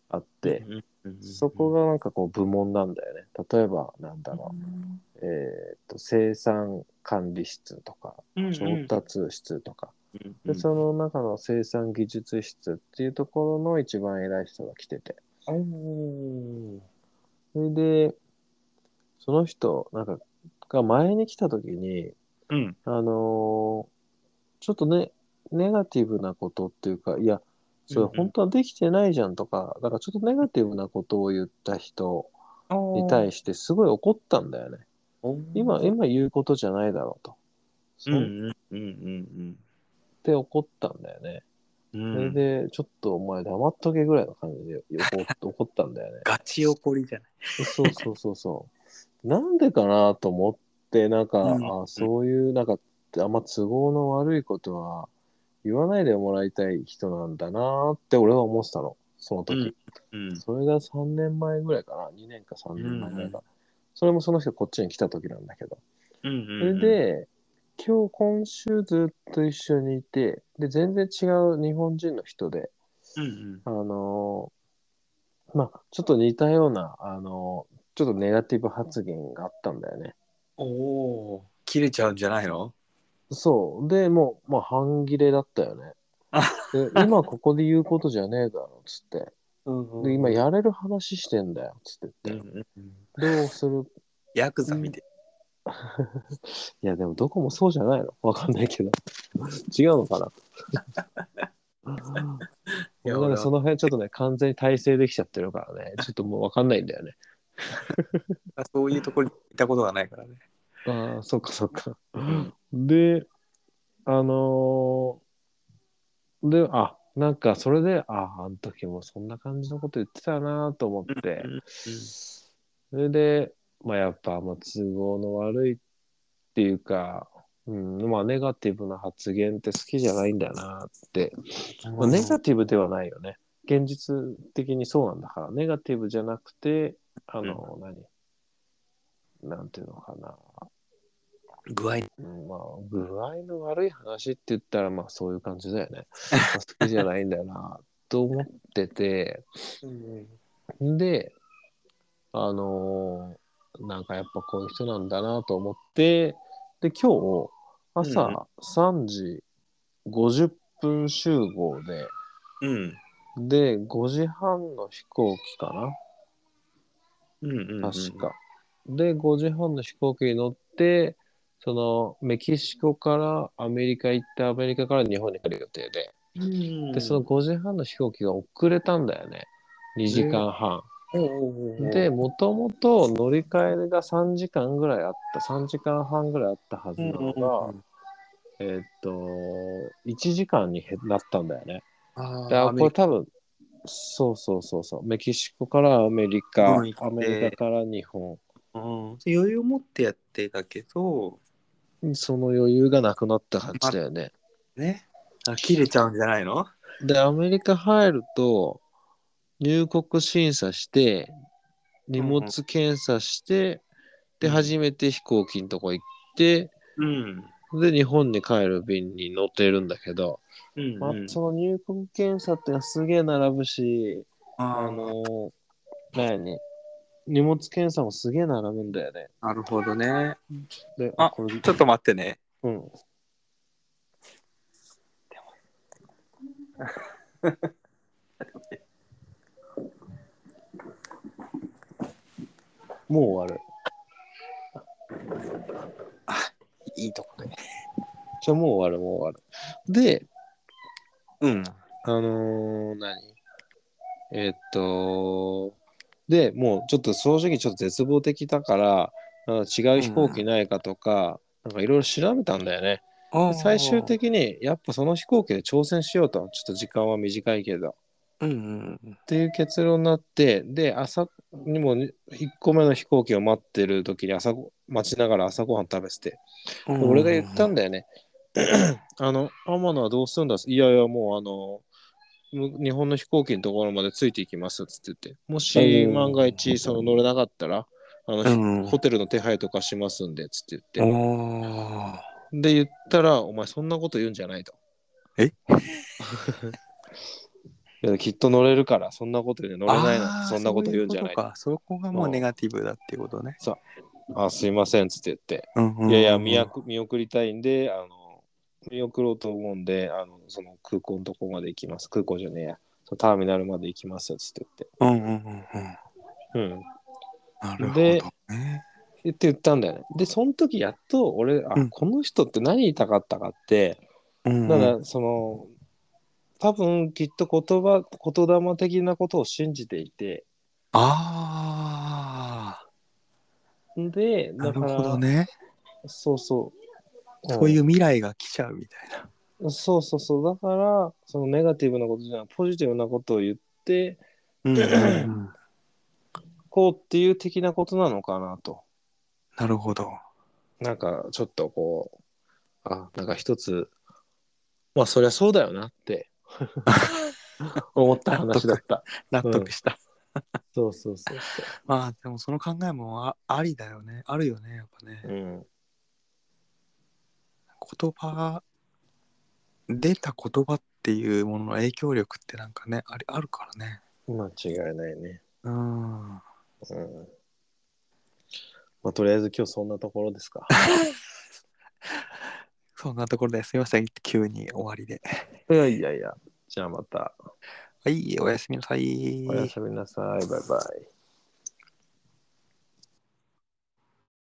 S2: あって、
S1: うんうんうん
S2: そこがなんかこう部門なんだよね。例えば、なんだろう。えーっと生産管理室とか
S1: うんうん
S2: 調達室とか、
S1: うん
S2: でその中の生産技術室っていうところの一番偉い人が来てて
S1: おー
S2: それでその人なんかが前に来た時に
S1: うん
S2: あのーちょっとねネガティブなことっていうかいやそれ
S1: うんうん
S2: 本当はできてないじゃんとか、なんかちょっとネガティブなことを言った人に対してすごい怒ったんだよね。
S1: おー
S2: 今、今言うことじゃないだろうと。
S1: う
S2: そ
S1: ん
S2: ん
S1: うんうん
S2: って怒ったんだよね。
S1: うんう
S2: そ
S1: ん。
S2: れで、ちょっとお前黙っとけぐらいの感じで怒怒ったんだ よね。
S1: ガチ怒りじゃない。
S2: そうそうそうそう。なんでかなと思って、なんか、
S1: うん
S2: あそういう、なんか、あんま都合の悪いことは言わないでもらいたい人なんだなって俺は思ってたの、その時。
S1: うん
S2: それが3年前ぐらいかな、2年か3年前ぐらいか。それもその人こっちに来た時なんだけど。
S1: うんうん
S2: それで、今日今週ずっと一緒にいて、で、全然違う日本人の人で、
S1: うん
S2: あのーまあ、ちょっと似たような、あのーちょっとネガティブ発言があったんだよね。
S1: おおー切れちゃうんじゃないの
S2: そう。で、もう、まあ、半切れだった よね
S1: あ。
S2: で今ここで言うことじゃねえだろ、つって。
S1: うん
S2: で、今やれる話してんだよ、つって
S1: う
S2: 言
S1: ん
S2: っ
S1: う
S2: て。
S1: んうん
S2: どうする
S1: ヤクザみたい。
S2: いや、でもどこもそうじゃないのわかんないけど。違うの かな
S1: いや
S2: 俺
S1: 俺
S2: は
S1: は
S2: その辺ちょっとね、完全に体制できちゃってるからね、ちょっともうわかんないんだよね。
S1: そういうところに行ったことがないからね。
S2: ああ、そっかそっか。で、あのーで、あ、なんかそれで、ああ、あの時もそんな感じのこと言ってたなと思って、それで、まあやっぱ、まあ都合の悪いっていうか、うん、まあネガティブな発言って好きじゃないんだなってまあ、ネガティブではないよね。現実的にそうなんだから、ネガティブじゃなくて、あの、何なんていうのかな。
S1: 具合。
S2: うんまあ、具合の悪い話って言ったら、まあそういう感じだよね。まあ好きじゃないんだよな、と思ってて、で、あのーなんかやっぱこういう人なんだなと思って、で、今日、朝3時50分集合で、
S1: うん。
S2: で、5時半の飛行機か
S1: うん。
S2: な、確。か。で、5時半の飛行機に乗って、そのメキシコからアメリカ行って、アメリカから日本に来る予定で、
S1: うん。
S2: で、その、5時半の飛行機が遅れたんだよね、2時間半。で、もともと乗り換えが3時間ぐらいあった、3時間半ぐらいあったはずなのが、えーっと、1時間に減なったんだよね。
S1: あ
S2: だからこれ多分そうそうそうそうメキシコからアメリカ、
S1: うん行って
S2: アメリカから日本
S1: 余裕を持ってやってたけど、
S2: その余裕がなくなった感じだよね
S1: ね。あ切れちゃうんじゃないの
S2: でアメリカ入ると入国審査して荷物検査して、で初めて飛行機のとこ行って
S1: うん。
S2: で日本に帰る便に乗ってるんだけど、
S1: うん。
S2: まあ、その入国検査ってのはすげえ並ぶしあの何荷物検査もすげえ並ぶんだよね
S1: なるほどね。
S2: で、
S1: あ
S2: これ、
S1: ちょっと待ってね。
S2: うん。もう終わる。
S1: いいとこね。
S2: じゃあもう終わる、もう終わる。で、
S1: うん。
S2: あのー何えーっと、で、もうちょっと正直ちょっと絶望的だから、なんか違う飛行機ないかとか、なんかいろいろ調べたんだよね。で最終的にやっぱその飛行機で挑戦しようとちょっと時間は短いけど
S1: うんうんうん。
S2: っていう結論になってで朝にも1個目の飛行機を待ってる時に朝ご待ちながら朝ごはん食べててで俺が言ったんだよね あの天野はどうするんだいやいやもうあのむ日本の飛行機のところまでついていきますっつって言ってもし
S1: うん
S2: 万が一その乗れなかったらあの、
S1: うん
S2: ホテルの手配とかしますんでっつって言って
S1: おー
S2: で言ったら、お前そんなこと言うんじ ゃないと。
S1: え
S2: いやきっと乗れるから、そんなこと言うの乗れないな
S1: あー
S2: んてそんなこと言うんじゃ
S1: そ
S2: な
S1: う
S2: いう
S1: ことかそこがもうネガティブだっていうことね。
S2: あ、すいませんっつって言って、
S1: うんうん
S2: いやいや見やく見送りたいんで、あの、見送ろうと思うんで、あの、その空港のとこまで行きます。空港じゃねえや。そのターミナルまで行きますっつって
S1: うんうんうんうん。
S2: 言って。
S1: なるほ
S2: で
S1: どね。
S2: うん。って言ったんだよね。で、その時やっと俺、あ、
S1: うん
S2: この人って何言いたかったかって、
S1: うん
S2: だからその多分きっと言葉言霊的なことを信じていて
S1: あ
S2: で
S1: あ、な
S2: だ
S1: る
S2: から
S1: ほどね。
S2: そうそう
S1: そういうう未来が来ちゃうみたいな。
S2: んそうそうそうだからそのネガティブなことじゃないポジティブなことを言って
S1: うんうんうん
S2: こうっていう的なことなのかなと
S1: なるほど。
S2: なんかちょっとこうあなんか一つまあそりゃそうだよなって 思った話だった
S1: 納得した。
S2: そうそうそうそ
S1: まあでもその考えもあありだよね。あるよね、やっぱね。
S2: う、うん、
S1: 言葉、出た言葉っていうものの影響力ってなんかね、ありあるからね。
S2: 間違いないね
S1: うん。
S2: うんまあ、とりあえず今日そんなところですか。
S1: そんなところですいません急に終わりで
S2: いやいやいや。じゃあまた。
S1: はいおやすみなさい
S2: おやすみなさい。バイバイ。